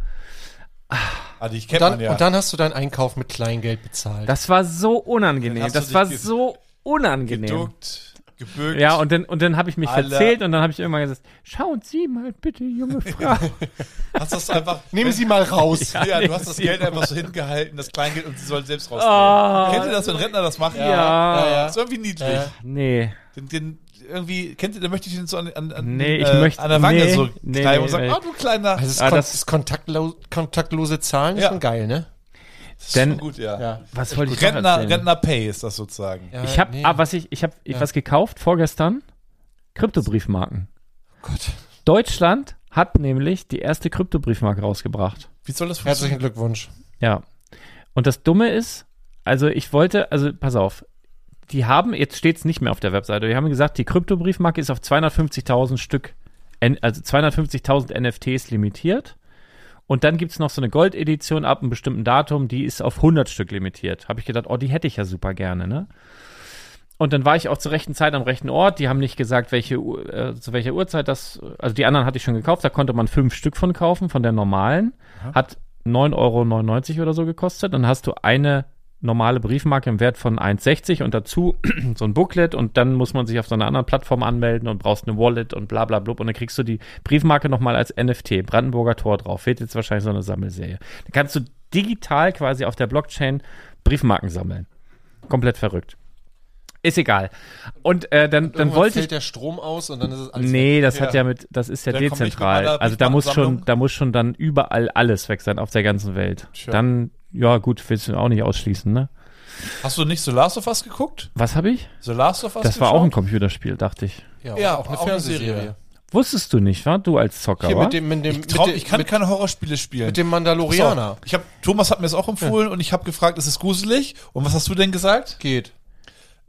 Speaker 2: Ah, die
Speaker 3: Und
Speaker 2: kennt
Speaker 3: dann,
Speaker 2: man ja.
Speaker 3: und dann hast du deinen Einkauf mit Kleingeld bezahlt.
Speaker 1: Das war so
Speaker 2: Dann
Speaker 1: unangenehm.
Speaker 2: hast du
Speaker 1: Das
Speaker 2: dich
Speaker 1: war
Speaker 2: ge-
Speaker 1: so unangenehm.
Speaker 2: geduckt, gebückt.
Speaker 1: Ja, und dann, und dann habe ich mich
Speaker 2: Alle-
Speaker 1: verzählt und dann habe ich irgendwann gesagt, schaut Sie mal bitte, junge Frau.
Speaker 2: hast das einfach.
Speaker 3: Nehmen Sie mal raus.
Speaker 2: ja, du hast das Geld einfach so hingehalten, das Kleingeld, und sie sollen selbst rausnehmen.
Speaker 1: Ah.
Speaker 2: Kennt ihr das, wenn Rentner das machen?
Speaker 1: Ja.
Speaker 2: Das ist irgendwie niedlich.
Speaker 3: Ja.
Speaker 1: Nee,
Speaker 2: Den, den, irgendwie, kennt ihr, da möchte ich den so an, an, an,
Speaker 1: Nee, ich
Speaker 2: äh,
Speaker 1: möchte-
Speaker 2: an der Wange
Speaker 1: nee,
Speaker 2: so
Speaker 1: nee,
Speaker 2: kneifen
Speaker 1: nee,
Speaker 2: und sagen,
Speaker 1: nee.
Speaker 2: ah, du kleiner.
Speaker 3: Also das,
Speaker 1: Ah,
Speaker 3: kon
Speaker 1: das-
Speaker 3: das kontaktlo kontaktlose Zahlen ist
Speaker 2: Ja.
Speaker 3: schon geil, ne?
Speaker 2: das ist
Speaker 1: denn-
Speaker 2: schon gut, ja.
Speaker 1: was wollte ich noch
Speaker 2: Rentner,
Speaker 1: erzählen?
Speaker 2: Rentner Pay ist das sozusagen.
Speaker 3: Ja,
Speaker 1: Ich habe,
Speaker 3: nee.
Speaker 1: ah, was ich, ich habe was gekauft vorgestern. Kryptobriefmarken.
Speaker 3: Gott.
Speaker 1: Deutschland hat nämlich die erste Kryptobriefmarke rausgebracht.
Speaker 2: Wie soll das
Speaker 3: Herzlichen
Speaker 2: funktionieren?
Speaker 3: Glückwunsch.
Speaker 1: Ja. Und das Dumme ist, also ich wollte, also pass auf, die haben, jetzt steht es nicht mehr auf der Webseite, die haben gesagt, die Kryptobriefmarke ist auf 250.000 Stück, N- also 250.000 NFTs limitiert. Und dann gibt es noch so eine Goldedition ab einem bestimmten Datum, die ist auf 100 Stück limitiert. Habe ich gedacht, oh, die hätte ich ja super gerne, ne? Und dann war ich auch zur rechten Zeit am rechten Ort. Die haben nicht gesagt, welche, Uhr- äh, zu welcher Uhrzeit das. Also die anderen hatte ich schon gekauft. Da konnte man fünf Stück von kaufen, von der normalen. Hat 9,99 Euro oder so gekostet. Dann hast du eine normale Briefmarke im Wert von 1,60 und dazu so ein Booklet und dann muss man sich auf so einer anderen Plattform anmelden und brauchst eine Wallet und bla bla blub und dann kriegst du die Briefmarke nochmal als NFT, Brandenburger Tor drauf, fehlt jetzt wahrscheinlich so eine Sammelserie. Dann kannst du digital quasi auf der Blockchain Briefmarken sammeln. Komplett verrückt. Ist egal. Und äh, dann, dann
Speaker 3: Irgendwann
Speaker 1: wollte ich
Speaker 3: fällt der Strom aus und dann ist es alles
Speaker 1: Nee, das hat
Speaker 2: Ja.
Speaker 1: ja mit, das ist ja
Speaker 2: Der kommt nicht mit
Speaker 1: dezentral.
Speaker 2: meiner
Speaker 1: Also da muss schon,
Speaker 2: Briefmarkensammlung?
Speaker 1: da muss schon dann überall alles weg sein auf der ganzen Welt.
Speaker 2: Tja.
Speaker 1: Dann, ja gut, willst du auch nicht ausschließen, ne?
Speaker 2: Hast du nicht The Last of Us geguckt?
Speaker 1: Was habe ich?
Speaker 2: The Last of Us
Speaker 1: Das war
Speaker 2: geschaut?
Speaker 1: auch ein Computerspiel, dachte ich.
Speaker 3: Ja,
Speaker 2: Ja,
Speaker 3: auch eine
Speaker 2: auch eine
Speaker 3: Fernsehserie.
Speaker 2: Serie.
Speaker 1: Wusstest du nicht, wa? Du als Zocker,
Speaker 3: Hier
Speaker 1: wa?
Speaker 3: mit dem, mit dem,
Speaker 2: Ich, trau,
Speaker 3: mit, dem-
Speaker 2: ich kann
Speaker 3: mit,
Speaker 2: keine Horrorspiele spielen.
Speaker 3: mit dem Mandalorianer.
Speaker 2: So, ich hab, Thomas hat mir das auch empfohlen und ich habe gefragt, ist es gruselig? Und was hast du denn gesagt?
Speaker 3: Geht.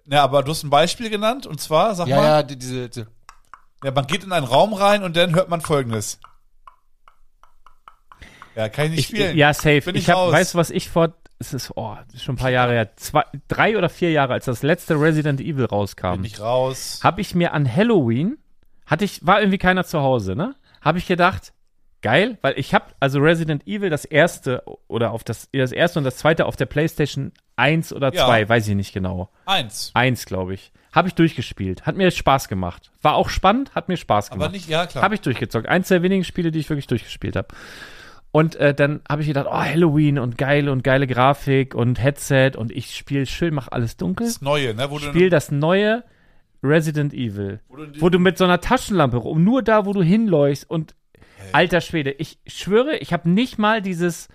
Speaker 2: Na, aber du hast ein Beispiel genannt und zwar, sag
Speaker 3: Ja,
Speaker 2: mal,
Speaker 3: ja, die, diese, diese.
Speaker 2: Ja, man geht in einen Raum rein und dann hört man folgendes. Ja, kann ich nicht
Speaker 1: ich,
Speaker 2: spielen.
Speaker 1: ja, safe.
Speaker 2: Bin
Speaker 1: ich
Speaker 2: ich raus.
Speaker 1: hab, weißt du, was ich vor, es ist, oh, das ist schon ein paar Jahre her, zwei, drei oder vier Jahre, als das letzte Resident Evil rauskam,
Speaker 2: Bin ich raus.
Speaker 1: habe ich mir an Halloween, hatte ich, war irgendwie keiner zu Hause, ne? Habe ich gedacht, geil, weil ich habe also Resident Evil das erste oder auf das, das erste und das zweite auf der PlayStation 1 oder
Speaker 2: Ja.
Speaker 1: 2, weiß ich nicht genau.
Speaker 2: Eins.
Speaker 1: Eins, glaube ich. Habe ich durchgespielt. Hat mir Spaß gemacht. War auch spannend, hat mir Spaß gemacht.
Speaker 2: Aber nicht, ja klar.
Speaker 1: Habe Genau. ich durchgezockt. Eins der wenigen Spiele, die ich wirklich durchgespielt habe. Und äh, dann habe ich gedacht, oh, Halloween und geil und geile Grafik und Headset und ich spiele schön, mach alles dunkel.
Speaker 2: das Neue, ne? Wo du
Speaker 1: Spiel das neue Resident Evil, wo du mit so einer Taschenlampe rum, nur da, wo du hinleuchst und alter Schwede, ich schwöre, ich habe nicht mal dieses,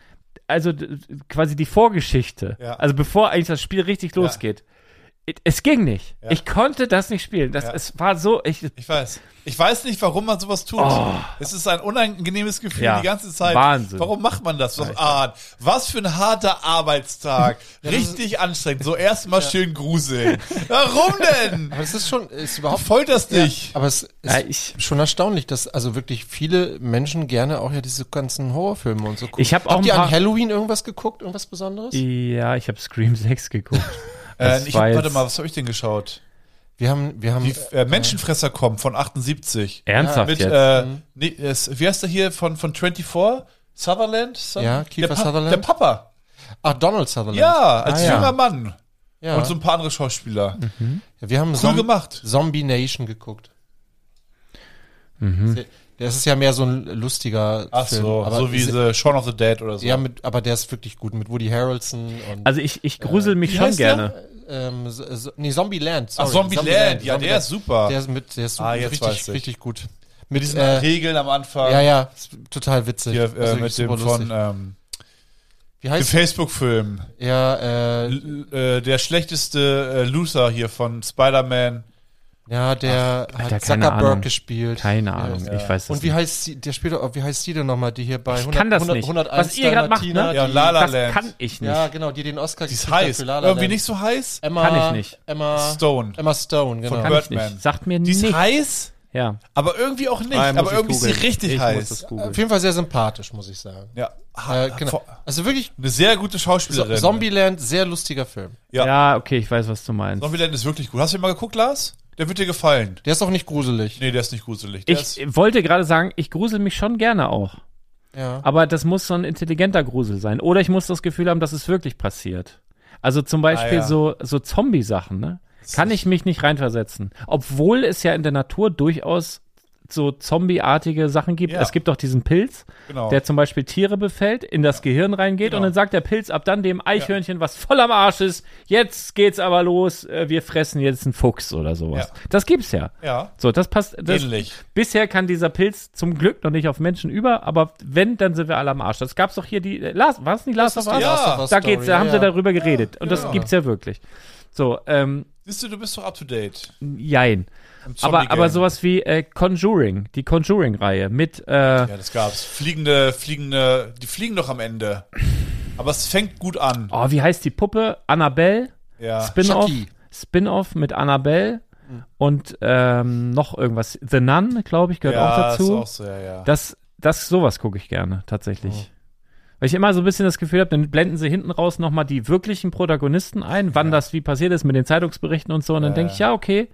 Speaker 1: also d- quasi die Vorgeschichte,
Speaker 2: Ja.
Speaker 1: also bevor eigentlich das Spiel richtig losgeht. It- Es ging nicht. Ich konnte das nicht spielen. Das,
Speaker 2: Ja.
Speaker 1: Es war so, ich,
Speaker 2: ich weiß. Ich weiß nicht, warum man sowas tut. Es ist ein unangenehmes Gefühl
Speaker 1: Oh. Ja.
Speaker 2: die ganze Zeit.
Speaker 1: Wahnsinn.
Speaker 2: Warum macht man das? Was, ah, was für ein harter Arbeitstag. Richtig anstrengend. So erstmal schön gruseln. Warum denn?
Speaker 3: Aber es ist schon, ist
Speaker 2: Du
Speaker 3: überhaupt.
Speaker 2: folterst dich.
Speaker 3: Aber es ist
Speaker 1: Ja, ich-
Speaker 3: schon erstaunlich, dass also wirklich viele Menschen gerne auch ja diese ganzen Horrorfilme und so gucken.
Speaker 1: Ich hab auch
Speaker 3: Habt ihr
Speaker 1: ein
Speaker 3: an
Speaker 1: paar-
Speaker 3: Halloween irgendwas geguckt? Irgendwas Besonderes?
Speaker 1: ja, ich habe Scream 6 geguckt.
Speaker 2: Äh,
Speaker 1: Das
Speaker 2: ich
Speaker 1: war
Speaker 2: hab,
Speaker 1: jetzt-
Speaker 2: warte mal, was habe ich denn geschaut?
Speaker 3: Wir haben, wir haben.
Speaker 2: Die äh, Menschenfresser kommen von 78.
Speaker 1: Ernsthaft
Speaker 2: mit,
Speaker 1: jetzt?
Speaker 2: äh,
Speaker 3: Mhm.
Speaker 2: nee, es- wie heißt der hier von, von 24? Sutherland? Suther-
Speaker 3: Ja, Kiefer
Speaker 2: der
Speaker 3: Sutherland.
Speaker 2: Der Papa.
Speaker 3: ach, ah, Donald Sutherland.
Speaker 2: Ja, als
Speaker 3: Ah, ja.
Speaker 2: junger Mann.
Speaker 3: ja.
Speaker 2: Und so ein paar andere Schauspieler.
Speaker 3: wir haben
Speaker 2: Cool gemacht.
Speaker 3: Zombie Nation geguckt.
Speaker 1: Mhm.
Speaker 3: Das ist ja mehr so ein lustiger
Speaker 2: Ach
Speaker 3: Film.
Speaker 2: so,
Speaker 3: aber
Speaker 2: so wie
Speaker 3: ist,
Speaker 2: The Shaun of the Dead oder so.
Speaker 3: ja, mit, aber der ist wirklich gut mit Woody Harrelson und
Speaker 1: Also ich, ich grusel mich
Speaker 2: äh, wie
Speaker 1: schon
Speaker 2: heißt der?
Speaker 1: gerne.
Speaker 3: ähm, so- so- nee, Zombieland.
Speaker 2: Ach,
Speaker 3: Sorry.
Speaker 2: Zombieland. Ja, der
Speaker 3: Zombieland.
Speaker 2: ist super.
Speaker 3: Der ist mit, der ist super,
Speaker 2: Ah, jetzt weiß
Speaker 3: richtig,
Speaker 2: ich.
Speaker 3: richtig gut. Mit
Speaker 2: Mit
Speaker 3: diesen
Speaker 2: diesen Regeln am Anfang.
Speaker 3: ja, ja, ist total witzig.
Speaker 2: Hier,
Speaker 3: Ist
Speaker 2: äh,
Speaker 3: wirklich
Speaker 2: mit dem
Speaker 3: super
Speaker 2: von
Speaker 3: lustig.
Speaker 2: ähm,
Speaker 3: wie
Speaker 2: dem
Speaker 3: heißt
Speaker 2: Facebook-Film.
Speaker 3: ja, äh,
Speaker 2: L- Äh, der schlechteste äh, Loser hier von Spider-Man.
Speaker 3: ja, der
Speaker 1: Alter,
Speaker 3: hat
Speaker 1: keine
Speaker 3: Zuckerberg
Speaker 1: Ahnung.
Speaker 3: gespielt.
Speaker 1: Keine Ahnung, ich weiß das
Speaker 3: Und wie heißt sie, der spielt, auch- wie heißt sie denn nochmal, die hier bei
Speaker 1: Ich kann das nicht. Was ihr gerade macht, ne?
Speaker 2: Ja,
Speaker 3: die,
Speaker 2: La La
Speaker 1: Das
Speaker 2: Land.
Speaker 1: kann ich nicht.
Speaker 3: ja, genau, die den Oscar
Speaker 2: Die ist
Speaker 3: gekriegt hat
Speaker 2: heiß.
Speaker 3: für La La
Speaker 2: Irgendwie
Speaker 3: Land.
Speaker 2: nicht so heiß.
Speaker 3: Emma,
Speaker 1: Kann ich nicht.
Speaker 3: Emma
Speaker 2: Stone.
Speaker 3: Emma Stone, genau.
Speaker 1: kann
Speaker 2: Bird-
Speaker 1: ich nicht.
Speaker 2: Birdman.
Speaker 1: Sagt mir
Speaker 2: Die ist
Speaker 1: nichts.
Speaker 2: heiß,
Speaker 1: Ja.
Speaker 2: aber irgendwie auch nicht.
Speaker 1: Ah, muss
Speaker 2: aber
Speaker 1: ich
Speaker 2: irgendwie ist sie
Speaker 1: googeln.
Speaker 2: richtig
Speaker 1: ich Muss
Speaker 2: heiß.
Speaker 1: das
Speaker 3: Auf
Speaker 1: googeln.
Speaker 3: jeden Fall sehr sympathisch, muss ich sagen.
Speaker 2: Ja,
Speaker 3: Äh,
Speaker 2: ha-
Speaker 3: genau.
Speaker 2: Ah, vor-
Speaker 3: Also wirklich
Speaker 2: Eine sehr gute
Speaker 3: so,
Speaker 2: Schauspielerin.
Speaker 3: Zombieland, sehr lustiger Film.
Speaker 2: Ja.
Speaker 1: Ja. okay, ich weiß, was du meinst.
Speaker 2: Zombieland ist wirklich gut. Hast du den mal geguckt, Lars? Der wird dir gefallen.
Speaker 3: Der ist auch nicht gruselig.
Speaker 2: Nee, der ist nicht gruselig. Der
Speaker 1: Ich
Speaker 2: ist,
Speaker 1: wollte gerade sagen, ich grusel mich schon gerne auch.
Speaker 3: Ja.
Speaker 1: Aber das muss so ein intelligenter Grusel sein. Oder ich muss das Gefühl haben, dass es wirklich passiert. Also zum Beispiel
Speaker 2: Ah, ja.
Speaker 1: so, so Zombie-Sachen, ne? Kann ich mich nicht reinversetzen. Obwohl es ja in der Natur durchaus so zombieartige Sachen gibt.
Speaker 2: Ja.
Speaker 1: Es gibt doch diesen Pilz,
Speaker 2: Genau.
Speaker 1: der zum Beispiel Tiere befällt, in das Gehirn reingeht und
Speaker 2: Genau.
Speaker 1: dann sagt der Pilz ab dann dem Eichhörnchen, was voll am Arsch ist, jetzt geht's aber los, äh, wir fressen jetzt einen Fuchs oder sowas.
Speaker 2: Ja.
Speaker 1: Das gibt's ja.
Speaker 2: ja.
Speaker 1: So, das passt. Das,
Speaker 2: Ähnlich.
Speaker 1: Bisher kann dieser Pilz zum Glück noch nicht auf Menschen über, aber wenn, dann sind wir alle am Arsch. Das gab's doch hier die. äh, Last, war es nicht Last of Us?
Speaker 3: Ah,
Speaker 2: ja.
Speaker 1: Da geht's, da haben sie darüber geredet. und das
Speaker 2: genau.
Speaker 1: gibt's ja wirklich. So, ähm,
Speaker 2: Siehst du, du bist doch up to date.
Speaker 1: jein.
Speaker 2: im Zombie-Game.
Speaker 1: Aber, aber sowas wie äh, Conjuring, die Conjuring-Reihe mit, äh,
Speaker 2: Ja, das gab's. Fliegende, fliegende, die fliegen doch am Ende. Aber es fängt gut an.
Speaker 1: oh, wie heißt die Puppe? Annabelle?
Speaker 2: Ja.
Speaker 1: Spin-off?
Speaker 3: Chucky.
Speaker 1: Spin-off mit Annabelle
Speaker 2: Hm.
Speaker 1: und ähm, noch irgendwas. The Nun, glaube ich, gehört
Speaker 2: ja,
Speaker 1: auch dazu.
Speaker 2: Ist auch so, ja, ja.
Speaker 1: Das, das, sowas gucke ich gerne,
Speaker 2: Oh.
Speaker 1: tatsächlich. Weil ich immer so ein bisschen das Gefühl habe, dann blenden sie hinten raus nochmal die wirklichen Protagonisten ein, wann das wie passiert ist mit den Zeitungsberichten und so. Und dann
Speaker 2: Ja,
Speaker 1: denke ich, ja, okay,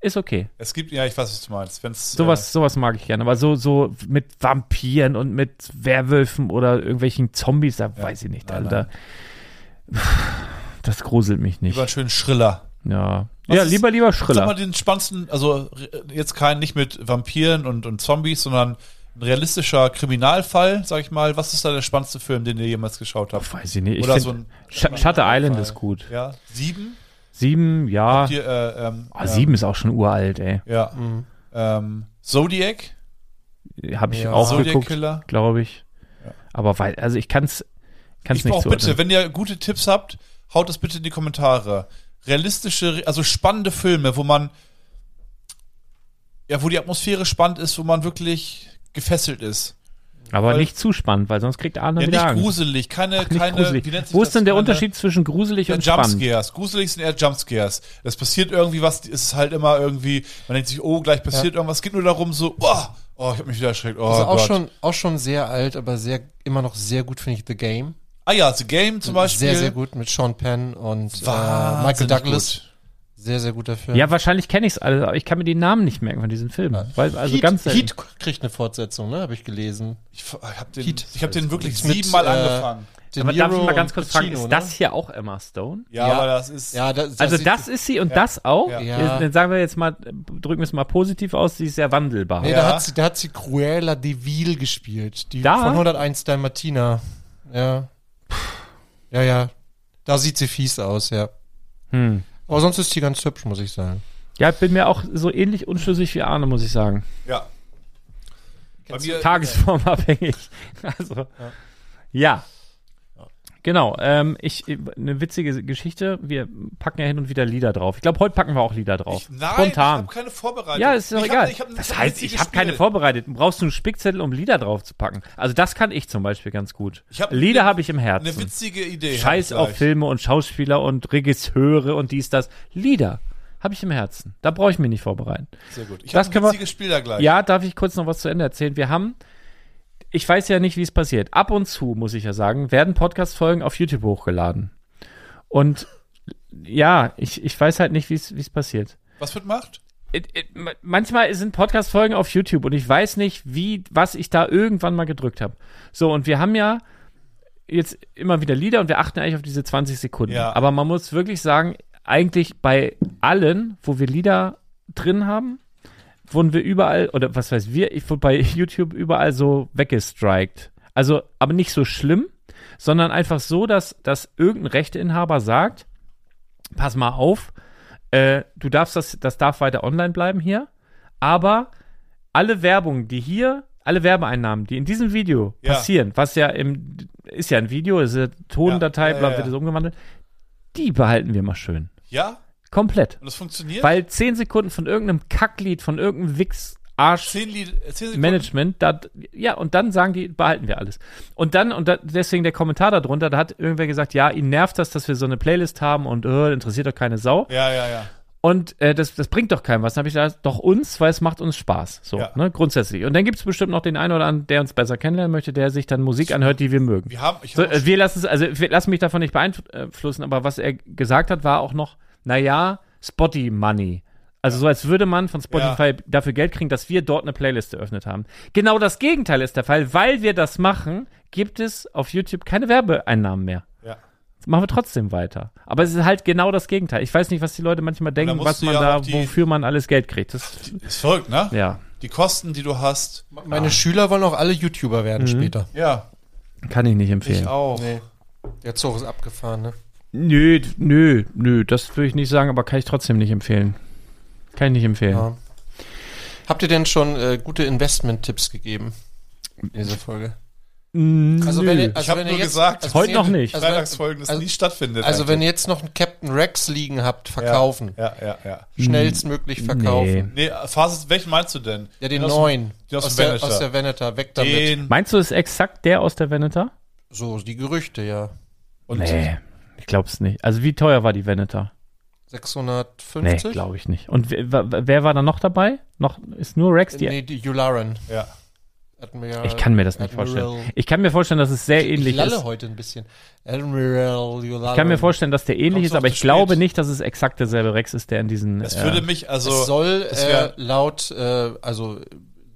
Speaker 1: ist okay.
Speaker 2: es gibt, ja, ich weiß, was du meinst. Wenn's,
Speaker 1: Sowas, sowas mag ich gerne. Aber so, so mit Vampiren und mit Werwölfen oder irgendwelchen Zombies, da weiß ich nicht.
Speaker 2: nein,
Speaker 1: Alter. Das gruselt mich
Speaker 2: Äh,
Speaker 1: nicht.
Speaker 2: über einen schönen Schriller.
Speaker 1: ja,
Speaker 2: Was
Speaker 1: ja
Speaker 2: ist-
Speaker 1: lieber, lieber
Speaker 2: Sag
Speaker 1: Schriller.
Speaker 2: mal den spannendsten, also re- jetzt kein, nicht mit Vampiren und, und Zombies, sondern ein realistischer Kriminalfall, sag ich mal. Was ist da der spannendste Film, den ihr jemals geschaut habt?
Speaker 1: Weiß ich nicht. Ich
Speaker 2: Oder
Speaker 1: find,
Speaker 2: so ein-
Speaker 1: Sh Shutter Island ist gut.
Speaker 2: Ja, sieben?
Speaker 1: Sieben, ja.
Speaker 2: Hier, äh, ähm,
Speaker 1: Ah, Sieben ist auch schon uralt, ey.
Speaker 2: Ja. Ähm, Zodiac?
Speaker 1: Habe ich
Speaker 3: Ja.
Speaker 1: auch
Speaker 2: Zodiac
Speaker 1: geguckt,
Speaker 2: Killer?
Speaker 1: glaube ich. Aber weil, also ich kann es kann's
Speaker 2: ich
Speaker 1: nicht
Speaker 2: brauche bitte,
Speaker 1: zuordnen.
Speaker 2: wenn ihr gute Tipps habt, haut es bitte in die Kommentare. Realistische, also spannende Filme, wo man ja, wo die Atmosphäre spannend ist, wo man wirklich gefesselt ist.
Speaker 1: Aber
Speaker 2: weil-
Speaker 1: nicht zu spannend, weil sonst kriegt Arne
Speaker 2: Ja,
Speaker 1: wieder
Speaker 2: nicht
Speaker 1: Angst.
Speaker 2: gruselig, keine,
Speaker 1: Nicht
Speaker 2: keine.
Speaker 1: gruselig.
Speaker 2: wie nennt sich
Speaker 1: Wo
Speaker 2: das?
Speaker 1: ist denn der
Speaker 2: Keine-
Speaker 1: Unterschied zwischen gruselig
Speaker 2: Ja,
Speaker 1: und spannend?
Speaker 2: Jumpscares. Gruselig sind eher Jumpscares. Das passiert irgendwie was, es ist halt immer irgendwie, man denkt sich, oh, gleich passiert irgendwas. Es geht nur darum, so, oh, oh ich hab mich wieder erschreckt. Oh,
Speaker 3: Also auch
Speaker 2: Gott.
Speaker 3: schon, auch schon sehr alt, aber sehr, immer noch sehr gut finde ich The Game.
Speaker 2: Ah ja, The Game zum Beispiel.
Speaker 3: Sehr, sehr gut mit Sean Penn und äh,
Speaker 2: Wahnsinnig
Speaker 3: Michael Douglas.
Speaker 2: gut.
Speaker 3: Sehr, sehr guter Film.
Speaker 1: Ja, wahrscheinlich kenne ich es alle, aber ich kann mir die Namen nicht merken von diesen Filmen. Weil, also
Speaker 3: Heat,
Speaker 1: ganz selten.
Speaker 3: Heat kriegt eine Fortsetzung, ne? Habe ich gelesen.
Speaker 2: Ich f- ich hab den,
Speaker 3: Heat.
Speaker 2: ich hab den wirklich
Speaker 3: Mit,
Speaker 2: siebenmal
Speaker 3: äh,
Speaker 2: angefangen.
Speaker 3: De
Speaker 1: Aber darf ich
Speaker 3: Niro
Speaker 1: mal ganz
Speaker 3: und
Speaker 1: kurz fragen,
Speaker 3: Pacino,
Speaker 1: ist
Speaker 3: ne?
Speaker 1: das hier auch Emma Stone?
Speaker 2: Ja,
Speaker 3: ja.
Speaker 2: aber das ist.
Speaker 3: Ja, da, da
Speaker 1: also
Speaker 3: sieht-
Speaker 1: das ist sie und das auch?
Speaker 2: Ja.
Speaker 3: Ja.
Speaker 1: Dann sagen wir jetzt mal, drücken wir es mal positiv aus, sie ist sehr wandelbar.
Speaker 3: Nee,
Speaker 2: Ja.
Speaker 3: da hat sie, da hat sie Cruella Deville gespielt. Die
Speaker 1: Da?
Speaker 3: von 101 Dalmatiner. Ja. Ja, ja. Da sieht sie fies aus, ja.
Speaker 1: Hm.
Speaker 3: Aber sonst ist sie ganz hübsch, muss ich sagen.
Speaker 1: Ja, ich bin mir auch so ähnlich unschlüssig wie Arne, muss ich sagen.
Speaker 2: ja. Bei mir,
Speaker 1: Tagesformabhängig. Also, ja. Genau, ähm, ich, eine witzige Geschichte. Wir packen ja hin und wieder Lieder drauf. Ich glaube, heute packen wir auch Lieder drauf.
Speaker 2: ich, nein, ich
Speaker 1: Spontan.
Speaker 2: habe keine Vorbereitung.
Speaker 1: ja, ist doch
Speaker 2: Ich hab- ne,
Speaker 1: egal.
Speaker 2: ich hab-
Speaker 1: das
Speaker 2: ich hab
Speaker 1: heißt,
Speaker 2: witzige
Speaker 1: ich habe keine
Speaker 2: Spiele.
Speaker 1: vorbereitet. Brauchst du einen Spickzettel, um Lieder drauf zu packen? Also das kann ich zum Beispiel ganz gut.
Speaker 2: Ich hab
Speaker 1: Lieder
Speaker 2: eine-
Speaker 1: habe ich im
Speaker 2: Eine
Speaker 1: Herzen.
Speaker 2: witzige Idee. hab
Speaker 1: Scheiß
Speaker 2: ich
Speaker 1: auf
Speaker 2: gleich.
Speaker 1: Filme und Schauspieler und Regisseure und dies, das. Lieder habe ich im Herzen. Da brauche ich mich nicht vorbereiten.
Speaker 2: Sehr gut. Ich
Speaker 1: Das
Speaker 2: habe ein
Speaker 1: können wir-
Speaker 2: witziges Spiel da gleich.
Speaker 1: Ja, darf ich kurz noch was zu Ende erzählen? Wir haben, ich weiß ja nicht, wie es passiert. Ab und zu, muss ich ja sagen, werden Podcast-Folgen auf YouTube hochgeladen. Und ja, ich, ich weiß halt nicht, wie es wie es passiert.
Speaker 2: Was wird gemacht?
Speaker 1: It- it- ma- Manchmal sind Podcast-Folgen auf YouTube und ich weiß nicht, wie, was ich da irgendwann mal gedrückt habe. So, und wir haben ja jetzt immer wieder Lieder und wir achten eigentlich auf diese 20 Sekunden.
Speaker 2: Ja.
Speaker 1: Aber man muss wirklich sagen, eigentlich bei allen, wo wir Lieder drin haben, wurden wir überall, oder was weiß wir, ich wurde bei YouTube überall so weggestrikt. Also, aber nicht so schlimm, sondern einfach so, dass, dass irgendein Rechteinhaber sagt, pass mal auf, äh, du darfst das, das darf weiter online bleiben hier, aber alle Werbung, die hier, alle Werbeeinnahmen, die in diesem Video
Speaker 2: Ja.
Speaker 1: passieren, was ja im, ist ja ein Video, ist ja Tondatei,
Speaker 2: Ja, ja,
Speaker 1: bla,
Speaker 2: ja,
Speaker 1: wird
Speaker 2: ja.
Speaker 1: es umgewandelt, die behalten wir mal schön.
Speaker 2: Ja?
Speaker 1: Komplett.
Speaker 2: Und das funktioniert?
Speaker 1: Weil 10 Sekunden von irgendeinem Kacklied, von irgendeinem Wichs-Arsch
Speaker 2: zehn, Lied, äh, zehn Sekunden.
Speaker 1: Management, da, ja, und dann sagen die, behalten wir alles. Und dann, und da, deswegen der Kommentar darunter, da hat irgendwer gesagt, ja, ihn nervt das, dass wir so eine Playlist haben und äh, interessiert doch keine Sau.
Speaker 2: Ja, ja, ja.
Speaker 1: Und äh, das, das bringt doch keinem was. Dann habe ich gesagt, doch uns, weil es macht uns Spaß. So,
Speaker 2: Ja.
Speaker 1: ne, grundsätzlich. Und dann gibt es bestimmt noch den einen oder anderen, der uns besser kennenlernen möchte, der sich dann Musik anhört, die wir mögen.
Speaker 2: Wir haben, ich
Speaker 1: So,
Speaker 2: hab auch
Speaker 1: äh, wir lassen es, also wir lassen mich davon nicht beeinflussen, aber was er gesagt hat, war auch noch, naja, Spotty Money. Also so, als würde man von Spotify dafür Geld kriegen, dass wir dort eine Playlist eröffnet haben. Genau das Gegenteil ist der Fall. Weil wir das machen, gibt es auf YouTube keine Werbeeinnahmen mehr.
Speaker 2: Ja.
Speaker 1: Das machen wir trotzdem weiter. Aber es ist halt genau das Gegenteil. Ich weiß nicht, was die Leute manchmal denken,
Speaker 2: musst
Speaker 1: was
Speaker 2: du
Speaker 1: man
Speaker 2: ja
Speaker 1: da,
Speaker 2: auch die-
Speaker 1: wofür man alles Geld kriegt. Das,
Speaker 2: Ist verrückt, ne?
Speaker 1: ja,
Speaker 2: Die Kosten, die du hast.
Speaker 3: Meine Schüler wollen auch alle YouTuber werden später.
Speaker 2: Ja,
Speaker 1: kann ich nicht empfehlen.
Speaker 2: ich auch.
Speaker 3: Nee. Der Zug ist abgefahren, ne?
Speaker 1: Nö, d- nö, nö, das würde ich nicht sagen, aber kann ich trotzdem nicht empfehlen. Kann ich nicht empfehlen.
Speaker 3: Ja. Habt ihr denn schon äh, gute Investment-Tipps gegeben in dieser Folge?
Speaker 1: Mm, nö.
Speaker 2: Ich hab nur gesagt,
Speaker 1: Heute noch nicht.
Speaker 3: Also, wenn-
Speaker 2: Freitagsfolgen, das
Speaker 3: also-
Speaker 2: nie stattfindet.
Speaker 3: also wenn
Speaker 2: eigentlich.
Speaker 3: ihr jetzt noch einen Captain Rex liegen habt, verkaufen.
Speaker 2: Ja, ja, ja.
Speaker 3: Schnellstmöglich verkaufen.
Speaker 2: Nee, Phasis, welchen meinst du denn?
Speaker 3: Ja, den
Speaker 2: aus-
Speaker 3: neuen.
Speaker 2: den aus
Speaker 3: aus,
Speaker 2: dem
Speaker 3: der,
Speaker 2: Veneta.
Speaker 3: aus der Veneta. Weg damit.
Speaker 2: Den.
Speaker 1: Meinst du, ist exakt der aus der Veneta?
Speaker 3: So, die Gerüchte, ja.
Speaker 2: Und
Speaker 1: Nee, ich glaub's nicht. Also wie teuer war die Veneta? Nee,
Speaker 3: 650?
Speaker 1: glaube ich nicht. Und wer, wa- wer war da noch dabei? Noch ist nur Rex die.
Speaker 3: Nee, die Yularen.
Speaker 2: Ja.
Speaker 3: Admiral.
Speaker 1: Ich kann mir das
Speaker 2: äh,
Speaker 1: nicht
Speaker 3: Admiral-
Speaker 1: vorstellen. Ich kann mir vorstellen, dass es sehr ähnlich
Speaker 3: ich lalle
Speaker 1: ist.
Speaker 3: heute ein bisschen. Admiral Yularen.
Speaker 1: Ich kann mir vorstellen, dass der ähnlich
Speaker 2: Kommst
Speaker 1: ist,
Speaker 2: du auf
Speaker 1: aber
Speaker 2: zu
Speaker 1: ich glaube
Speaker 2: spät?
Speaker 1: nicht, dass es exakt derselbe Rex ist, der in diesen.
Speaker 2: Es
Speaker 1: äh,
Speaker 2: würde mich also.
Speaker 3: es soll
Speaker 2: es
Speaker 3: äh,
Speaker 2: wär-
Speaker 3: laut äh, also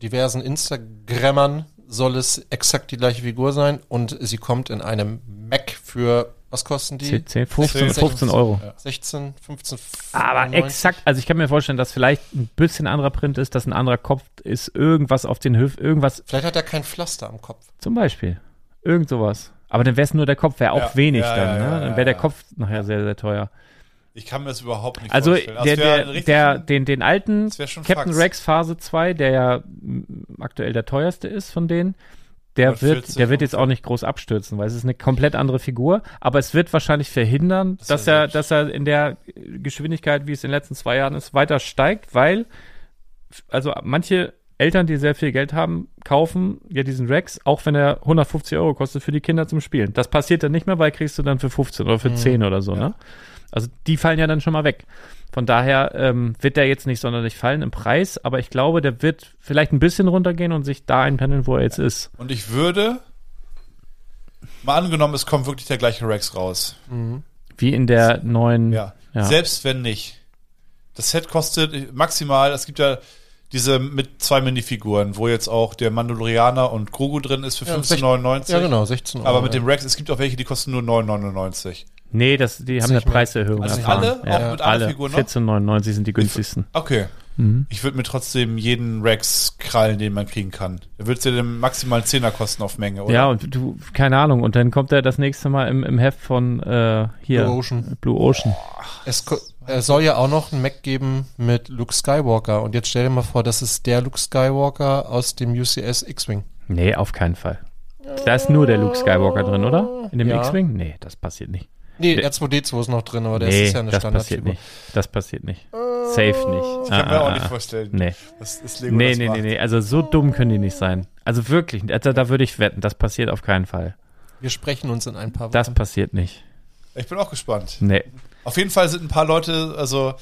Speaker 3: diversen Instagrammern soll es exakt die gleiche Figur sein und sie kommt in einem Mac für was kosten die?
Speaker 1: 10, 10, 15,
Speaker 2: 16,
Speaker 1: 15 Euro.
Speaker 3: 16, 15,
Speaker 1: Aber
Speaker 3: 95?
Speaker 1: exakt, also ich kann mir vorstellen, dass vielleicht ein bisschen anderer Print ist, dass ein anderer Kopf ist, irgendwas auf den Hüften, irgendwas
Speaker 3: Vielleicht hat er kein Pflaster am Kopf.
Speaker 1: zum Beispiel. Irgend sowas. Aber dann wäre es nur der Kopf, wäre auch
Speaker 2: Ja,
Speaker 1: wenig
Speaker 2: ja,
Speaker 1: dann.
Speaker 2: ja,
Speaker 1: ne?
Speaker 2: ja,
Speaker 1: dann
Speaker 2: ja,
Speaker 1: wäre der
Speaker 2: ja.
Speaker 1: Kopf nachher sehr, sehr teuer.
Speaker 2: ich kann mir das überhaupt nicht
Speaker 1: Also
Speaker 2: vorstellen.
Speaker 1: der,
Speaker 2: es wär
Speaker 1: der,
Speaker 2: ein
Speaker 1: der,
Speaker 2: richtig-
Speaker 1: den, den alten
Speaker 2: das wär schon
Speaker 1: Captain
Speaker 2: Fax.
Speaker 1: Rex Phase 2, der ja mm, aktuell der teuerste ist von denen, der
Speaker 2: 140,
Speaker 1: wird, der wird jetzt auch nicht groß abstürzen, weil es ist eine komplett andere Figur, aber es wird wahrscheinlich verhindern, dass er, dass er in der Geschwindigkeit, wie es in den letzten zwei Jahren ist, weiter steigt, weil also manche Eltern, die sehr viel Geld haben, kaufen ja diesen Rex, auch wenn er 150 Euro kostet für die Kinder zum Spielen. Das passiert dann nicht mehr, weil kriegst du dann für 15 oder für 10 oder so, ne? Also die fallen ja dann schon mal weg. Von daher ähm, wird der jetzt nicht sonderlich fallen im Preis, aber ich glaube, der wird vielleicht ein bisschen runtergehen und sich da einpendeln, wo er jetzt ist.
Speaker 2: Und ich würde. Mal angenommen, es kommt wirklich der gleiche Rex raus.
Speaker 1: Wie in der neuen.
Speaker 2: Ja.
Speaker 1: Ja.
Speaker 2: Selbst wenn nicht. Das Set kostet maximal, es gibt ja diese mit zwei Minifiguren, wo jetzt auch der Mandalorianer und Grogu drin ist für
Speaker 3: Ja,
Speaker 2: 15,99.
Speaker 3: Ja genau, 16 Euro.
Speaker 2: Aber mit dem Rex, es gibt auch welche, die kosten nur 9,99.
Speaker 1: Nee, das, die haben eine
Speaker 3: nicht mehr-
Speaker 1: Preiserhöhung
Speaker 2: Also nicht
Speaker 1: erfahren.
Speaker 2: alle? Auch mit
Speaker 1: alle.
Speaker 2: einer Figur noch?
Speaker 1: 14,99 sind die günstigsten.
Speaker 2: Okay.
Speaker 1: Mhm.
Speaker 2: Ich würde mir trotzdem jeden Rex krallen, den man kriegen kann. Da würdest du den maximalen Zehner kosten auf Menge, oder?
Speaker 1: Ja, und du, keine Ahnung. Und dann kommt er das nächste Mal im, im Heft von äh, hier.
Speaker 3: Blue Ocean.
Speaker 1: Blue Ocean.
Speaker 3: Es ko- äh, soll ja auch noch ein Mac geben mit Luke Skywalker. Und jetzt stell dir mal vor, das ist der Luke Skywalker aus dem UCS X-Wing.
Speaker 1: Nee, auf keinen Fall. Da ist nur der Luke Skywalker drin, oder? In dem
Speaker 3: Ja.
Speaker 1: X-Wing? Nee, das passiert nicht.
Speaker 3: Nee, R2D2 ist noch drin, aber der
Speaker 1: nee,
Speaker 3: ist ja eine
Speaker 1: das passiert
Speaker 3: Standardfigur.
Speaker 1: nicht. Das passiert nicht. Safe nicht.
Speaker 2: Kann mir
Speaker 1: Ah,
Speaker 2: auch
Speaker 1: ah,
Speaker 2: nicht
Speaker 1: ah.
Speaker 2: vorstellen.
Speaker 1: Nee.
Speaker 2: Das ist Lego
Speaker 1: Nee,
Speaker 2: das
Speaker 1: nee,
Speaker 2: macht.
Speaker 1: nee, nee. Also so dumm können die nicht sein. Also wirklich, da, da würde ich wetten, das passiert auf keinen Fall.
Speaker 3: Wir sprechen uns in ein paar Wochen.
Speaker 1: Das passiert nicht.
Speaker 2: Ich bin auch gespannt.
Speaker 1: Nee.
Speaker 2: Auf jeden Fall sind ein paar Leute, also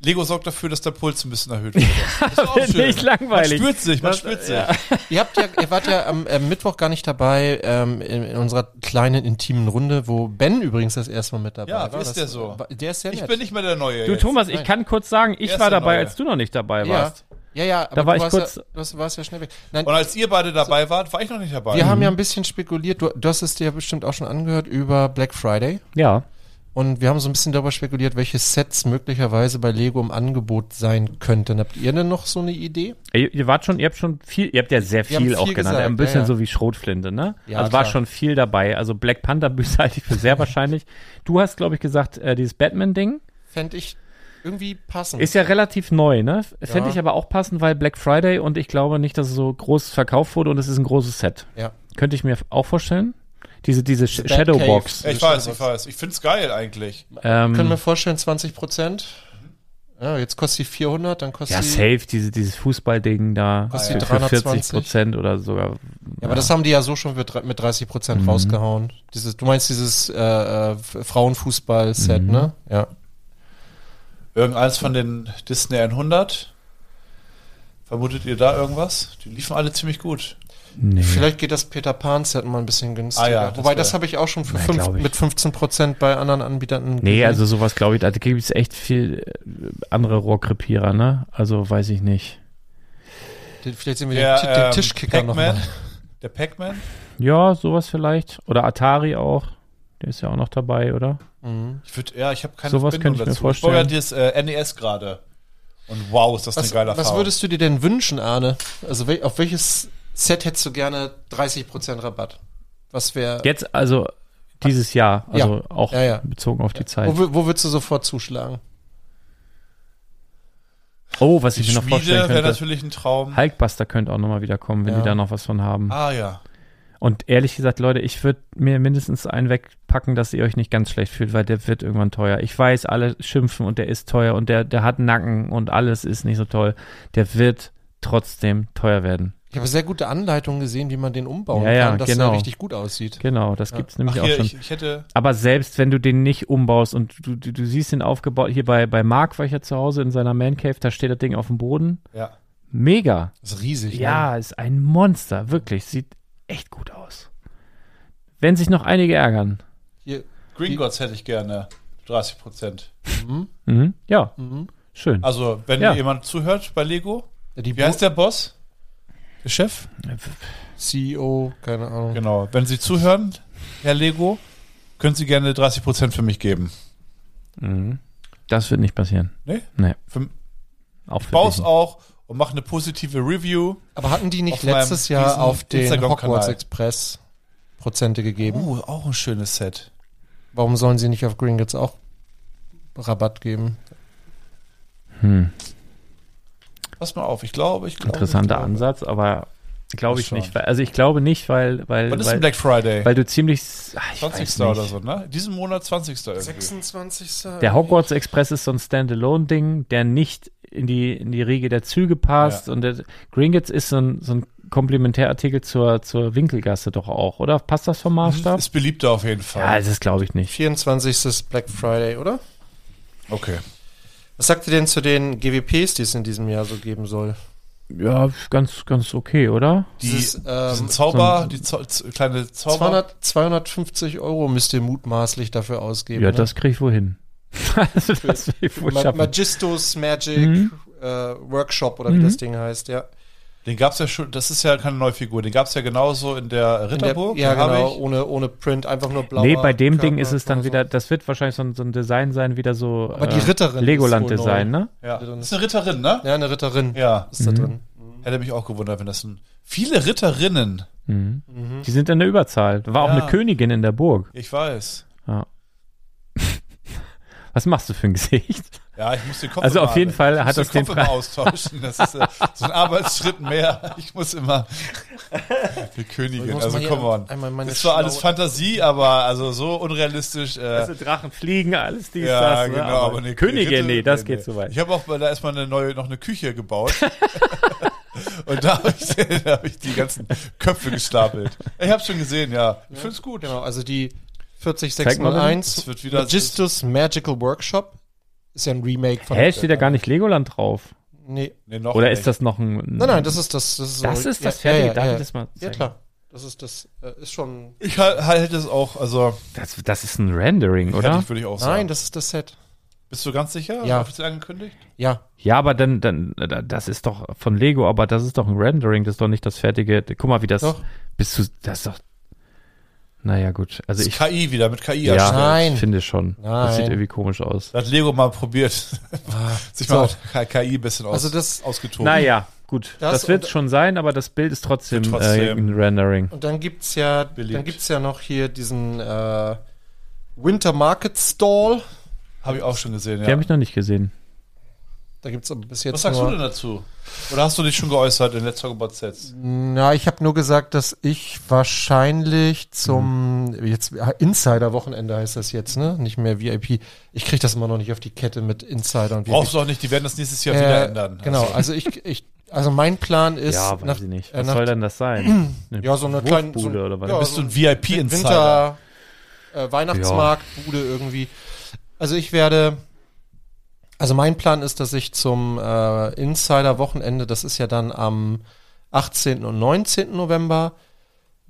Speaker 2: Lego sorgt dafür, dass der Puls ein bisschen erhöht wird. Das ist auch
Speaker 1: Finde ich langweilig.
Speaker 2: Man spürt sich, man
Speaker 1: Das-
Speaker 2: spürt sich.
Speaker 1: ja.
Speaker 3: ihr, habt ja, ihr wart ja am äh, Mittwoch gar nicht dabei ähm, in, in unserer kleinen intimen Runde, wo Ben übrigens das erste Mal mit dabei
Speaker 2: Ja,
Speaker 3: war.
Speaker 2: wie ist
Speaker 3: Das-
Speaker 2: der so?
Speaker 3: wa- Der ist ja nett.
Speaker 2: Ich bin nicht mehr der Neue.
Speaker 1: Du
Speaker 2: jetzt.
Speaker 1: Thomas, ich kann kurz sagen, ich
Speaker 2: Er ist
Speaker 1: war
Speaker 2: der
Speaker 1: dabei,
Speaker 2: Neue.
Speaker 1: als du noch nicht dabei
Speaker 3: ja,
Speaker 1: warst.
Speaker 3: ja, ja, aber
Speaker 1: Da war
Speaker 3: du
Speaker 1: ich kurz-
Speaker 3: warst ja, du warst ja schnell weg. Nein,
Speaker 2: Und als ihr beide dabei wart, war ich noch nicht dabei.
Speaker 3: wir
Speaker 1: Mhm.
Speaker 3: haben ja ein bisschen spekuliert, du, du hast es dir ja bestimmt auch schon angehört, über Black Friday.
Speaker 1: Ja.
Speaker 3: Und wir haben so ein bisschen darüber spekuliert, welche Sets möglicherweise bei Lego im Angebot sein könnten. Habt ihr denn noch so eine Idee?
Speaker 1: Ihr, ihr wart schon, ihr habt schon viel, ihr habt ja sehr
Speaker 3: Wir haben
Speaker 1: viel auch
Speaker 3: viel
Speaker 1: genannt.
Speaker 3: gesagt,
Speaker 1: ein bisschen
Speaker 3: ja, ja.
Speaker 1: so wie Schrotflinte, ne?
Speaker 3: Ja,
Speaker 1: also war
Speaker 3: klar.
Speaker 1: schon viel dabei. Also Black Panther Büste halte ich für sehr wahrscheinlich. Du hast, glaube ich, gesagt, äh, dieses Batman-Ding
Speaker 3: Fände ich irgendwie passend.
Speaker 1: ist ja relativ neu, ne? Fände
Speaker 3: Ja.
Speaker 1: ich aber auch passend, weil Black Friday und ich glaube nicht, dass es so groß verkauft wurde und es ist ein großes Set.
Speaker 3: ja.
Speaker 1: Könnte ich mir auch vorstellen. Diese, diese Sh
Speaker 3: Batcave. Äh,
Speaker 1: Shadowbox.
Speaker 2: Ja, ich weiß, ich weiß. Ich find's geil eigentlich.
Speaker 3: Können wir
Speaker 1: Ähm,
Speaker 3: vorstellen, 20 Prozent. Ja, jetzt kostet die 400, dann kostet
Speaker 1: ja,
Speaker 3: die.
Speaker 1: safe, diese, dieses Fußballding da
Speaker 3: Kostet
Speaker 1: für,
Speaker 3: die
Speaker 1: für 40
Speaker 3: 320?
Speaker 1: Prozent oder sogar.
Speaker 3: Ja, aber das haben die ja so schon mit dr- mit 30 Prozent
Speaker 1: Mhm.
Speaker 3: rausgehauen. Dieses, du meinst dieses äh, äh, F- Frauenfußball-Set,
Speaker 1: Mhm.
Speaker 3: ne? Ja.
Speaker 2: Irgendeins von den Disney 100. Vermutet ihr da irgendwas? Die liefen alle ziemlich gut.
Speaker 1: Nee.
Speaker 3: Vielleicht geht das Peter Pan Set mal ein bisschen günstiger.
Speaker 2: Ah ja, das
Speaker 3: Wobei
Speaker 2: wär-
Speaker 3: das habe ich auch schon für
Speaker 1: Nein,
Speaker 3: fünf,
Speaker 1: glaub ich.
Speaker 3: mit 15 Prozent bei anderen Anbietern.
Speaker 1: Nee,
Speaker 3: gesehen.
Speaker 1: also sowas glaube ich, da gibt es echt viel äh, andere Rohrkrepierer, ne? Also weiß ich nicht.
Speaker 3: Den- vielleicht sehen wir
Speaker 2: Der,
Speaker 3: den, Ti- den
Speaker 2: ähm,
Speaker 3: Tischkicker nochmal.
Speaker 2: Pac-Man. Der Pac-Man?
Speaker 1: Ja, sowas vielleicht. Oder Atari auch. Der ist ja auch noch dabei, oder?
Speaker 3: Mhm.
Speaker 2: Ich würd, ja, ich habe keine
Speaker 1: Sowas
Speaker 2: Verbindung
Speaker 1: könnte ich mir
Speaker 2: dazu.
Speaker 1: vorstellen.
Speaker 2: Ich baue ja das äh, NES gerade. Und wow, ist das
Speaker 3: Was,
Speaker 2: eine geile
Speaker 3: was
Speaker 2: Erfahrung.
Speaker 3: würdest du dir denn wünschen, Arne? Also wel, auf welches Set hättest du gerne 30 Prozent Rabatt? Was wäre.
Speaker 1: Jetzt, also dieses Jahr, also auch
Speaker 3: Ja, ja.
Speaker 1: bezogen auf die Zeit.
Speaker 3: Wo, wür- wo würdest du sofort zuschlagen?
Speaker 1: Oh, was
Speaker 2: die
Speaker 1: ich mir noch vorstellen
Speaker 2: Schmiede wäre
Speaker 1: könnte. Halt.
Speaker 2: natürlich ein Traum.
Speaker 1: Hulkbuster könnte auch nochmal wiederkommen, wenn
Speaker 3: Ja.
Speaker 1: die da noch was von haben.
Speaker 2: Ah ja.
Speaker 1: Und ehrlich gesagt, Leute, ich würde mir mindestens einen wegpacken, dass ihr euch nicht ganz schlecht fühlt, weil der wird irgendwann teuer. Ich weiß, alle schimpfen und der ist teuer und der, der hat einen Nacken und alles ist nicht so toll. Der wird trotzdem teuer werden.
Speaker 3: Ich habe sehr gute Anleitungen gesehen, wie man den umbauen
Speaker 1: Ja, ja,
Speaker 3: kann, dass
Speaker 1: genau.
Speaker 3: er richtig gut aussieht.
Speaker 1: Genau, das
Speaker 3: Ja.
Speaker 1: gibt's
Speaker 2: Ach,
Speaker 1: nämlich auch
Speaker 2: hier,
Speaker 1: schon.
Speaker 2: ich, ich hätte.
Speaker 1: Aber selbst wenn du den nicht umbaust und du, du, du siehst den aufgebaut, hier bei, bei Marc war ich ja zu Hause in seiner Man Cave, da steht das Ding auf dem Boden.
Speaker 2: Ja.
Speaker 1: Mega.
Speaker 3: Das ist riesig.
Speaker 2: ne?
Speaker 1: Ja, ist ein Monster, wirklich. Sieht echt gut aus. Wenn sich noch einige ärgern.
Speaker 3: Hier,
Speaker 2: Green
Speaker 3: Die-
Speaker 2: Gods hätte ich gerne. 30 Prozent.
Speaker 3: mhm,
Speaker 1: Mhm. Ja,
Speaker 3: mhm.
Speaker 1: schön.
Speaker 2: Also, wenn
Speaker 1: Ja.
Speaker 2: jemand zuhört bei Lego,
Speaker 3: Ja, die
Speaker 2: wie heißt der Boss? Der Chef?
Speaker 3: CEO, E keine Ahnung.
Speaker 2: Genau. Wenn Sie zuhören, Herr Lego, können Sie gerne 30 Prozent für mich geben.
Speaker 1: Mhm. Das wird nicht passieren.
Speaker 2: Nee?
Speaker 1: Nee.
Speaker 2: Für,
Speaker 1: Auch für
Speaker 2: baus
Speaker 1: dich.
Speaker 2: auch und mach eine positive Review.
Speaker 3: Aber hatten die nicht
Speaker 2: Auf
Speaker 3: letztes
Speaker 2: meinem riesen
Speaker 3: Jahr auf den
Speaker 2: Instagram-Kanal.
Speaker 3: Hogwarts Express Prozente gegeben?
Speaker 2: Uh, auch ein schönes Set.
Speaker 3: Warum sollen sie nicht auf Gringotts auch Rabatt geben?
Speaker 1: Hm.
Speaker 2: Pass mal auf, ich glaube, ich glaube. ich
Speaker 1: Interessanter
Speaker 2: glaube.
Speaker 1: Ansatz, aber glaube
Speaker 2: Mal
Speaker 1: ich
Speaker 2: schauen.
Speaker 1: nicht. Weil, also ich glaube nicht, weil, weil,
Speaker 2: Wann ist denn
Speaker 1: weil,
Speaker 2: Black Friday?
Speaker 1: weil du ziemlich. Ach, ich weiß
Speaker 2: 20.
Speaker 1: nicht.
Speaker 2: oder so, ne? Diesen Monat 20. irgendwie.
Speaker 3: 26.
Speaker 1: Der Hogwarts Express ist so ein Standalone-Ding, der nicht in die, in die Riege der Züge passt. Und der Gringotts ist so ein, so ein Komplementärartikel zur, zur Winkelgasse doch auch, oder? Passt das vom Maßstab?
Speaker 2: Mhm, Ist beliebter auf jeden Fall.
Speaker 1: Ja, das ist, glaube ich, nicht.
Speaker 3: 24. ist Black Friday, oder?
Speaker 2: okay.
Speaker 3: Was sagt ihr denn zu den GWPs, die es in diesem Jahr so geben soll?
Speaker 1: Ja, ganz, ganz okay, oder?
Speaker 2: Die,
Speaker 3: Das ist, ähm,
Speaker 2: diesen Zauber,
Speaker 1: so ein-
Speaker 2: die Zau z- kleine Zauber.
Speaker 3: 200, 250 Euro müsst ihr mutmaßlich dafür ausgeben.
Speaker 1: Ja,
Speaker 3: ne?
Speaker 1: das krieg ich wohin. also, das will ich wohl
Speaker 3: Ma
Speaker 1: schaffen.
Speaker 3: Magistos Magic
Speaker 1: Mhm.
Speaker 3: äh, Workshop oder wie
Speaker 1: Mhm.
Speaker 3: das Ding heißt, ja.
Speaker 2: Den gab's ja schon, das ist ja keine neue Figur. Den gab's ja genauso in der
Speaker 3: In der-
Speaker 2: Ritterburg.
Speaker 3: ja,
Speaker 2: den hab
Speaker 3: genau,
Speaker 2: ich.
Speaker 3: ohne, ohne Print, einfach nur blau.
Speaker 1: Nee, bei dem Ding ist es dann wieder, das wird wahrscheinlich so ein, so ein Design sein, wieder so äh,
Speaker 3: Aber die Ritterin ist
Speaker 1: Legoland-Design, ne?
Speaker 2: Ja. Das ist eine Ritterin, ne?
Speaker 3: Ja, eine Ritterin
Speaker 2: Ja.
Speaker 3: ist da
Speaker 1: Mhm.
Speaker 3: drin.
Speaker 2: Hätte mich auch gewundert, wenn das ein. Viele Ritterinnen.
Speaker 1: Mhm.
Speaker 3: Mhm.
Speaker 1: Die sind in der Überzahl. Da war auch
Speaker 2: Ja.
Speaker 1: eine Königin in der Burg.
Speaker 2: Ich weiß.
Speaker 1: Was machst du für ein Gesicht?
Speaker 2: Ja, ich muss den Kopf
Speaker 1: Also
Speaker 2: immer-
Speaker 1: auf jeden Fall
Speaker 2: ich
Speaker 1: hat
Speaker 2: muss
Speaker 1: das den
Speaker 2: Kopf
Speaker 1: Preis-
Speaker 2: immer austauschen. Das ist äh, so ein Arbeitsschritt mehr. Ich muss immer für
Speaker 3: Ich
Speaker 2: Königin.
Speaker 3: muss
Speaker 2: Also
Speaker 3: mal hier
Speaker 2: come on.
Speaker 3: einmal meine
Speaker 2: Ist zwar alles
Speaker 3: schlaue-
Speaker 2: Fantasie, aber also so unrealistisch. Äh,
Speaker 1: Drachen fliegen, alles dies, ne?
Speaker 2: ja, genau. Aber eine
Speaker 1: Königin, nee, das
Speaker 2: nee,
Speaker 1: geht
Speaker 2: nee.
Speaker 1: zu weit.
Speaker 2: Ich habe auch mal da erstmal eine neue, noch eine Küche gebaut. Und da habe ich, da hab ich die ganzen Köpfe gestapelt. Ich habe schon gesehen, ja. Ich finde es gut.
Speaker 3: Genau, also die
Speaker 2: Das
Speaker 3: 40601
Speaker 2: wird wieder
Speaker 3: Magistus Magical Workshop ist ja ein Remake von.
Speaker 1: Hä, steht da gar nicht Legoland drauf?
Speaker 3: Nee.
Speaker 2: Nee, noch
Speaker 1: Oder
Speaker 2: nicht.
Speaker 1: ist das noch ein.
Speaker 3: Nein, nein, das ist das. Das ist, so-
Speaker 1: Das ist das
Speaker 3: ja,
Speaker 1: fertige,
Speaker 3: ja,
Speaker 1: darf
Speaker 3: ja,
Speaker 1: ich das mal
Speaker 3: Ja,
Speaker 1: zeigen?
Speaker 3: klar. Das ist das. Äh, ist schon.
Speaker 2: Ich hal- halte es auch, also
Speaker 1: Das, das ist ein Rendering, oder?
Speaker 2: fertig würde ich auch sagen.
Speaker 3: Nein, das ist das Set.
Speaker 2: Bist du ganz sicher?
Speaker 3: Ja.
Speaker 2: Offiziell angekündigt?
Speaker 3: Ja.
Speaker 1: Ja, aber dann, dann, äh, das ist doch von Lego, aber das ist doch ein Rendering, das ist doch nicht das fertige. Guck mal, wie das.
Speaker 3: Doch.
Speaker 1: Bist du. Das ist doch. Naja, gut. Also
Speaker 2: Das
Speaker 1: ich
Speaker 2: ist KI wieder mit KI
Speaker 1: Ja.
Speaker 2: erstellt.
Speaker 3: Nein.
Speaker 1: Ich finde schon. Das sieht
Speaker 3: Nein.
Speaker 1: irgendwie komisch aus.
Speaker 2: Da hat Lego mal probiert, sich
Speaker 3: Ah, So.
Speaker 2: mal mit KI ein bisschen aus,
Speaker 3: Also das-
Speaker 2: ausgetobt.
Speaker 1: Naja, gut.
Speaker 3: Das
Speaker 1: Das, wird
Speaker 3: und-
Speaker 1: schon sein, aber das Bild ist trotzdem,
Speaker 2: Wird trotzdem-
Speaker 1: Äh, ein Rendering.
Speaker 3: Und dann gibt's ja,
Speaker 2: Beliebt.
Speaker 3: dann gibt's ja noch hier diesen äh, Winter Market Stall.
Speaker 2: Habe ich auch schon gesehen,
Speaker 1: Die
Speaker 2: ja.
Speaker 1: habe ich noch nicht gesehen.
Speaker 3: Da gibt's aber bis jetzt
Speaker 2: Was sagst du
Speaker 3: nur,
Speaker 2: denn dazu? Oder hast du dich schon geäußert in letzter Geburtstags?
Speaker 3: Na, ich habe nur gesagt, dass ich wahrscheinlich zum jetzt ah, Insider-Wochenende heißt das jetzt, ne? Nicht mehr VIP. Ich krieg das immer noch nicht auf die Kette mit Insider und VIP.
Speaker 2: Brauchst du auch nicht, die werden das nächstes Jahr
Speaker 3: Äh,
Speaker 2: wieder ändern.
Speaker 3: Genau,
Speaker 2: Also,
Speaker 3: also ich, ich, also mein Plan ist
Speaker 1: ja, weiß
Speaker 3: nach,
Speaker 1: ich nicht.
Speaker 3: äh,
Speaker 1: Was
Speaker 3: nach
Speaker 1: soll denn das sein? Eine
Speaker 3: ja so eine kleine so,
Speaker 1: Wurfbude oder was?
Speaker 3: Ja,
Speaker 2: bist
Speaker 3: so
Speaker 2: du ein
Speaker 3: ein
Speaker 2: VIP-Insider?
Speaker 3: Winter äh, Weihnachtsmarkt Bude irgendwie. Also ich werde Also mein Plan ist, dass ich zum äh, Insider-Wochenende, das ist ja dann am 18. und 19. November,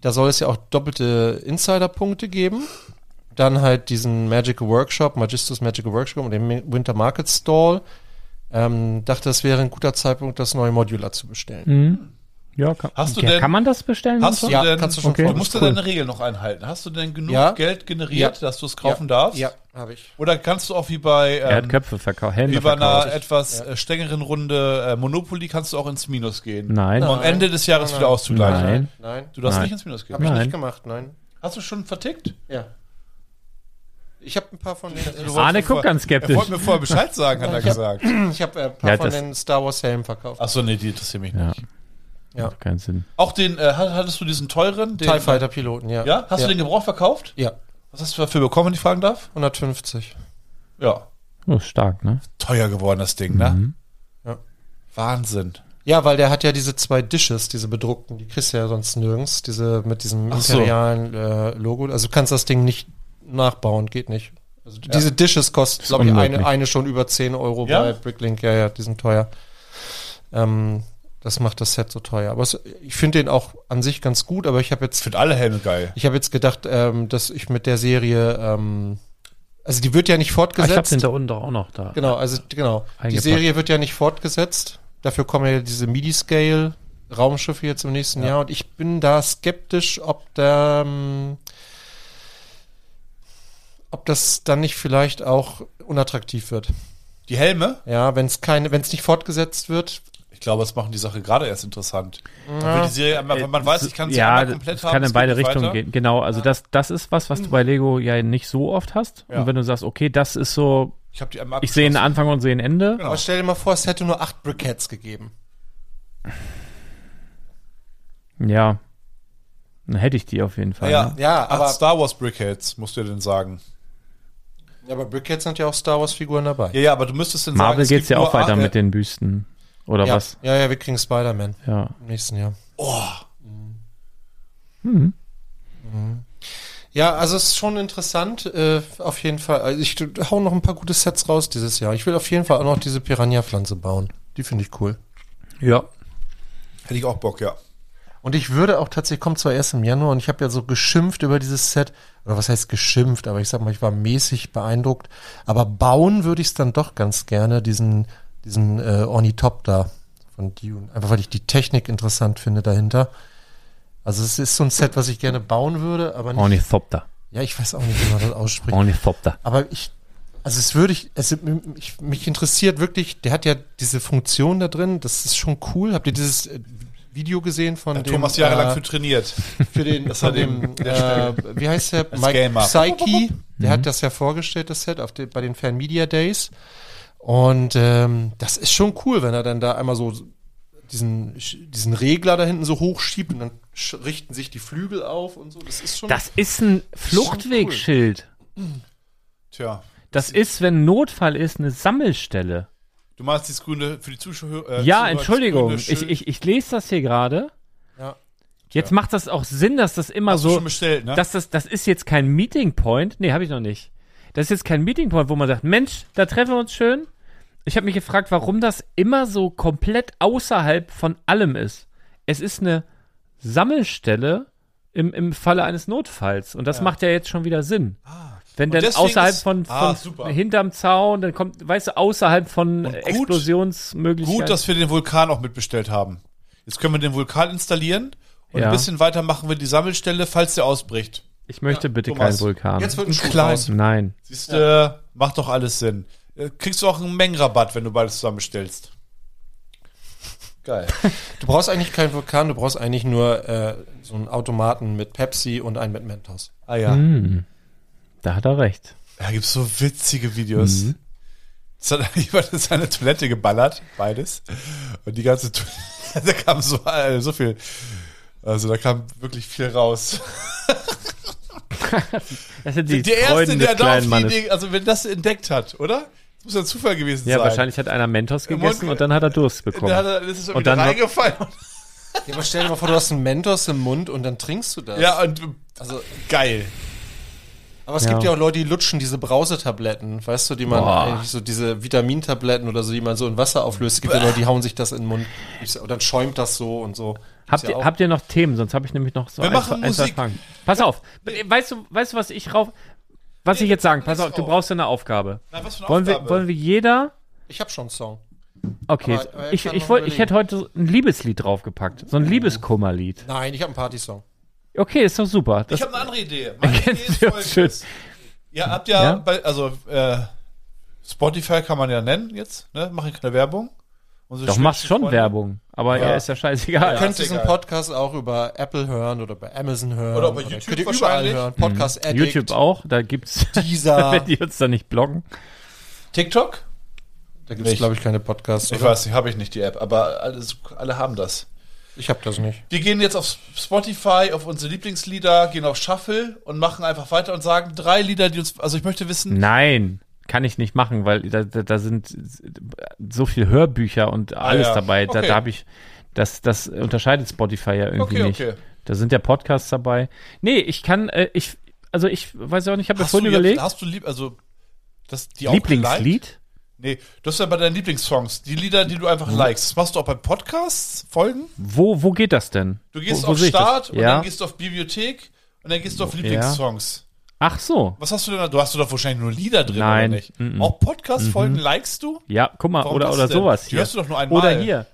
Speaker 3: da soll es ja auch doppelte Insider-Punkte geben. Dann halt diesen Magic Workshop, Magistus Magic Workshop und den Winter Market Stall. Ähm, dachte, es wäre ein guter Zeitpunkt, das neue Modular zu bestellen.
Speaker 1: Mhm. Ja, kann,
Speaker 2: Hast du
Speaker 1: ja,
Speaker 2: denn-
Speaker 1: kann man das bestellen?
Speaker 2: Hast du
Speaker 1: und
Speaker 3: Ja,
Speaker 2: denn,
Speaker 3: kannst du schon
Speaker 1: Okay.
Speaker 2: du
Speaker 1: vorbereiten.
Speaker 2: musst ja
Speaker 1: Cool.
Speaker 2: deine Regel noch einhalten. Hast du denn genug
Speaker 3: Ja.
Speaker 2: Geld generiert,
Speaker 3: Ja.
Speaker 2: dass du es kaufen darfst?
Speaker 3: Ja, habe ich.
Speaker 2: Oder kannst du auch wie bei,
Speaker 1: so? Er
Speaker 2: ähm,
Speaker 1: hat Köpfe verkauft, Hände
Speaker 2: wie bei einer
Speaker 1: verkauft.
Speaker 2: etwas äh, strengeren Runde äh, Monopoly kannst du auch ins Minus gehen?
Speaker 1: Nein.
Speaker 2: Um am
Speaker 3: Nein.
Speaker 2: Ende des Jahres
Speaker 3: Nein.
Speaker 2: wieder auszugleichen.
Speaker 1: Nein.
Speaker 3: Nein,
Speaker 2: Du darfst
Speaker 1: Nein.
Speaker 2: nicht ins Minus
Speaker 3: habe
Speaker 2: gehen.
Speaker 3: ich
Speaker 1: Nein.
Speaker 3: nicht gemacht, nein.
Speaker 2: Hast du schon vertickt?
Speaker 3: Ja. Ich habe ein paar von
Speaker 2: Also,
Speaker 3: den,
Speaker 1: Arne guckt ganz
Speaker 2: Er
Speaker 1: skeptisch.
Speaker 2: wollte mir vorher Bescheid sagen, hat er
Speaker 3: Ich hab-
Speaker 2: gesagt.
Speaker 3: ich hab, äh, ein
Speaker 1: Ja,
Speaker 3: paar von
Speaker 1: das-
Speaker 3: den Star Wars Helmen verkauft.
Speaker 2: Achso, nee, die interessieren mich
Speaker 1: Ja.
Speaker 2: nicht.
Speaker 3: Ja.
Speaker 1: Keinen Sinn.
Speaker 2: Auch den, äh, hat- hattest du diesen teuren? Den,
Speaker 3: TIE Fighter Piloten, ja.
Speaker 2: Ja? Hast du den Gebrauch verkauft?
Speaker 3: Ja,
Speaker 2: Was hast du dafür bekommen, wenn ich fragen darf?
Speaker 3: 150.
Speaker 2: Ja.
Speaker 1: Oh, stark, ne?
Speaker 2: Teuer geworden, das Ding, ne?
Speaker 1: Mhm.
Speaker 2: Wahnsinn.
Speaker 3: Ja, weil der hat ja diese zwei Dishes, diese bedruckten, die kriegst du ja sonst nirgends, diese mit diesem
Speaker 2: Ach so.
Speaker 3: imperialen äh, Logo. Also du kannst das Ding nicht nachbauen, geht nicht. Also diese Dishes kosten,
Speaker 1: Ist
Speaker 3: glaube ich,
Speaker 1: unmöglich.
Speaker 3: eine, eine schon über 10 Euro
Speaker 2: Ja?
Speaker 3: bei Bricklink, ja, ja, die sind teuer. Ähm, das macht das Set so teuer. Aber es, ich finde den auch an sich ganz gut, aber ich habe jetzt
Speaker 2: Ich finde alle Helme geil.
Speaker 3: Ich habe jetzt gedacht, ähm, dass ich mit der Serie, ähm, also die wird ja nicht
Speaker 1: Ah, ich hab
Speaker 3: fortgesetzt.
Speaker 1: den da unten doch auch noch da.
Speaker 3: genau, also genau. Die
Speaker 1: Eingepackt.
Speaker 3: Serie wird ja nicht fortgesetzt. Dafür kommen ja diese Midi-Scale Raumschiffe jetzt im nächsten Jahr und ich bin da skeptisch, ob da, ähm, ob das dann nicht vielleicht auch unattraktiv wird.
Speaker 2: Die Helme?
Speaker 3: Ja, wenn es keine, wenn es nicht fortgesetzt wird.
Speaker 2: Ich glaube, das machen die Sache gerade erst interessant. Man will
Speaker 3: Ja.
Speaker 2: die Serie einmal, wenn man weiß, ich kann sie
Speaker 1: Äh, ja,
Speaker 2: einmal
Speaker 1: komplett
Speaker 2: komplett
Speaker 1: es
Speaker 2: haben.
Speaker 1: kann
Speaker 2: es
Speaker 1: in
Speaker 2: geht
Speaker 1: beide
Speaker 2: nicht
Speaker 1: Richtungen
Speaker 2: weiter.
Speaker 1: gehen. Genau, also das, das ist was, was du bei Lego ja nicht so oft hast.
Speaker 2: Ja.
Speaker 1: Und wenn du sagst, okay, das ist so,
Speaker 2: Ich habe die einmal
Speaker 1: ich sehe einen Anfang und sehe ein Ende.
Speaker 2: Genau.
Speaker 3: Aber stell dir mal vor, es hätte nur acht Brickheads gegeben.
Speaker 1: Ja. Dann hätte ich die auf jeden Fall.
Speaker 2: Ja,
Speaker 1: ne?
Speaker 3: Ja,
Speaker 2: ja aber
Speaker 3: aber-
Speaker 2: Star Wars Brickheads, musst du dir denn sagen.
Speaker 3: Ja, aber Brickheads sind ja auch Star Wars Figuren dabei.
Speaker 2: Ja, ja, aber du müsstest denn sagen,
Speaker 1: Marvel
Speaker 2: es
Speaker 1: geht's
Speaker 2: gibt
Speaker 1: ja auch
Speaker 2: nur
Speaker 1: weiter
Speaker 2: acht-
Speaker 1: mit den Büsten. Oder
Speaker 3: ja,
Speaker 1: was?
Speaker 3: ja, ja, wir kriegen Spider-Man.
Speaker 1: Ja.
Speaker 3: im nächsten Jahr.
Speaker 2: Oh,
Speaker 1: Hm.
Speaker 3: Mhm. Ja, also es ist schon interessant, äh, auf jeden Fall. Also ich hau noch ein paar gute Sets raus dieses Jahr. Ich will auf jeden Fall auch noch diese Piranha-Pflanze bauen. Die finde ich cool.
Speaker 1: Ja.
Speaker 2: hätte ich auch Bock, ja.
Speaker 3: Und ich würde auch tatsächlich, kommt zwar erst im Januar und ich habe ja so geschimpft über dieses Set, oder was heißt geschimpft, aber ich sag mal, ich war mäßig beeindruckt. Aber bauen würde ich es dann doch ganz gerne, diesen, diesen äh, Ornithopter von Dune. Einfach weil ich die Technik interessant finde dahinter. Also es ist so ein Set, was ich gerne bauen würde, aber nicht.
Speaker 1: Ornithopter.
Speaker 3: Ja, ich weiß auch nicht, wie man das ausspricht.
Speaker 1: Ornithopter.
Speaker 3: Aber ich, also es würde ich, also ich, mich interessiert wirklich, der hat ja diese Funktion da drin, das ist schon cool. Habt ihr dieses äh, Video gesehen von
Speaker 2: Hat
Speaker 3: dem,
Speaker 2: Thomas jahrelang
Speaker 3: äh,
Speaker 2: für trainiert.
Speaker 3: für den,
Speaker 2: Das
Speaker 3: von
Speaker 2: hat ihm
Speaker 3: dem äh, wie heißt der,
Speaker 2: Als
Speaker 3: Mike
Speaker 2: Gamer.
Speaker 3: Psyche, der hat das ja vorgestellt, das Set, auf den, bei den Fan Media Days. Und ähm, das ist schon cool, wenn er dann da einmal so diesen, diesen Regler da hinten so hochschiebt und dann sch- richten sich die Flügel auf und so. Das ist schon
Speaker 1: Das ist ein Fluchtwegschild.
Speaker 2: Tja.
Speaker 1: Das ist, wenn Notfall ist, eine Sammelstelle.
Speaker 2: Du meinst dieses grüne, für die Zuschauer. äh,
Speaker 1: Ja,
Speaker 2: Zuhörer,
Speaker 1: Entschuldigung.
Speaker 2: das
Speaker 1: Ich,
Speaker 2: grüne Schild.
Speaker 1: ich, ich lese das hier gerade.
Speaker 3: Ja.
Speaker 1: Jetzt macht das auch Sinn, dass das immer
Speaker 2: Hast du
Speaker 1: so.
Speaker 2: schon bestellt, ne?
Speaker 1: dass das, das ist jetzt kein Meeting Point. Nee, habe ich noch nicht. Das ist jetzt kein Meeting Point, wo man sagt, Mensch, da treffen wir uns schön. Ich habe mich gefragt, warum das immer so komplett außerhalb von allem ist. Es ist eine Sammelstelle im, im Falle eines Notfalls. Und das macht ja jetzt schon wieder Sinn. Wenn dann
Speaker 2: Ah, deswegen
Speaker 1: außerhalb
Speaker 2: ist-
Speaker 1: von, von
Speaker 2: Ah, super.
Speaker 1: hinterm Zaun, dann kommt, weißt du, außerhalb von
Speaker 2: Und
Speaker 1: äh,
Speaker 2: gut-
Speaker 1: Explosionsmöglichkeiten.
Speaker 2: Gut, dass wir den Vulkan auch mitbestellt haben. Jetzt können wir den Vulkan installieren und
Speaker 1: Ja.
Speaker 2: ein bisschen weiter machen wir die Sammelstelle, falls der ausbricht.
Speaker 1: ich möchte bitte
Speaker 2: Thomas,
Speaker 1: keinen Vulkan.
Speaker 3: jetzt wird ein
Speaker 2: Ein
Speaker 3: Schuh
Speaker 2: klein-
Speaker 3: draus.
Speaker 1: Nein.
Speaker 2: Siehst du, macht doch alles Sinn. Äh, Kriegst du auch einen Mengenrabatt, wenn du beides zusammenstellst. Geil.
Speaker 3: Du brauchst eigentlich keinen Vulkan, du brauchst eigentlich nur äh, so einen Automaten mit Pepsi und einen mit Mentos.
Speaker 2: Ah ja.
Speaker 1: Hm. Da hat er recht.
Speaker 2: Da gibt's so witzige Videos. Das hat jemand in seine Toilette geballert, beides. Und die ganze Toilette, da kam so, äh, so viel. Also da kam wirklich viel raus.
Speaker 1: Das sind die,
Speaker 2: der Erste,
Speaker 1: Freuden
Speaker 2: der
Speaker 1: des
Speaker 2: da auf
Speaker 1: kleinen
Speaker 2: die
Speaker 1: Mannes.
Speaker 2: Idee, also wenn das entdeckt hat, oder? Das muss ja ein Zufall gewesen
Speaker 1: Ja,
Speaker 2: sein.
Speaker 1: wahrscheinlich hat einer Mentos
Speaker 2: Im
Speaker 1: gegessen
Speaker 2: Mund-
Speaker 1: und dann hat er Durst bekommen.
Speaker 2: Da hat er, das ist
Speaker 1: Und
Speaker 2: und
Speaker 1: dann
Speaker 2: dann
Speaker 1: noch-
Speaker 2: reingefallen.
Speaker 3: Ja, aber stell dir mal Also, vor, du hast einen Mentos im Mund und dann trinkst du das.
Speaker 2: Ja, und
Speaker 3: Also,
Speaker 2: geil.
Speaker 3: Aber es
Speaker 1: Ja.
Speaker 3: gibt ja auch Leute, die lutschen diese Brausetabletten, weißt du, die man
Speaker 1: Boah.
Speaker 3: eigentlich so diese Vitamintabletten oder so, die man so in Wasser auflöst. Es gibt ja Leute, die hauen sich das in den Mund Gibt's ja- und dann schäumt das so und so.
Speaker 1: Habt,
Speaker 3: Ist ja
Speaker 1: ihr,
Speaker 3: auch-
Speaker 1: habt ihr noch Themen? Sonst habe ich nämlich noch so
Speaker 2: Wir
Speaker 1: ein,
Speaker 2: machen
Speaker 1: ein, zwei
Speaker 2: Musik.
Speaker 1: Fragen. Pass auf. Weißt du, weißt du, was ich rauf. Was ich jetzt sagen, pass auf, du
Speaker 2: rauf.
Speaker 1: brauchst ja eine Aufgabe.
Speaker 2: Nein, was für eine
Speaker 1: Wollen wir,
Speaker 2: Aufgabe?
Speaker 1: wollen wir jeder.
Speaker 3: ich habe schon einen Song.
Speaker 1: Okay,
Speaker 3: Aber- aber er
Speaker 1: ich,
Speaker 3: kann
Speaker 1: ich,
Speaker 3: noch
Speaker 1: wollt, ich
Speaker 3: überlegen.
Speaker 1: hätte heute so ein Liebeslied draufgepackt. So ein Liebeskummerlied.
Speaker 3: Nein, ich habe einen Partysong.
Speaker 1: Okay, ist doch super. Das,
Speaker 2: ich habe eine andere Idee. Meine Idee
Speaker 1: Ergänzen
Speaker 2: ist
Speaker 1: wir uns
Speaker 2: folgendes. Ihr habt ja,
Speaker 1: Ja?
Speaker 2: Bei, also äh, Spotify kann man ja nennen jetzt, ne? Mache ich keine Werbung. Unsere
Speaker 1: doch, machst
Speaker 2: schlimmsten
Speaker 1: schon
Speaker 2: Freunde-
Speaker 1: Werbung. Aber ja.
Speaker 2: Ja.
Speaker 1: ist ja scheißegal.
Speaker 3: Ihr
Speaker 2: Ja,
Speaker 3: könnt
Speaker 2: ist
Speaker 3: diesen
Speaker 2: egal.
Speaker 3: Podcast auch über Apple hören oder bei Amazon hören.
Speaker 2: Oder bei YouTube
Speaker 3: könnt ihr überall
Speaker 2: wahrscheinlich.
Speaker 3: hören. Podcast Addict.
Speaker 1: Mhm. YouTube auch, da gibt's.
Speaker 3: Dieser.
Speaker 1: wenn die uns da nicht blocken.
Speaker 2: TikTok?
Speaker 3: Da gibt es, glaube ich, keine Podcasts.
Speaker 2: Ich
Speaker 3: oder?
Speaker 2: weiß nicht, habe ich nicht die App, aber alles, alle haben das.
Speaker 3: Ich habe das nicht.
Speaker 2: Wir gehen jetzt auf Spotify, auf unsere Lieblingslieder, gehen auf Shuffle und machen einfach weiter und sagen drei Lieder, die uns. Also ich möchte
Speaker 1: Hm.
Speaker 2: wissen,
Speaker 1: Nein, kann ich nicht machen, weil da, da, da sind so viel Hörbücher und alles
Speaker 2: Ah ja.
Speaker 1: dabei. Da,
Speaker 2: Okay.
Speaker 1: da habe ich, das, das unterscheidet Spotify ja irgendwie
Speaker 2: Okay,
Speaker 1: nicht.
Speaker 2: okay.
Speaker 1: Da sind ja Podcasts dabei. Nee, ich kann, äh, ich, also ich weiß auch nicht, ich habe mir
Speaker 2: hast, du,
Speaker 1: vorhin
Speaker 2: jetzt-
Speaker 1: überlegt,
Speaker 2: hast du lieb, also das die auch geliked?
Speaker 1: Lieblingslied?
Speaker 2: Nee, das ist ja bei deinen Lieblingssongs, die Lieder, die du
Speaker 1: Hm.
Speaker 2: einfach likest. Das machst du auch bei Podcasts folgen?
Speaker 1: Wo, wo geht das denn?
Speaker 2: Du gehst
Speaker 1: wo, wo
Speaker 2: auf
Speaker 1: sehe ich das?
Speaker 2: Start und
Speaker 1: ja?
Speaker 2: dann gehst du auf Bibliothek und dann gehst du auf Lieblingssongs.
Speaker 1: Ach so.
Speaker 2: Was hast du denn da? Du hast doch wahrscheinlich nur Lieder drin,
Speaker 1: Nein.
Speaker 2: oder nicht?
Speaker 1: Mhm.
Speaker 2: Auch Podcast-Folgen likest du?
Speaker 1: Ja, guck mal,
Speaker 2: Warum
Speaker 1: oder,
Speaker 2: das
Speaker 1: oder
Speaker 2: denn?
Speaker 1: sowas
Speaker 2: Die
Speaker 1: hier.
Speaker 2: hörst du doch nur einmal.
Speaker 1: oder hier.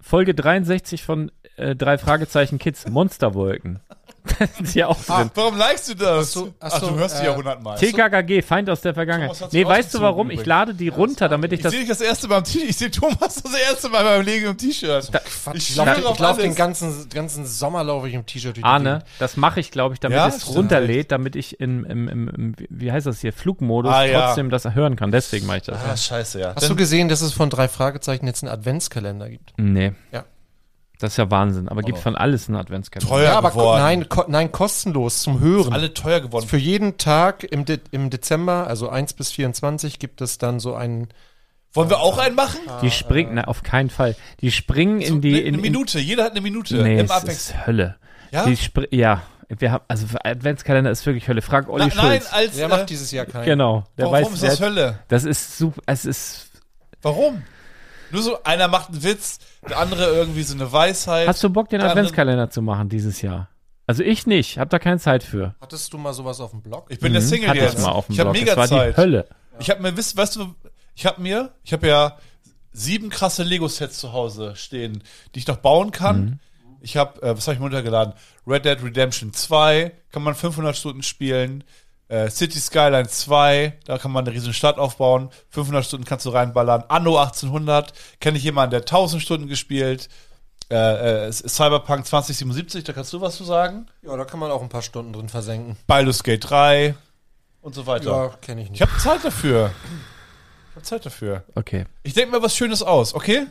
Speaker 1: Folge 63 von äh, drei Fragezeichen Kids, Monsterwolken. das sind ja auch drin.
Speaker 2: Ah, Warum likest du das? Ach,
Speaker 3: Ach so, ach
Speaker 2: du
Speaker 3: so,
Speaker 2: hörst die
Speaker 3: äh,
Speaker 2: ja hundertmal.
Speaker 1: TKKG, Feind aus der
Speaker 2: Thomas
Speaker 1: Vergangenheit.
Speaker 2: hat's
Speaker 1: Nee, weißt du
Speaker 2: rausgezogen
Speaker 1: warum? Ich
Speaker 2: übrigens.
Speaker 1: lade die runter, damit ich
Speaker 2: Ich
Speaker 1: das.
Speaker 2: sehe dich das erste Mal am T-Shirt. Ich sehe Thomas das erste Mal beim Legen im T-Shirt.
Speaker 3: Quatsch.
Speaker 2: Ich
Speaker 3: Ich,
Speaker 2: schwöre
Speaker 3: laufe
Speaker 2: auf
Speaker 3: ich lauf
Speaker 2: alles.
Speaker 3: den ganzen, ganzen Sommer laufe ich im T-Shirt. durch die
Speaker 1: Arne,
Speaker 3: Gegend.
Speaker 1: das mache ich, glaube ich, damit
Speaker 2: Ja,
Speaker 1: es
Speaker 2: stimmt.
Speaker 1: runterlädt, damit ich im, im, im, im, wie heißt das hier, Flugmodus
Speaker 2: Ah, ja.
Speaker 1: trotzdem das hören kann. Deswegen mache ich das.
Speaker 2: Ah, scheiße, ja.
Speaker 3: Hast du gesehen, dass es von drei Fragezeichen jetzt einen Adventskalender gibt?
Speaker 1: Nee.
Speaker 3: Ja.
Speaker 1: Das ist ja Wahnsinn. Aber
Speaker 2: Oh.
Speaker 1: gibt von alles einen Adventskalender.
Speaker 2: teuer
Speaker 3: ko-
Speaker 2: geworden.
Speaker 3: nein, ko nein, kostenlos zum Hören.
Speaker 2: Alle teuer geworden.
Speaker 3: Für jeden Tag im, De im Dezember, also 1 bis 24, gibt es dann so einen.
Speaker 2: Wollen wir auch einen machen?
Speaker 1: Die springen, na, auf keinen Fall. Die springen in die.
Speaker 2: eine,
Speaker 1: In,
Speaker 2: eine
Speaker 1: in,
Speaker 2: Minute. Jeder hat eine Minute.
Speaker 1: nee,
Speaker 2: Im
Speaker 1: es
Speaker 2: Apex.
Speaker 1: ist Hölle.
Speaker 2: Ja?
Speaker 1: Die spr- ja. Wir haben, also Adventskalender ist wirklich Hölle. Frag Olli
Speaker 2: Na, nein,
Speaker 1: Schulz.
Speaker 2: als.
Speaker 3: Wer
Speaker 2: äh,
Speaker 3: macht dieses Jahr keinen?
Speaker 1: genau. Der
Speaker 2: warum
Speaker 1: weiß,
Speaker 2: ist
Speaker 1: der-
Speaker 2: das Hölle?
Speaker 1: Das ist super. Es ist.
Speaker 2: Warum? Nur so, einer macht einen Witz, der andere irgendwie so eine Weisheit.
Speaker 1: Hast du Bock, den
Speaker 2: der andere-
Speaker 1: Adventskalender zu machen dieses Jahr? Also ich nicht. Hab da keine Zeit für. Hm?
Speaker 3: Hattest du mal sowas auf dem Blog?
Speaker 2: Ich bin der Single
Speaker 1: Hatte
Speaker 2: jetzt.
Speaker 1: ich Mhm. mal auf dem
Speaker 2: ich habe
Speaker 1: Blog.
Speaker 2: mega
Speaker 1: es war
Speaker 2: Zeit.
Speaker 1: die Hölle.
Speaker 2: Ich habe mir, wisst, weißt du, ich habe mir, ich habe ja sieben krasse Lego-Sets zu Hause stehen, die ich noch bauen kann. Ich habe, äh, was habe ich mir runtergeladen? Red Dead Redemption 2, kann man 500 Stunden spielen. Äh, City Skyline 2, da kann man eine riesen Stadt aufbauen. 500 Stunden kannst du reinballern. Anno 1800, kenne ich jemanden, der 1000 Stunden gespielt. Äh, äh, Cyberpunk 2077, da kannst du was zu sagen.
Speaker 3: Ja, da kann man auch ein paar Stunden drin versenken.
Speaker 2: Baldur's Gate 3 und so weiter.
Speaker 3: Ja, kenne ich
Speaker 2: Ich
Speaker 3: nicht.
Speaker 2: habe Zeit dafür. Ich habe Zeit dafür.
Speaker 1: Okay.
Speaker 2: Ich denke mir was Schönes aus, okay?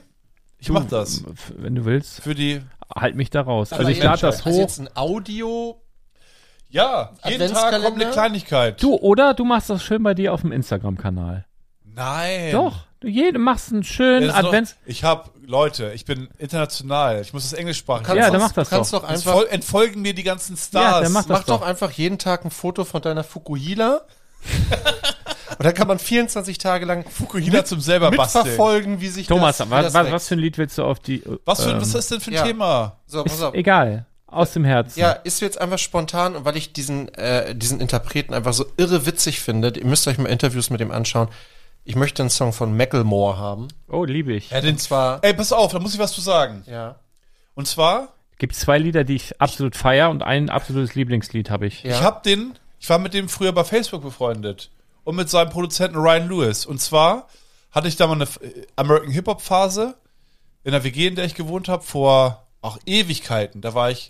Speaker 2: Ich mach das.
Speaker 1: F- Wenn du willst,
Speaker 2: Für die.
Speaker 1: halt mich da raus. Also
Speaker 2: Aber
Speaker 1: ich lade das
Speaker 3: Also
Speaker 1: hoch.
Speaker 3: jetzt ein Audio.
Speaker 2: Ja, jeden Tag kommt eine
Speaker 3: Adventskalender?
Speaker 2: Kleinigkeit.
Speaker 1: Du, oder du machst das schön bei dir auf dem Instagram-Kanal.
Speaker 2: Nein.
Speaker 1: Doch. Du jede, machst einen schönen
Speaker 2: Das ist doch-
Speaker 1: Advents.
Speaker 2: ich habe Leute, ich bin international. Ich muss das englischsprachig
Speaker 1: Ja,
Speaker 2: machen.
Speaker 1: dann mach das
Speaker 3: kannst
Speaker 1: doch.
Speaker 3: doch,
Speaker 2: Sonst
Speaker 3: einfach.
Speaker 2: voll- entfolgen mir die ganzen Stars.
Speaker 1: Ja, dann mach das
Speaker 3: mach doch einfach jeden Tag ein Foto von deiner Fukuhila. Und dann kann man 24 Tage lang
Speaker 2: Fukuhila zum selber basteln.
Speaker 3: mitverfolgen, wie sich
Speaker 1: Thomas,
Speaker 3: das, wie
Speaker 1: was,
Speaker 3: das
Speaker 1: was,
Speaker 3: wächst.
Speaker 1: was für ein Lied willst du auf die. äh,
Speaker 2: Was, für,
Speaker 1: ähm,
Speaker 2: was ist denn für ein
Speaker 3: ja.
Speaker 2: Thema?
Speaker 3: So, pass
Speaker 1: ist
Speaker 3: auf.
Speaker 1: egal. Aus dem Herzen.
Speaker 3: Ja, ist jetzt einfach spontan und weil ich diesen, äh, diesen Interpreten einfach so irre witzig finde, ihr müsst euch mal Interviews mit ihm anschauen. Ich möchte einen Song von Macklemore haben.
Speaker 1: Oh, liebe ich.
Speaker 2: Ja, den
Speaker 3: Und zwar,
Speaker 2: Ey, pass auf, da muss ich was zu sagen.
Speaker 3: ja.
Speaker 2: Und zwar,
Speaker 1: Gibt zwei Lieder, die ich absolut feier und ein absolutes Lieblingslied habe ich.
Speaker 3: Ja.
Speaker 2: Ich habe den, ich war mit dem früher bei Facebook befreundet und mit seinem Produzenten Ryan Lewis. Und zwar hatte ich da mal eine äh, American Hip Hop Phase in der WG, in der ich gewohnt habe, vor auch Ewigkeiten. Da war ich,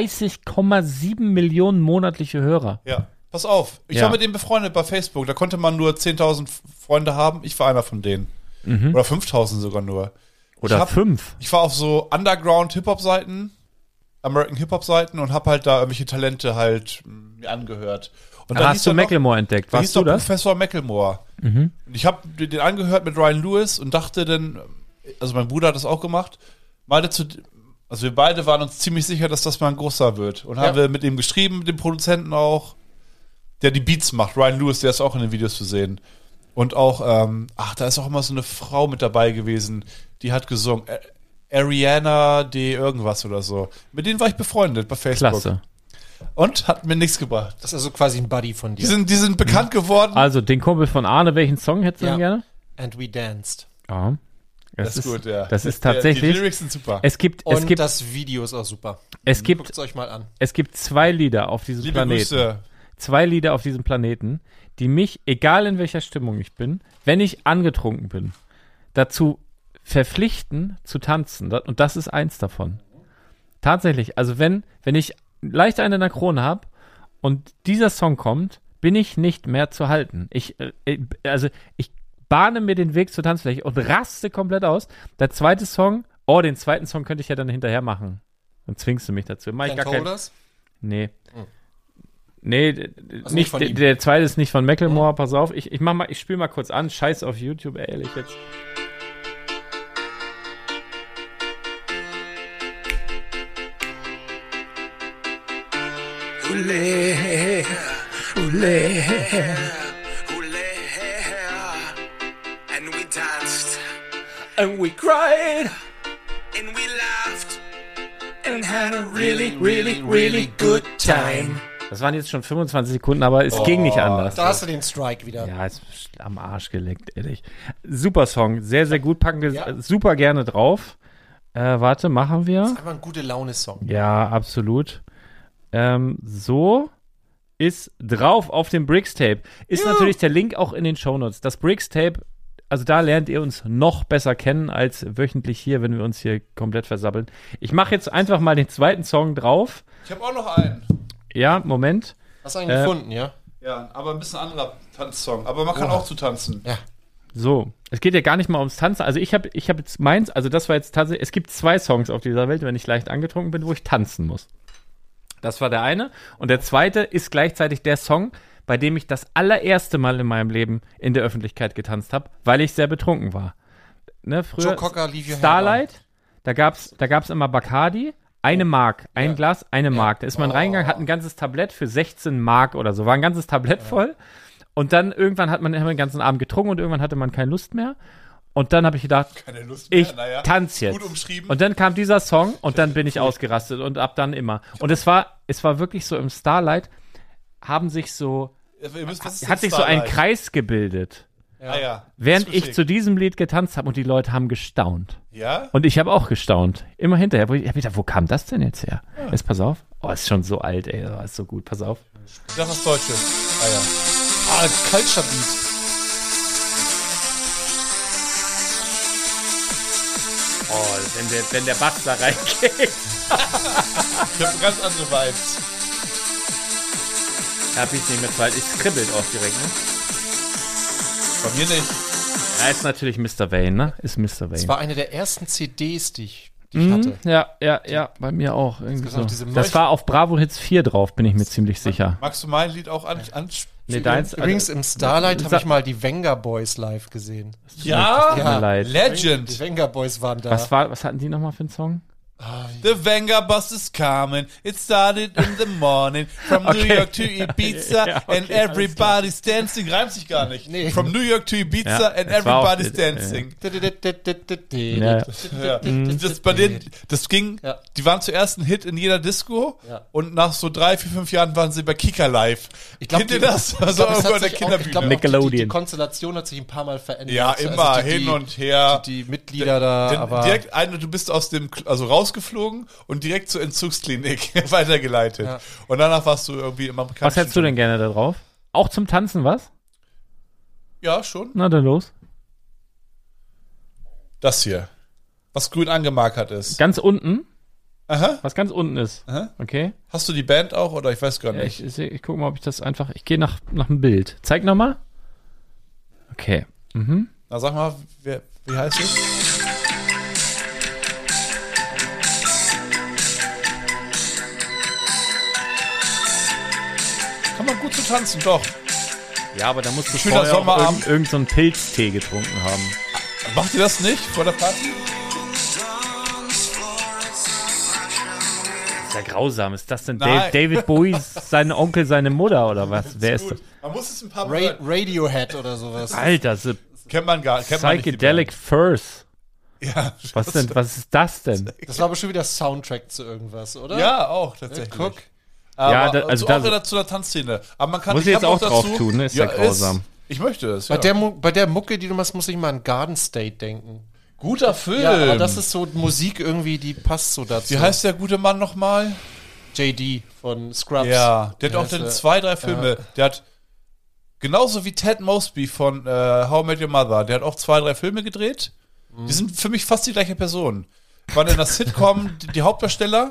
Speaker 1: 31,7 Millionen monatliche Hörer.
Speaker 2: ja, pass auf, ich
Speaker 1: Ja.
Speaker 2: war mit dem befreundet bei Facebook. Da konnte man nur 10.000 Freunde haben. Ich war einer von denen. Oder 5.000 sogar nur.
Speaker 1: Mhm. Oder
Speaker 2: Ich hab-
Speaker 1: fünf.
Speaker 2: Ich war auf so Underground-Hip-Hop-Seiten, American-Hip-Hop-Seiten und habe halt da irgendwelche Talente halt mh, mir angehört. Und
Speaker 1: Da
Speaker 2: hieß
Speaker 1: hast du
Speaker 2: dann noch-
Speaker 1: Macklemore entdeckt.
Speaker 2: Da hieß
Speaker 1: Warst du
Speaker 2: doch
Speaker 1: das? Mhm.
Speaker 2: Professor Macklemore. Und ich habe den angehört mit Ryan Lewis und dachte dann, also mein Bruder hat das auch gemacht, meinte zu, also wir beide waren uns ziemlich sicher, dass das mal ein großer wird. Und
Speaker 3: Ja.
Speaker 2: haben wir mit ihm geschrieben, mit dem Produzenten auch. der die Beats macht, Ryan Lewis, der ist auch in den Videos zu sehen. Und auch, ähm, ach, da ist auch immer so eine Frau mit dabei gewesen, die hat gesungen. Ä- Ariana de irgendwas oder so. Mit denen war ich befreundet bei Facebook.
Speaker 1: Klasse.
Speaker 2: Und hat mir nichts gebracht.
Speaker 3: Das ist also quasi ein Buddy von
Speaker 2: Die
Speaker 3: dir.
Speaker 2: sind, die sind bekannt geworden.
Speaker 1: Also, den Kumpel von Arne, welchen Song hättest du
Speaker 3: Ja.
Speaker 1: denn gerne?
Speaker 3: And we danced.
Speaker 1: Ja. Das, Das ist
Speaker 2: Der- Die,
Speaker 1: tatsächlich.
Speaker 2: Lyrics sind super.
Speaker 1: es gibt,
Speaker 3: Und
Speaker 1: es gibt,
Speaker 3: das Video ist auch super.
Speaker 1: es gibt,
Speaker 3: Guckt's euch mal an.
Speaker 1: es gibt zwei Lieder auf diesem
Speaker 2: Liebe
Speaker 1: Planeten.
Speaker 2: Grüße.
Speaker 1: Zwei Lieder auf diesem Planeten, die mich, egal in welcher Stimmung ich bin, wenn ich angetrunken bin, dazu verpflichten zu tanzen. Da- Und das ist eins davon. Tatsächlich. Also wenn, wenn ich leicht eine in der Krone habe und dieser Song kommt, bin ich nicht mehr zu halten. Ich, äh, äh, also ich bahne mir den Weg zur Tanzfläche und raste komplett aus. Der zweite Song, oh, den zweiten Song könnte ich ja dann hinterher machen. Dann zwingst du mich dazu. Mach ich gar keinen,
Speaker 3: Holders?
Speaker 1: Nee. Nee, d- d-
Speaker 3: Also Hm. nicht
Speaker 1: nicht,
Speaker 3: von
Speaker 1: der,
Speaker 3: ihm. Hm.
Speaker 1: der zweite ist nicht von Macklemore, pass auf. Ich, ich, mach mal, ich spiele mal kurz an. Scheiß auf YouTube, ehrlich jetzt.
Speaker 4: Ule, ule, ule. And we danced, and we cried, and we laughed, and had a really, really, really good time.
Speaker 1: Das waren jetzt schon 25 Sekunden, aber
Speaker 3: Oh.
Speaker 1: es ging nicht anders.
Speaker 3: Da hast du den Strike wieder.
Speaker 1: Also Ja, ist sch- am Arsch geleckt, ehrlich. Super Song, sehr, sehr gut. Packen wir
Speaker 3: Ja.
Speaker 1: äh, super gerne drauf. Äh, warte, machen wir.
Speaker 3: Einfach ein gute Laune-Song.
Speaker 1: Ja, absolut. Ähm, so ist drauf auf dem Bricks-Tape. Ist natürlich der Link auch in den Shownotes. Das Bricks-Tape, also da lernt ihr uns noch besser kennen als wöchentlich hier, wenn wir uns hier komplett versabbeln. Ich mache jetzt einfach mal den zweiten Song drauf.
Speaker 2: Ich habe auch noch einen.
Speaker 1: Ja, Moment.
Speaker 3: Hast du
Speaker 1: Äh,
Speaker 3: einen gefunden, ja?
Speaker 2: Ja, aber ein bisschen anderer Tanzsong. Aber man kann auch zu tanzen.
Speaker 3: Ja.
Speaker 1: So, es geht ja gar nicht mal ums Tanzen. Also ich habe ich hab jetzt meins, also das war jetzt tatsächlich, es gibt zwei Songs auf dieser Welt, wenn ich leicht angetrunken bin, wo ich tanzen muss. Das war der eine. Und der zweite ist gleichzeitig der Song, bei dem ich das allererste Mal in meinem Leben in der Öffentlichkeit getanzt habe, weil ich sehr betrunken war. Ne, früher
Speaker 3: Joe Cocker, Leave Your Hair
Speaker 1: Starlight, da gab's da gab's immer Bacardi, eine Mark, ein Glas, eine Mark. Da ist
Speaker 3: Oh.
Speaker 1: man reingegangen, hat ein ganzes Tablett für 16 Mark oder so, war ein ganzes Tablett voll. Und dann irgendwann hat man immer den ganzen Abend getrunken und irgendwann hatte man keine Lust mehr. Und dann habe ich gedacht,
Speaker 2: Keine Lust
Speaker 1: ich
Speaker 2: naja.
Speaker 1: tanze jetzt.
Speaker 2: Gut umschrieben.
Speaker 1: Und dann kam dieser Song und dann bin ich ausgerastet und ab dann immer. Und es war, es war wirklich so im Starlight haben sich so,
Speaker 2: Ihr müsst- was ist
Speaker 1: hat
Speaker 2: denn
Speaker 1: sich so ein
Speaker 2: Starlight?
Speaker 1: Kreis gebildet,
Speaker 2: Ah, ja.
Speaker 1: während
Speaker 2: Ist
Speaker 1: ich
Speaker 2: geschickt.
Speaker 1: zu diesem Lied getanzt habe und die Leute haben gestaunt.
Speaker 2: Ja?
Speaker 1: Und ich habe auch gestaunt. Immer hinterher. Wo Ich hab gedacht, wo kam das denn jetzt her? Jetzt pass auf. Oh, ist schon so alt, ey. Oh, ist so gut. Pass auf.
Speaker 2: Sag was Deutsches. Ah ja. Ah, Culture Beat.
Speaker 1: Oh, wenn der, wenn der Bass da reingeht.
Speaker 2: Ich habe ganz andere Vibes.
Speaker 1: Hab ich nicht mehr Zeit. Ich kribbelt auch direkt, ne?
Speaker 2: Bei mir nicht.
Speaker 1: Er ist natürlich Mr. Vane, ne? Ist Mr.
Speaker 3: Das
Speaker 1: Vane.
Speaker 3: war eine der ersten CDs, die ich, die
Speaker 1: Mhm.
Speaker 3: ich hatte.
Speaker 1: Hm? Ja, ja, ja. Bei mir auch. Irgendwie
Speaker 3: gibt's noch
Speaker 1: so.
Speaker 3: diese Meuch-
Speaker 1: Das war auf Bravo Hits 4 drauf, bin ich mir ziemlich sicher.
Speaker 2: Magst du mein Lied auch an? an
Speaker 1: Nee, deins. äh,
Speaker 3: Übrigens, im Starlight habe
Speaker 1: also Sa-
Speaker 3: ich mal die Venga Boys live gesehen.
Speaker 1: Tut mir
Speaker 3: Ja.
Speaker 1: leid.
Speaker 3: Die
Speaker 2: Legend.
Speaker 3: Venga Boys waren da.
Speaker 1: Was, war, was hatten die nochmal für einen Song?
Speaker 2: The Venga Bus is coming. It started in the morning. From New
Speaker 1: Okay.
Speaker 2: York to Ibiza
Speaker 1: Ja, okay,
Speaker 2: and everybody's dancing. Reimt sich gar nicht.
Speaker 3: Nee.
Speaker 2: From New York to Ibiza
Speaker 1: Ja,
Speaker 2: and
Speaker 1: das war auch-
Speaker 2: everybody's dancing.
Speaker 1: Ja, ja. Mhm.
Speaker 2: Ja. Das, bei denen, das ging,
Speaker 3: Ja.
Speaker 2: die waren zuerst ein Hit in jeder Disco
Speaker 3: Ja.
Speaker 2: und nach so drei, vier, fünf Jahren waren sie bei Kicker Live.
Speaker 3: Ich glaub,
Speaker 2: Kennt ihr
Speaker 3: die-
Speaker 2: das?
Speaker 3: ich
Speaker 2: Also
Speaker 3: glaub, es
Speaker 2: irgendwo
Speaker 3: hat
Speaker 2: an der
Speaker 3: sich auch- ich
Speaker 2: Kinderbühne.
Speaker 3: glaub, auch
Speaker 1: Nickelodeon.
Speaker 3: Die, die Konstellation hat sich ein paar Mal verändert.
Speaker 2: ja,
Speaker 3: Also
Speaker 2: immer
Speaker 3: die,
Speaker 2: hin
Speaker 3: die,
Speaker 2: und her.
Speaker 3: Die, die Mitglieder da,
Speaker 2: Dann
Speaker 3: aber
Speaker 2: direkt eine, du bist aus dem, Kl- also rausgeflogen und direkt zur Entzugsklinik weitergeleitet.
Speaker 3: Ja.
Speaker 2: Und danach warst du irgendwie im amerikanischen.
Speaker 1: Was hättest du denn gerne da drauf? Auch zum Tanzen, was?
Speaker 2: Ja, schon.
Speaker 1: Na dann los.
Speaker 2: Das hier. Was grün angemarkert ist.
Speaker 1: Ganz unten.
Speaker 2: Aha.
Speaker 1: Was ganz unten ist.
Speaker 2: Aha.
Speaker 1: Okay.
Speaker 2: Hast du die Band auch oder ich weiß gar
Speaker 1: Ja,
Speaker 2: nicht.
Speaker 1: ich, ich, ich gucke mal, ob ich das einfach. Ich gehe nach, nach dem Bild. Zeig nochmal. Okay.
Speaker 2: Na, sag mal, wer, wie heißt es? Kann man gut zu tanzen, doch.
Speaker 1: Ja, aber da musst du
Speaker 2: Schöner vorher auch Sommerabend.
Speaker 1: irgendeinen irgend so einen Pilztee getrunken haben.
Speaker 2: Macht ihr das nicht vor der Party?
Speaker 1: ist ja grausam. Ist das denn Dave,
Speaker 2: Nein.
Speaker 1: David Bowie, sein Onkel, seine Mutter oder was? Wer ist das?
Speaker 2: Man muss es ein paar
Speaker 3: Ra
Speaker 2: Mal.
Speaker 3: Radiohead oder sowas.
Speaker 1: Alter, so
Speaker 2: Kennt man gar kennt man nicht die
Speaker 1: Psychedelic Furs.
Speaker 2: Band. Ja,
Speaker 1: Was, denn, was ist das denn?
Speaker 3: Das war aber schon wieder Soundtrack zu irgendwas, oder?
Speaker 2: Ja, auch tatsächlich.
Speaker 3: äh, Guck.
Speaker 2: Aber
Speaker 1: Ja, da- also
Speaker 2: so auch
Speaker 1: da-
Speaker 2: wieder zu der Tanzszene. Aber man kann
Speaker 1: Muss
Speaker 2: ich
Speaker 1: ich jetzt
Speaker 2: hab
Speaker 1: auch drauf tun, ne? Ist ja grausam.
Speaker 2: ich möchte es.
Speaker 3: Bei,
Speaker 2: Ja.
Speaker 3: der, Mu- bei der Mucke, die du machst, muss ich mal an Garden State denken.
Speaker 2: Guter Film.
Speaker 3: Ja, aber das ist so Musik irgendwie, die passt so dazu.
Speaker 2: Wie heißt der gute Mann nochmal?
Speaker 3: JD von Scrubs.
Speaker 2: Ja, der hat
Speaker 3: Wie
Speaker 2: auch
Speaker 3: heißt
Speaker 2: dann
Speaker 3: er?
Speaker 2: zwei, drei Filme. Der hat genauso wie Ted Mosby von äh, How I Met Your Mother, der hat auch zwei, drei Filme gedreht. Die sind für mich fast die gleiche Person. Waren in der Sitcom die, die Hauptdarsteller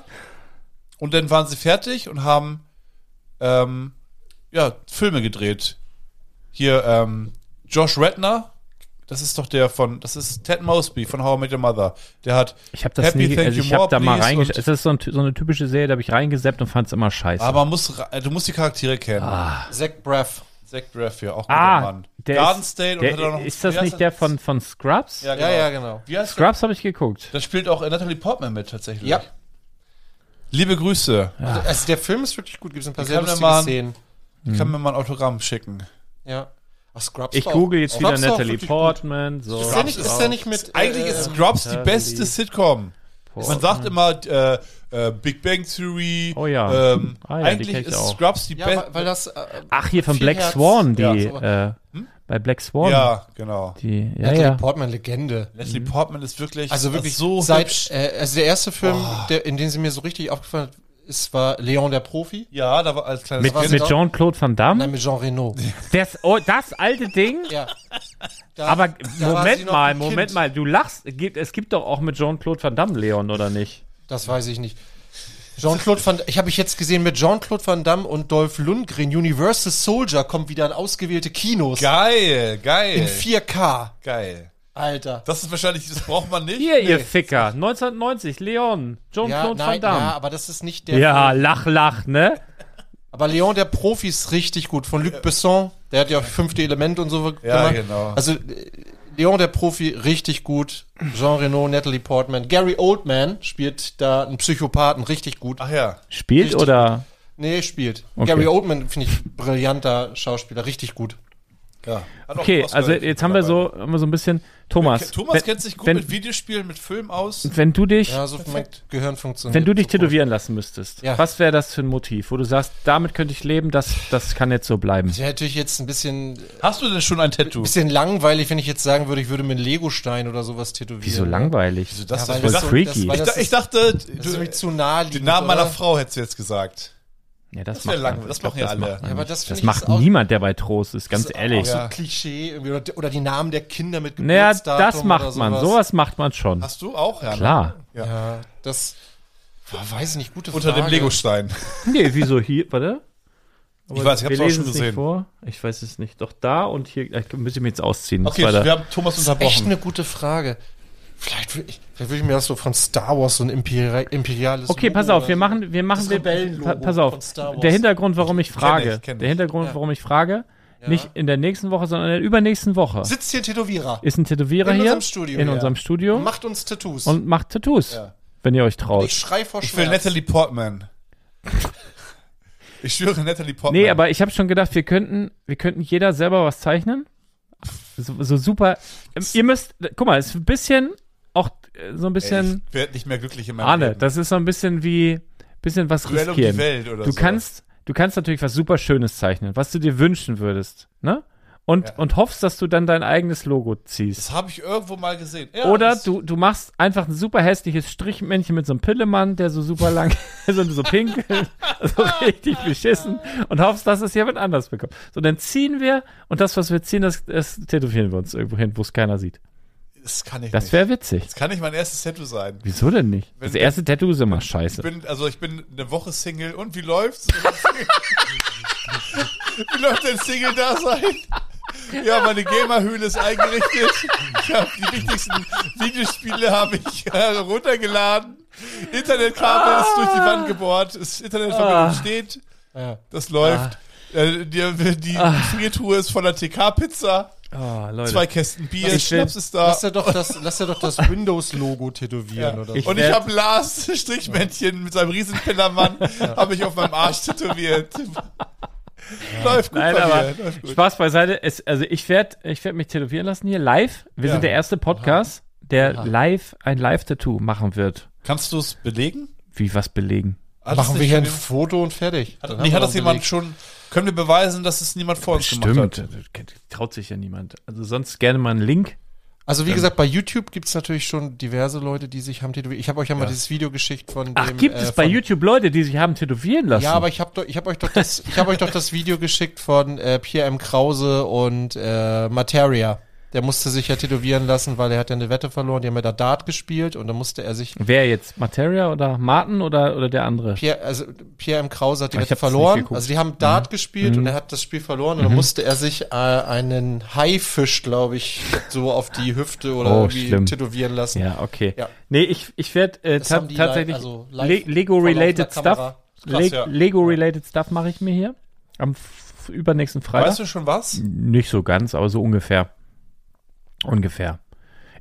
Speaker 2: und dann waren sie fertig und haben ähm, ja, Filme gedreht. Hier, ähm, Josh Redner, das ist doch der von, das ist Ted Mosby von How I Met Your Mother. Der hat
Speaker 1: Ich habe das nie, also ich habe da mal
Speaker 2: Please
Speaker 1: reingeschaut.
Speaker 2: und-
Speaker 1: Es ist so, ein, so eine typische Serie, da habe ich reingeseppt und fand es immer scheiße.
Speaker 2: Aber man muss, ra- du musst die Charaktere kennen.
Speaker 3: Zach Braff.
Speaker 2: Zach Braff, ja, auch guter
Speaker 1: ah,
Speaker 2: Mann.
Speaker 1: der
Speaker 2: Garden
Speaker 1: ist,
Speaker 2: State
Speaker 1: der,
Speaker 2: hat er noch-
Speaker 1: ist das
Speaker 2: wie heißt
Speaker 1: nicht der von, von Scrubs?
Speaker 2: Ja, genau.
Speaker 3: Ja, ja, genau.
Speaker 2: Wie heißt der?
Speaker 1: Scrubs habe ich geguckt.
Speaker 2: Da spielt auch Natalie Portman mit tatsächlich.
Speaker 3: genau. Ja.
Speaker 2: Liebe Grüße.
Speaker 3: Also, also der Film ist wirklich gut, gibt es ein paar
Speaker 2: Die
Speaker 3: sehr
Speaker 2: kann man
Speaker 3: lustige
Speaker 2: mal-
Speaker 3: Szenen.
Speaker 2: Ich
Speaker 1: Mhm.
Speaker 2: kann mir mal ein Autogramm schicken.
Speaker 3: Ja. Ach, Scrubs
Speaker 1: Ich
Speaker 3: war auch-
Speaker 1: google jetzt wieder
Speaker 3: Scrubs war auch
Speaker 1: Natalie
Speaker 3: wirklich
Speaker 1: Portman. So.
Speaker 3: Gut. Ist der nicht, ist der nicht mit.
Speaker 2: Eigentlich
Speaker 3: äh,
Speaker 2: ist Scrubs die beste Sitcom. Man sagt immer äh, äh, Big Bang Theory.
Speaker 1: Oh ja.
Speaker 2: Ähm,
Speaker 1: Ah ja, die
Speaker 2: eigentlich
Speaker 1: kenn ich
Speaker 2: ist
Speaker 1: auch.
Speaker 2: Scrubs die
Speaker 3: Ja, weil,
Speaker 2: beste.
Speaker 3: weil das. Äh,
Speaker 1: Ach, hier von
Speaker 3: viel
Speaker 1: Black
Speaker 3: Herz.
Speaker 1: Swan, die.
Speaker 3: Ja, so-
Speaker 1: äh, Bei Black Swan.
Speaker 2: Hm? Ja, genau.
Speaker 1: Die, ja,
Speaker 3: Natalie
Speaker 1: ja.
Speaker 3: Portman Legende.
Speaker 2: Natalie
Speaker 1: Mhm.
Speaker 2: Portman ist wirklich,
Speaker 3: Also wirklich
Speaker 2: so
Speaker 3: seit,
Speaker 2: hübsch.
Speaker 3: äh, also der erste Film, der, in dem sie mir so richtig aufgefallen hat, ist war Leon der Profi.
Speaker 2: Ja, da war als kleines
Speaker 1: Mit,
Speaker 3: war sie
Speaker 1: mit
Speaker 3: doch-
Speaker 1: Jean-Claude Van Damme.
Speaker 3: Nein, mit Jean Reno.
Speaker 1: Das, oh, das alte Ding.
Speaker 3: Ja. Da-
Speaker 1: Aber
Speaker 3: da war sie
Speaker 1: Moment
Speaker 3: noch
Speaker 1: mal,
Speaker 3: ein
Speaker 1: Moment
Speaker 3: Kind.
Speaker 1: mal, du lachst. Gibt- Es gibt doch auch mit Jean-Claude Van Damme Leon, oder nicht?
Speaker 3: Das weiß ich nicht. Jean-Claude Van ich habe ich jetzt gesehen mit Jean-Claude Van Damme und Dolph Lundgren Universal Soldier kommt wieder in ausgewählte Kinos
Speaker 2: Geil,
Speaker 3: in
Speaker 2: geil,
Speaker 3: 4K.
Speaker 2: geil.
Speaker 3: Alter.
Speaker 2: Das ist wahrscheinlich, das braucht man nicht.
Speaker 1: Hier, ihr Ficker. 1990, Leon.
Speaker 3: Ja,
Speaker 1: Jean-Claude Van
Speaker 3: nein, ja,
Speaker 1: Damme.
Speaker 3: aber das ist nicht der
Speaker 1: Ja,
Speaker 3: Film.
Speaker 1: lach, lach, ne?
Speaker 3: aber Leon der Profi ist richtig gut von Luc Besson, der hat ja auch fünfte Element und so
Speaker 2: Ja,
Speaker 3: gemacht.
Speaker 2: genau.
Speaker 3: Also äh, Leon der Profi richtig gut, Jean Reno, Natalie Portman, Gary Oldman spielt da einen Psychopathen richtig gut.
Speaker 2: Ach ja.
Speaker 1: Spielt
Speaker 3: Richtig.
Speaker 1: oder?
Speaker 3: Nee, spielt.
Speaker 1: Okay.
Speaker 3: Gary Oldman finde ich brillanter Schauspieler, richtig gut.
Speaker 2: ja. Hat auch
Speaker 1: Okay,
Speaker 2: Oscar
Speaker 1: also jetzt haben wir so, haben wir so ein bisschen. Thomas.
Speaker 2: Thomas
Speaker 1: wenn-
Speaker 2: kennt sich gut
Speaker 1: wenn,
Speaker 2: mit Videospielen, mit Film aus.
Speaker 1: Wenn du dich,
Speaker 3: Ja, so mein Gehirn funktioniert.
Speaker 1: wenn du dich
Speaker 3: so gut.
Speaker 1: tätowieren lassen müsstest,
Speaker 3: Ja.
Speaker 1: was wäre das für ein Motiv, wo du sagst, damit könnte ich leben, das, das kann jetzt so bleiben?
Speaker 3: Das wäre natürlich jetzt ein bisschen,
Speaker 2: Hast du denn schon ein Tattoo?
Speaker 3: bisschen langweilig, wenn ich jetzt sagen würde, ich würde mir einen Lego-Stein oder sowas tätowieren.
Speaker 1: Wieso langweilig?
Speaker 2: Wieso Also das
Speaker 3: Ja,
Speaker 2: denn?
Speaker 3: weil
Speaker 1: voll
Speaker 3: das so,
Speaker 1: freaky.
Speaker 3: Das, weil
Speaker 2: ich,
Speaker 3: das
Speaker 2: da, ich
Speaker 3: ist,
Speaker 2: dachte,
Speaker 3: das ist
Speaker 2: du,
Speaker 3: nämlich zu naheliegend.
Speaker 2: den Namen meiner
Speaker 3: oder?
Speaker 2: Frau hättest du jetzt gesagt.
Speaker 1: Ja, das,
Speaker 2: Das wär
Speaker 1: macht
Speaker 2: lang-
Speaker 1: man-
Speaker 2: das
Speaker 1: ich glaub,
Speaker 2: machen ja alle.
Speaker 1: Macht man
Speaker 3: Ja, aber
Speaker 1: nicht.
Speaker 3: das
Speaker 1: das,
Speaker 3: finde ich
Speaker 1: macht
Speaker 3: ist auch-
Speaker 1: niemand, der bei Trost ist, ganz
Speaker 3: Das ist
Speaker 1: ehrlich.
Speaker 3: Auch so
Speaker 2: Ja.
Speaker 3: ein Klischee irgendwie, oder, oder die Namen der Kinder mit
Speaker 1: Naja,
Speaker 3: Geburtsdatum
Speaker 1: das
Speaker 3: oder
Speaker 1: macht man. Sowas macht man schon.
Speaker 2: Hast du auch, ja? ne?
Speaker 1: Klar.
Speaker 3: Ja, das boah, weiß ich nicht, gute
Speaker 2: Unter dem Legostein.
Speaker 1: Nee, wieso hier? Warte.
Speaker 2: Ich weiß, ich hab's
Speaker 1: wir
Speaker 2: auch
Speaker 1: lesen es
Speaker 2: schon
Speaker 1: nicht
Speaker 2: gesehen.
Speaker 1: vor. Ich weiß es nicht. Doch da und hier. Ich müsste mich jetzt ausziehen. Das
Speaker 2: Okay,
Speaker 1: war da-
Speaker 2: wir haben Thomas
Speaker 3: Das ist echt
Speaker 2: unterbrochen.
Speaker 3: eine gute Frage. Vielleicht würde ich, vielleicht würd ich mir das so von Star Wars so ein Imperi imperiales
Speaker 1: Okay,
Speaker 3: Logo
Speaker 1: pass auf,
Speaker 3: oder
Speaker 1: wir
Speaker 3: so.
Speaker 1: machen, wir machen
Speaker 3: Das
Speaker 1: den,
Speaker 3: Rebellenlogo
Speaker 1: pa- pass
Speaker 3: von
Speaker 1: auf.
Speaker 3: Star Wars.
Speaker 1: Der Hintergrund, warum ich frage,
Speaker 2: ich, kenn
Speaker 1: der
Speaker 2: ich.
Speaker 1: Hintergrund,
Speaker 3: Ja.
Speaker 1: warum ich frage, nicht in der nächsten Woche, sondern in der übernächsten Woche
Speaker 3: Sitzt hier ein Tätowierer.
Speaker 1: ist ein Tätowierer
Speaker 3: in
Speaker 1: hier
Speaker 3: unserem Studio,
Speaker 1: in
Speaker 3: ja.
Speaker 1: unserem Studio
Speaker 3: Macht uns Tattoos.
Speaker 1: und macht Tattoos,
Speaker 2: Ja.
Speaker 1: wenn ihr euch traut.
Speaker 3: ich schrei vor
Speaker 2: Ich will
Speaker 3: Schmerz.
Speaker 2: Natalie Portman. Ich schwöre Natalie Portman.
Speaker 1: nee, aber ich habe schon gedacht, wir könnten, wir könnten jeder selber was zeichnen. So, so super. Ähm, Ihr müsst, guck mal, es ist ein bisschen auch äh, so ein
Speaker 2: Ey,
Speaker 1: bisschen
Speaker 2: ich werde nicht mehr glücklich in meinem
Speaker 1: Arne,
Speaker 2: Leben.
Speaker 1: das ist so ein bisschen wie bisschen was
Speaker 2: Duell um
Speaker 1: riskieren.
Speaker 2: die Welt oder
Speaker 1: du
Speaker 2: so.
Speaker 1: kannst, du kannst natürlich was super Schönes zeichnen, was du dir wünschen würdest, ne? Und, und hoffst, dass du dann dein eigenes Logo ziehst.
Speaker 2: das habe ich irgendwo mal gesehen. Ja,
Speaker 1: Oder
Speaker 2: das-
Speaker 1: du, du machst einfach ein super hässliches Strichmännchen mit so einem Pillemann, der so super lang, so, so pinkelt, so richtig beschissen und hoffst, dass es jemand anders bekommt. So, dann ziehen wir und das, was wir ziehen, das, das tätowieren wir uns irgendwo hin, wo es keiner sieht.
Speaker 2: Das kann ich
Speaker 1: Das
Speaker 2: nicht.
Speaker 1: wäre witzig.
Speaker 2: Das kann nicht mein erstes Tattoo sein.
Speaker 1: Wieso denn nicht? Das erste Tattoo ist immer scheiße.
Speaker 2: Ich bin, also ich bin eine Woche Single und wie läuft's? wie läuft dein Single-Dasein? Ja, meine Gamerhöhle ist eingerichtet. Ich hab die wichtigsten Videospiele habe ich äh, runtergeladen. Internetkabel ist durch die Wand gebohrt. Das
Speaker 1: Ah.
Speaker 2: Internetverbindung steht.
Speaker 3: Ja.
Speaker 2: Das läuft. Äh, die die Gefriertruhe ist voller TK-Pizza.
Speaker 1: Ah, Leute.
Speaker 2: Zwei Kästen Bier,
Speaker 1: Ich will-
Speaker 2: Schnaps ist da.
Speaker 3: Lass dir doch das, lass dir doch das Windows-Logo tätowieren oder so.
Speaker 1: Ich
Speaker 2: und ich
Speaker 1: werd-
Speaker 2: habe Lars Strichmännchen mit seinem riesen Pillermann habe ich auf meinem Arsch tätowiert. Läuft gut
Speaker 1: Nein,
Speaker 2: bei
Speaker 1: aber
Speaker 2: mir. Läuft gut.
Speaker 1: Spaß beiseite. Es, also ich werde ich werd mich tätowieren lassen hier live. Wir
Speaker 2: Ja.
Speaker 1: sind der erste Podcast, der live ein Live-Tattoo machen wird.
Speaker 2: Kannst du es belegen?
Speaker 1: Wie was belegen.
Speaker 2: Hat
Speaker 3: Machen
Speaker 2: das
Speaker 3: wir hier ein
Speaker 2: nicht-
Speaker 3: Foto und fertig.
Speaker 2: Hat,
Speaker 3: Dann
Speaker 2: nicht, hat
Speaker 3: haben wir
Speaker 2: das
Speaker 3: einen
Speaker 2: jemand
Speaker 3: Beleg.
Speaker 2: schon? Können wir beweisen, dass es niemand vor uns gemacht hat?
Speaker 1: Das kennt- Traut sich ja niemand. Also sonst gerne mal einen Link.
Speaker 3: Also wie gesagt, bei YouTube gibt's natürlich schon diverse Leute, die sich haben tätowiert. Ich habe euch ja mal dieses Video geschickt von dem.
Speaker 1: Ach, gibt
Speaker 3: äh,
Speaker 1: es bei
Speaker 3: von-
Speaker 1: YouTube Leute, die sich haben tätowieren lassen?
Speaker 3: Ja, aber ich habe ich hab euch doch das, ich habe euch doch das Video geschickt von äh, Pierre M. Krause und äh, Materia. Der musste sich ja tätowieren lassen, weil er hat ja eine Wette verloren. Die haben ja da Dart gespielt und dann musste er sich.
Speaker 1: Wer jetzt? Materia oder Martin oder, oder der andere?
Speaker 3: Pierre, also Pierre M. Krause hat die
Speaker 1: Ah, Ich
Speaker 3: Wette
Speaker 1: hab's nicht
Speaker 3: verloren.
Speaker 1: geguckt. Mhm.
Speaker 3: Also die haben Dart gespielt und er hat das Spiel verloren und dann musste er sich äh, einen Haifisch, glaube ich, so auf die Hüfte oder
Speaker 1: Oh,
Speaker 3: irgendwie
Speaker 1: schlimm.
Speaker 3: tätowieren lassen.
Speaker 1: Ja, okay.
Speaker 3: Ja.
Speaker 1: Nee, ich, ich werde äh,
Speaker 3: Das
Speaker 1: ta
Speaker 3: haben die
Speaker 1: tatsächlich
Speaker 3: live- also live
Speaker 1: Le Lego-related
Speaker 3: vor laufender
Speaker 1: Stuff.
Speaker 3: Kamera.
Speaker 2: Krass,
Speaker 1: Le
Speaker 2: ja.
Speaker 1: Lego-related Stuff mache ich mir hier. Am f- übernächsten Freitag.
Speaker 2: Weißt du schon was?
Speaker 3: Hm.
Speaker 1: Nicht so ganz, aber so ungefähr. Ungefähr.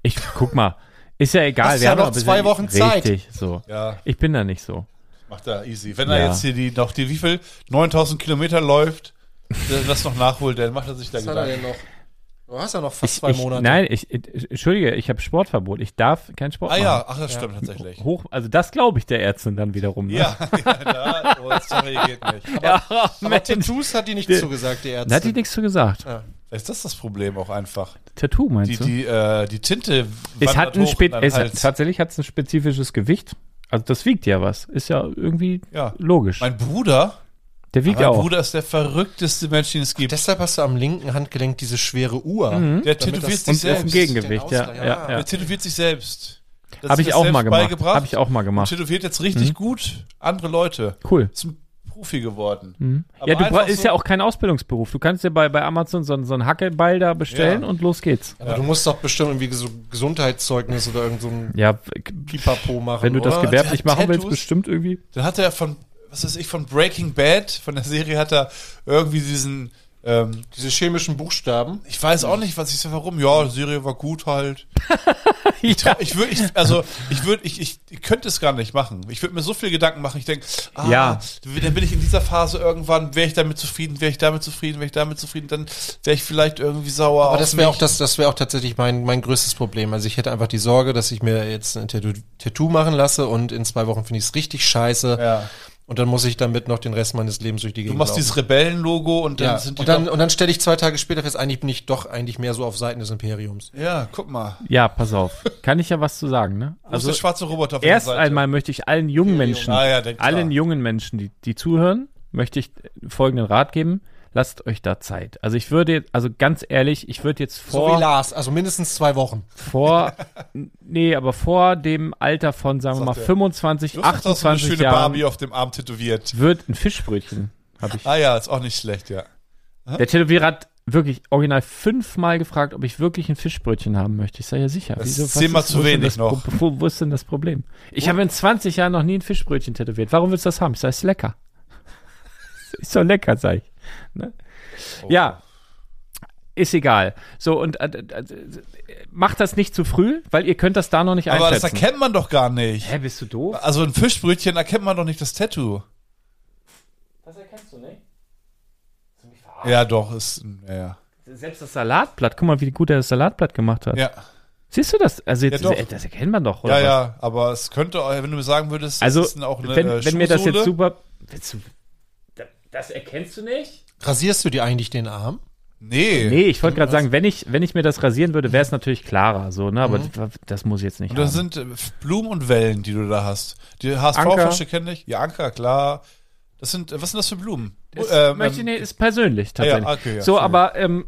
Speaker 1: Ich guck mal. Ist ja egal.
Speaker 3: Hast ja noch
Speaker 1: ein bisschen-
Speaker 3: zwei Wochen Zeit.
Speaker 1: Richtig, so.
Speaker 2: Ja,
Speaker 1: Ich bin da nicht so.
Speaker 2: macht er easy. Wenn
Speaker 1: Ja.
Speaker 2: er jetzt hier die noch die wie viel 9000 Kilometer läuft, der das noch nachholt, dann macht er sich da
Speaker 3: Was hat er denn
Speaker 2: Gedanken.
Speaker 3: noch? Du hast ja noch fast
Speaker 1: Ich,
Speaker 3: zwei
Speaker 1: ich,
Speaker 3: Monate.
Speaker 1: Nein, ich, ich, entschuldige, ich habe Sportverbot. Ich darf keinen Sport
Speaker 2: Ah
Speaker 1: machen.
Speaker 2: ja, ach das stimmt tatsächlich.
Speaker 1: Hoch, also das glaube ich der Ärztin dann wiederum. Ne?
Speaker 2: Ja, ja, da, oh, sorry, geht nicht.
Speaker 1: ja oh,
Speaker 3: Aber
Speaker 1: Mensch.
Speaker 3: Tattoos hat die nicht
Speaker 1: Der-
Speaker 3: zugesagt, die Ärzte.
Speaker 1: Da hat die nichts zu gesagt.
Speaker 2: Vielleicht ist das das Problem auch einfach.
Speaker 1: Tattoo meinst
Speaker 2: Die,
Speaker 1: du?
Speaker 2: die, äh, die Tinte
Speaker 1: es hat ein spät, es hat,
Speaker 2: hat,
Speaker 1: tatsächlich hat es ein spezifisches Gewicht. Also das wiegt ja was. Ist ja irgendwie
Speaker 2: Ja.
Speaker 1: logisch.
Speaker 2: Mein Bruder,
Speaker 1: der wiegt
Speaker 2: mein
Speaker 1: auch.
Speaker 2: Bruder ist der verrückteste Mensch, den es gibt.
Speaker 3: Deshalb hast du am linken Handgelenk diese schwere Uhr.
Speaker 1: Mhm.
Speaker 2: der
Speaker 3: Damit
Speaker 1: und
Speaker 2: tätowiert sich
Speaker 3: das-
Speaker 1: hm? das
Speaker 2: selbst.
Speaker 1: ist
Speaker 2: Ah,
Speaker 1: ein Gegengewicht,
Speaker 3: Den
Speaker 1: ja,
Speaker 3: Ausgleich,
Speaker 1: ja,
Speaker 3: ja.
Speaker 1: ja.
Speaker 2: Der tätowiert sich selbst. Das
Speaker 1: Habe
Speaker 2: ist
Speaker 1: ich
Speaker 2: das
Speaker 1: auch
Speaker 2: selbst
Speaker 1: mal gemacht.
Speaker 2: beigebracht.
Speaker 1: Habe ich auch mal
Speaker 2: Und
Speaker 1: gemacht. Hm.
Speaker 2: tätowiert jetzt richtig gut andere Leute.
Speaker 1: Cool.
Speaker 2: Ist ein Profi geworden.
Speaker 1: Hm. Ja, du bra-
Speaker 2: einfach
Speaker 1: ist ja auch kein Ausbildungsberuf. Du kannst dir bei, bei Amazon so, einen- so einen Hackebeil da bestellen
Speaker 2: Ja.
Speaker 1: und los geht's.
Speaker 3: Aber du musst doch bestimmt irgendwie so Gesundheitszeugnis oder irgend so ein
Speaker 1: Ja,
Speaker 3: Pipapo machen.
Speaker 1: wenn du das
Speaker 3: oder?
Speaker 1: gewerblich
Speaker 2: Der hat
Speaker 1: machen willst,
Speaker 2: Tattoos.
Speaker 1: bestimmt irgendwie.
Speaker 2: Dann hat er von, was weiß ich, von Breaking Bad, von der Serie hat er irgendwie diesen, ähm,
Speaker 3: Diese chemischen Buchstaben.
Speaker 2: ich weiß auch nicht, was ich so warum. Ja, die Serie war gut halt. Ich würde, ich, also ich würde, ich, ich, ich könnte es gar nicht machen. Ich würde mir so viel Gedanken machen. Ich denke, ah,
Speaker 1: Ja.
Speaker 2: dann bin ich in dieser Phase irgendwann, wäre ich damit zufrieden, wäre ich damit zufrieden, wäre ich damit zufrieden, dann wäre ich vielleicht irgendwie sauer.
Speaker 3: Aber
Speaker 2: auf
Speaker 3: das wäre auch,
Speaker 2: mich.
Speaker 3: das, das wäre auch tatsächlich mein, mein größtes Problem. Also ich hätte einfach die Sorge, dass ich mir jetzt ein Tattoo, Tattoo machen lasse und in zwei Wochen finde ich es richtig scheiße.
Speaker 2: Ja.
Speaker 3: Und dann muss ich damit noch den Rest meines Lebens durch die
Speaker 2: Du
Speaker 3: Gegend
Speaker 2: machst
Speaker 3: laufen.
Speaker 2: dieses Rebellen-Logo und dann
Speaker 3: ja.
Speaker 2: sind die
Speaker 3: und dann,
Speaker 2: doch-
Speaker 3: und dann stelle ich zwei Tage später fest, eigentlich bin ich doch eigentlich mehr so auf Seiten des Imperiums.
Speaker 2: ja, guck mal.
Speaker 1: Ja, pass auf. Kann ich ja was zu sagen, ne?
Speaker 2: Also
Speaker 1: Also
Speaker 2: der schwarze Roboter auf
Speaker 1: erst
Speaker 2: der Seite.
Speaker 1: einmal möchte ich allen jungen Menschen,
Speaker 2: Ah, ja, denk klar.
Speaker 1: allen jungen Menschen, die, die zuhören, möchte ich folgenden Rat geben. Lasst euch da Zeit. Also ich würde, also ganz ehrlich, ich würde jetzt
Speaker 3: So
Speaker 1: vor,
Speaker 3: wie Lars, also mindestens zwei Wochen.
Speaker 1: vor, nee, aber vor dem Alter von, sagen wir mal,
Speaker 2: Sagt er.
Speaker 1: 25,
Speaker 2: Du hast doch so eine
Speaker 1: 28
Speaker 2: schöne
Speaker 1: Jahren.
Speaker 2: Barbie auf dem Arm tätowiert.
Speaker 1: wird ein Fischbrötchen, habe ich.
Speaker 2: Ah ja, ist auch nicht schlecht, ja.
Speaker 1: Der Tätowierer hat wirklich original fünfmal gefragt, ob ich wirklich ein Fischbrötchen haben möchte. Ich sage ja sicher.
Speaker 2: Das ist zehnmal zu
Speaker 1: wo denn
Speaker 2: wenig
Speaker 1: das,
Speaker 2: noch.
Speaker 1: Pro- Wo, wo ist denn das Problem? Ich habe in 20 Jahren noch nie ein Fischbrötchen tätowiert. Warum willst du das haben? Ich sage, es ist lecker. ist doch lecker, sage ich. Ne?
Speaker 2: Oh.
Speaker 1: Ja. Ist egal. So, und äh, äh, äh, macht das nicht zu früh, weil ihr könnt das da noch nicht
Speaker 2: Aber das
Speaker 1: einschätzen.
Speaker 2: erkennt man doch gar nicht.
Speaker 1: Hä, bist du doof?
Speaker 2: Also ein Fischbrötchen erkennt man doch nicht das Tattoo.
Speaker 1: Das erkennst du nicht.
Speaker 2: Ja, doch, ist, ja, ja.
Speaker 1: Selbst das Salatblatt, guck mal, wie gut er das Salatblatt gemacht hat.
Speaker 2: Ja,
Speaker 1: Siehst du das? Also jetzt,
Speaker 2: Ja, doch.
Speaker 1: äh, das erkennt man doch,
Speaker 2: ja,
Speaker 1: was?
Speaker 2: ja, aber es könnte, auch- wenn du mir sagen würdest, das
Speaker 1: Also,
Speaker 2: ist auch eine
Speaker 1: wenn,
Speaker 2: äh,
Speaker 1: wenn mir das jetzt
Speaker 2: Schuhsohle.
Speaker 1: super. Willst du- da- Das erkennst du nicht?
Speaker 3: Rasierst du dir eigentlich den Arm?
Speaker 2: Nee.
Speaker 1: Nee, ich wollte gerade sagen, wenn ich, wenn ich mir das rasieren würde, wäre es natürlich klarer, so, ne? Aber das, das muss ich jetzt nicht.
Speaker 2: Mhm. Und das
Speaker 1: haben.
Speaker 2: sind äh, Blumen und Wellen, die du da hast. Die
Speaker 1: Anker.
Speaker 2: HSV-Fische kenne ich. Ja, Anker, klar. Das sind, äh, was sind das für Blumen?
Speaker 1: Das
Speaker 2: Ähm,
Speaker 1: möchte ich
Speaker 2: ähm,
Speaker 1: nicht, ist persönlich
Speaker 2: ja,
Speaker 1: tatsächlich.
Speaker 2: okay, ja,
Speaker 1: so,
Speaker 2: sorry.
Speaker 1: aber ähm,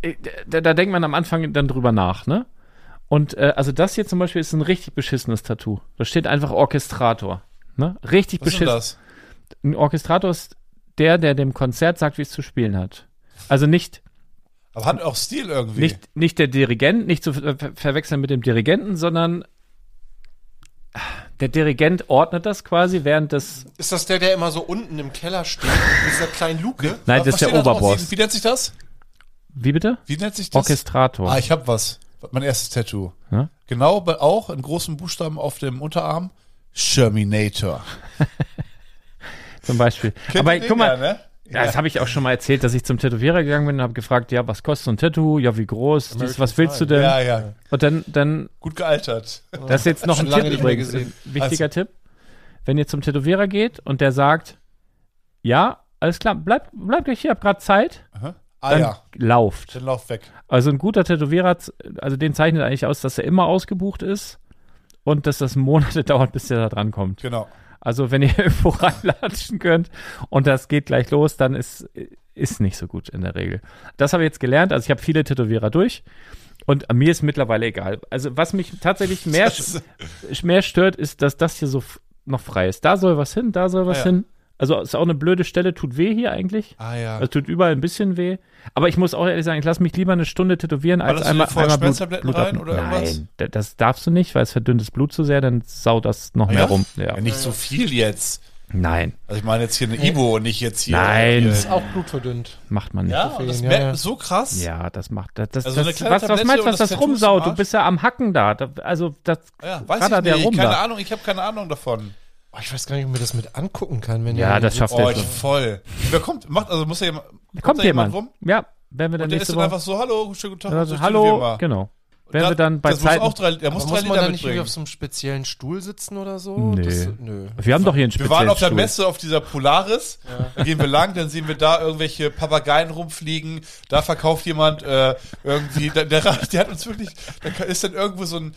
Speaker 1: äh, da, da denkt man am Anfang dann drüber nach, ne? Und äh, also das hier zum Beispiel ist ein richtig beschissenes Tattoo. Da steht einfach Orchestrator. Ne? Richtig
Speaker 2: was ist denn
Speaker 1: beschissen.
Speaker 2: das?
Speaker 1: Ein Orchestrator ist der, der dem Konzert sagt, wie es zu spielen hat. Also nicht
Speaker 2: Aber hat auch Stil irgendwie.
Speaker 1: Nicht, nicht der Dirigent, nicht zu ver ver- verwechseln mit dem Dirigenten, sondern der Dirigent ordnet das quasi während des.
Speaker 3: Ist das der, der immer so unten im Keller steht, mit dieser kleinen Luke?
Speaker 1: Nein, das
Speaker 2: Was
Speaker 1: ist
Speaker 2: steht
Speaker 1: der
Speaker 2: da drauf?
Speaker 1: Oberboss.
Speaker 2: Wie nennt sich das?
Speaker 1: Wie bitte?
Speaker 2: Wie nennt sich das?
Speaker 1: Orchestrator.
Speaker 2: Ah, ich habe was. Mein erstes Tattoo.
Speaker 1: Ja?
Speaker 2: Genau, aber auch in großen Buchstaben auf dem Unterarm. Sherminator.
Speaker 1: zum Beispiel.
Speaker 2: Kennt
Speaker 1: Aber
Speaker 2: ihr den
Speaker 1: guck mal,
Speaker 2: ja, ne?
Speaker 1: Ja, das habe ich auch schon mal erzählt, dass ich zum Tätowierer gegangen bin und habe gefragt, ja, was kostet so ein Tattoo? Ja, wie groß? Dies, was willst du denn?
Speaker 2: ja, ja.
Speaker 1: Und dann, dann,
Speaker 2: Gut gealtert.
Speaker 1: das ist jetzt noch ein
Speaker 3: Schon lange
Speaker 1: Tipp
Speaker 3: nicht mehr
Speaker 1: übrigens,
Speaker 3: gesehen. Also-
Speaker 1: ein wichtiger Tipp. Wenn ihr zum Tätowierer geht und der sagt, ja, alles klar, bleib, bleib gleich hier, hab grad Zeit,
Speaker 2: Aha. Ah
Speaker 1: dann
Speaker 2: ja,
Speaker 1: lauft.
Speaker 2: dann lauf weg.
Speaker 1: Also ein guter Tätowierer, also den zeichnet eigentlich aus, dass er immer ausgebucht ist und dass das Monate dauert, bis der da dran kommt.
Speaker 2: Genau.
Speaker 1: Also wenn ihr irgendwo reinlatschen könnt und das geht gleich los, dann ist, ist nicht so gut in der Regel. Das habe ich jetzt gelernt. Also ich habe viele Tätowierer durch und mir ist mittlerweile egal. Also was mich tatsächlich mehr,
Speaker 2: Das-
Speaker 1: mehr stört, ist, dass das hier so f- noch frei ist. Da soll was hin, da soll was
Speaker 2: Ah, ja.
Speaker 1: hin. Also ist auch eine blöde Stelle, tut weh hier eigentlich.
Speaker 2: Ah ja.
Speaker 1: Also tut überall ein bisschen weh. Aber ich muss auch ehrlich sagen, ich lasse mich lieber eine Stunde tätowieren, als
Speaker 2: Ballerst du dir
Speaker 1: einmal,
Speaker 2: vorher
Speaker 1: einmal Blut,
Speaker 2: Schmerztabletten
Speaker 1: Blut ab-
Speaker 2: rein oder irgendwas?
Speaker 1: Nein, da- das darfst du nicht, weil es verdünnt das Blut zu sehr, dann saut das noch mehr rum.
Speaker 2: Ah Ja. nicht so viel jetzt.
Speaker 1: Nein,
Speaker 2: Also ich meine jetzt hier eine Ibo und nicht jetzt hier.
Speaker 1: Nein.
Speaker 2: Hier.
Speaker 1: Das
Speaker 3: Ist auch blutverdünnt.
Speaker 1: macht man nicht.
Speaker 2: Ja, und das
Speaker 3: Ja,
Speaker 2: merkt
Speaker 3: ja.
Speaker 2: so krass.
Speaker 1: Ja, das macht das. das,
Speaker 2: Also eine
Speaker 1: das
Speaker 2: kleine
Speaker 1: was, was
Speaker 2: Tablette
Speaker 1: meinst du,
Speaker 2: und
Speaker 1: was
Speaker 2: das
Speaker 1: das
Speaker 2: Tattoo ist
Speaker 1: rumsaut?
Speaker 2: im
Speaker 1: Du
Speaker 2: Arsch?
Speaker 1: bist ja am Hacken da. da also das
Speaker 2: Ja, weiß
Speaker 1: rattert der
Speaker 2: ich
Speaker 1: rum
Speaker 2: nicht. Keine
Speaker 1: da.
Speaker 2: Ahnung, ich habe keine Ahnung davon.
Speaker 3: Oh, ich weiß gar nicht, ob man das mit angucken kann. Wenn
Speaker 1: Ja,
Speaker 3: der-
Speaker 1: das schafft
Speaker 2: Oh,
Speaker 1: der
Speaker 2: ich
Speaker 1: schon.
Speaker 2: voll. Wer kommt? Macht also muss ja jemand
Speaker 1: Kommt
Speaker 2: da
Speaker 1: jemand?
Speaker 2: rum?
Speaker 1: Ja, werden wir dann
Speaker 2: Und der ist
Speaker 1: nächste
Speaker 2: dann einfach
Speaker 1: Woche.
Speaker 2: so, hallo, schönen guten Tag.
Speaker 1: Also,
Speaker 2: so stehen wir
Speaker 1: hallo,
Speaker 2: mal.
Speaker 1: genau.
Speaker 2: Und
Speaker 1: Werden
Speaker 2: da-
Speaker 1: wir dann bei
Speaker 2: das muss
Speaker 1: Zeit.
Speaker 2: auch drei, der muss
Speaker 3: Aber
Speaker 2: drei
Speaker 3: muss man
Speaker 2: Lieder
Speaker 3: da nicht irgendwie
Speaker 2: mitbringen.
Speaker 3: auf so einem speziellen Stuhl sitzen oder so?
Speaker 1: Nee.
Speaker 3: Das, nö.
Speaker 1: Wir haben doch hier einen
Speaker 2: Wir waren auf der
Speaker 1: speziellen
Speaker 2: Messe auf dieser Polaris, da gehen wir lang, dann sehen wir da irgendwelche Papageien rumfliegen, da verkauft jemand äh, irgendwie, der, der, der hat uns wirklich, da ist dann irgendwo so ein,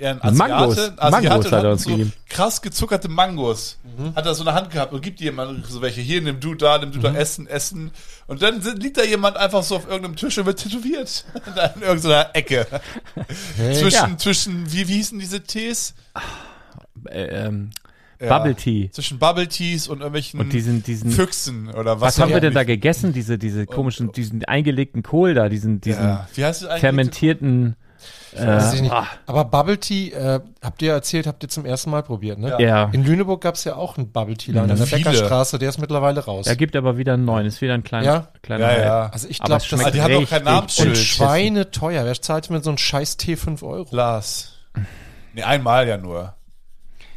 Speaker 2: ja, ein Asiate,
Speaker 1: Mangos.
Speaker 2: ein Asiate
Speaker 1: Mangos
Speaker 2: und
Speaker 1: hat er
Speaker 2: uns
Speaker 1: uns gegeben.
Speaker 2: krass gezuckerte Mangos, hat er so eine Hand gehabt und gibt jemand so welche, hier, nimm du da, nimm du
Speaker 1: Mhm.
Speaker 2: da, essen, essen und dann sind, liegt da jemand einfach so auf irgendeinem Tisch und wird tätowiert, Da in irgendeiner Ecke,
Speaker 3: Hey.
Speaker 2: zwischen,
Speaker 1: Ja.
Speaker 2: zwischen, wie, wie hießen diese Tees?
Speaker 1: Stuhl. Äh, ähm,
Speaker 2: Ja.
Speaker 1: Bubble Tea.
Speaker 2: Zwischen Bubble Tees und irgendwelchen
Speaker 1: Und diesen, diesen.
Speaker 2: Füchsen oder was?
Speaker 1: was haben
Speaker 2: auch
Speaker 1: wir denn da
Speaker 2: nicht.
Speaker 1: gegessen? Diese, diese komischen, diesen eingelegten Kohl da, diesen, diesen
Speaker 2: Oh, Ja. Wie heißt es eigentlich?
Speaker 1: fermentierten.
Speaker 3: Weiß ich
Speaker 1: Äh,
Speaker 3: nicht.
Speaker 1: ah,
Speaker 3: Aber Bubble Tea, äh, habt ihr erzählt, habt ihr zum ersten Mal probiert, ne?
Speaker 1: ja.
Speaker 3: In Lüneburg gab es ja auch einen Bubble Tea Laden
Speaker 2: Mhm.
Speaker 3: an der
Speaker 2: Viele.
Speaker 3: Bäckerstraße, der ist mittlerweile raus.
Speaker 1: Er gibt aber wieder einen neuen. Ist wieder ein kleiner.
Speaker 3: Ja?
Speaker 1: kleiner
Speaker 2: Ja, ja.
Speaker 3: also ich
Speaker 1: Aber
Speaker 3: glaube,
Speaker 1: es
Speaker 3: das
Speaker 1: schmeckt
Speaker 2: Ah, die haben doch kein
Speaker 1: richtig
Speaker 2: Namensschild.
Speaker 3: und Schweine teuer. Wer zahlt mir so einen scheiß Tee 5 Euro?
Speaker 2: Glas. Nee, einmal ja nur.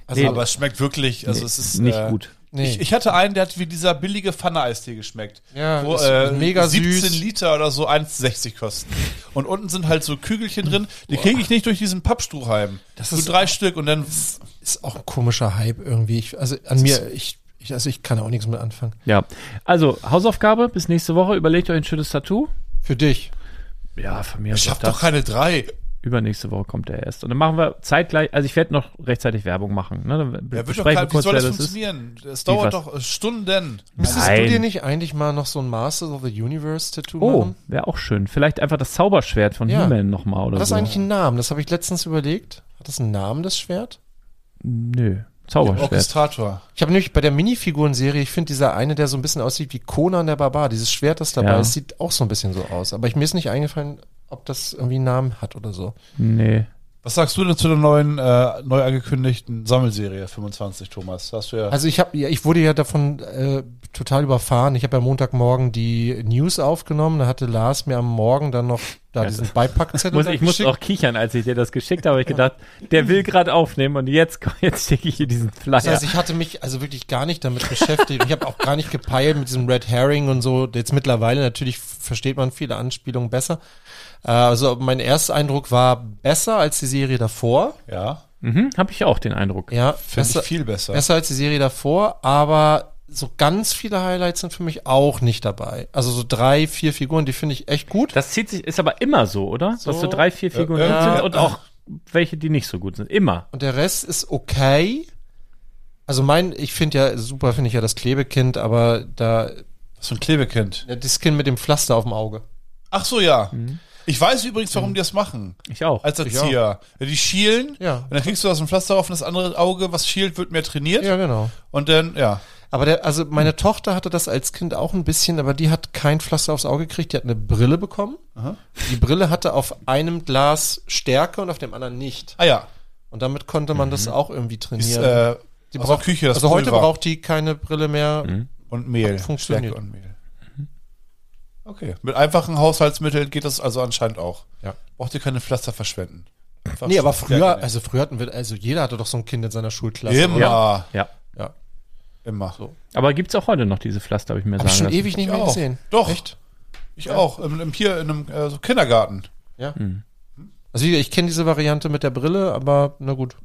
Speaker 3: Also,
Speaker 1: Nee.
Speaker 2: Aber es schmeckt wirklich, also es ist.
Speaker 1: nicht
Speaker 2: äh,
Speaker 1: gut.
Speaker 3: nee.
Speaker 2: Ich, ich hatte einen, der hat wie dieser billige Pfanne-Eistee geschmeckt.
Speaker 3: Ja,
Speaker 2: wo,
Speaker 3: ist
Speaker 2: äh,
Speaker 3: mega
Speaker 2: 17
Speaker 3: süß.
Speaker 2: Liter oder so 1,60 kosten. Und unten sind halt so Kügelchen drin, die kriege ich nicht durch diesen Pappstrohhalm.
Speaker 3: Das
Speaker 2: Nur
Speaker 3: ist-
Speaker 2: drei Stück und dann.
Speaker 3: ist auch ein komischer Hype irgendwie. Ich, also an mir, ich, ich, also ich kann auch nichts mit anfangen.
Speaker 1: Ja. Also, Hausaufgabe bis nächste Woche. Überlegt euch ein schönes Tattoo.
Speaker 3: Für dich.
Speaker 1: Ja, von mir aus
Speaker 2: Ich
Speaker 1: auch
Speaker 2: hab doch keine drei.
Speaker 1: Übernächste Woche kommt der erst. Und dann machen wir zeitgleich, also ich werde noch rechtzeitig Werbung machen. Ne? Dann be-
Speaker 2: Ja, wird doch
Speaker 1: besprechen wir
Speaker 2: kein, wie
Speaker 1: kurz,
Speaker 2: soll
Speaker 1: wer
Speaker 2: das
Speaker 1: das ist.
Speaker 2: funktionieren? Es
Speaker 1: was?
Speaker 2: dauert doch äh, Stunden.
Speaker 3: Müsstest du
Speaker 1: Nein.
Speaker 3: dir nicht eigentlich mal noch so ein Masters of the Universe Tattoo
Speaker 1: Oh,
Speaker 3: machen?
Speaker 1: wäre auch schön. Vielleicht einfach das Zauberschwert von
Speaker 3: Ja.
Speaker 1: He-Man nochmal oder
Speaker 3: Hat das
Speaker 1: so.
Speaker 3: eigentlich einen Namen? Das habe ich letztens überlegt. Hat das einen Namen, das Schwert?
Speaker 1: Nö, Zauberschwert.
Speaker 2: Orchestrator.
Speaker 3: Ich habe nämlich bei der Minifigurenserie, ich finde dieser eine, der so ein bisschen aussieht wie Conan der Barbar, dieses Schwert, das dabei
Speaker 1: Ja.
Speaker 3: ist, sieht auch so ein bisschen so aus. Aber ich, mir ist nicht eingefallen, ob das irgendwie einen Namen hat oder so.
Speaker 1: Nee.
Speaker 2: Was sagst du denn zu der neuen, äh, neu angekündigten Sammelserie 25, Thomas? Hast du ja.
Speaker 3: Also ich habe, ja, ich wurde ja davon äh, total überfahren. Ich habe ja Montagmorgen die News aufgenommen. Da hatte Lars mir am Morgen dann noch da diesen Beipackzettel
Speaker 1: Muss, ich muss
Speaker 3: geschickt.
Speaker 1: auch kichern, als ich dir das geschickt habe. Ich gedacht, der will gerade aufnehmen und jetzt, jetzt schicke ich hier diesen Flyer.
Speaker 3: Das heißt, ich hatte mich also wirklich gar nicht damit beschäftigt. Ich habe auch gar nicht gepeilt mit diesem Red Herring und so. Jetzt mittlerweile natürlich versteht man viele Anspielungen besser. Äh, Also mein erster Eindruck war besser als die Serie davor.
Speaker 2: ja.
Speaker 1: mhm, habe ich auch den Eindruck.
Speaker 3: Ja,
Speaker 2: Finde
Speaker 3: besser,
Speaker 2: ich viel besser.
Speaker 3: besser als die Serie davor, aber so ganz viele Highlights sind für mich auch nicht dabei. Also so drei, vier Figuren, die finde ich echt gut.
Speaker 1: Das zieht sich, ist aber immer so, oder? Dass
Speaker 3: So. Äh,
Speaker 1: so drei, vier Figuren
Speaker 2: Ja,
Speaker 1: gut
Speaker 3: ja.
Speaker 1: sind und auch welche, die nicht so gut sind. Immer.
Speaker 3: Und der Rest ist okay. Also mein, ich finde ja, super finde ich ja das Klebekind, aber da,
Speaker 2: so ein Klebekind.
Speaker 3: ja, das Kind mit dem Pflaster auf dem Auge.
Speaker 2: Ach so, ja.
Speaker 3: Mhm.
Speaker 2: Ich weiß übrigens, warum die das machen.
Speaker 1: Ich auch.
Speaker 2: Als Erzieher. Ja, die schielen.
Speaker 3: Ja.
Speaker 2: Und dann kriegst du aus dem Pflaster auf und das andere Auge, was schielt, wird mehr trainiert.
Speaker 3: Ja, genau.
Speaker 2: Und dann, ja.
Speaker 3: Aber der, also meine Tochter hatte das als Kind auch ein bisschen, aber die hat kein Pflaster aufs Auge gekriegt, die hat eine Brille bekommen. Die Brille hatte auf einem Glas Stärke und auf dem anderen nicht.
Speaker 2: Ah ja.
Speaker 3: Und damit konnte man das auch irgendwie
Speaker 2: Mhm. Ist,
Speaker 3: trainieren.
Speaker 2: äh,
Speaker 3: Die
Speaker 2: aus
Speaker 3: braucht-
Speaker 2: der Küche das
Speaker 3: also heute
Speaker 2: Pulver.
Speaker 3: braucht die keine Brille mehr.
Speaker 2: und Mehl.
Speaker 3: funktioniert.
Speaker 2: Stärke und Mehl. Okay. Mit einfachen Haushaltsmitteln geht das also anscheinend auch.
Speaker 3: Ja.
Speaker 2: Braucht ihr keine Pflaster verschwenden. Einfach
Speaker 3: Nee, aber
Speaker 2: schon
Speaker 3: früher,
Speaker 2: stärken.
Speaker 3: also früher hatten wir, also jeder hatte doch so ein Kind in seiner Schulklasse.
Speaker 2: immer,
Speaker 3: oder?
Speaker 1: Ja.
Speaker 3: Ja.
Speaker 2: immer.
Speaker 1: Aber gibt's auch heute noch diese Pflaster, habe ich mir
Speaker 3: Hab ich
Speaker 1: sagen
Speaker 3: schon
Speaker 1: lassen.
Speaker 3: ewig nicht
Speaker 2: Ich
Speaker 3: mehr
Speaker 2: auch.
Speaker 3: gesehen.
Speaker 2: Doch.
Speaker 3: Echt?
Speaker 2: Ich auch. Im, im, hier in einem äh, so Kindergarten.
Speaker 3: Ja. Also wie gesagt, ich kenne diese Variante mit der Brille, aber na gut.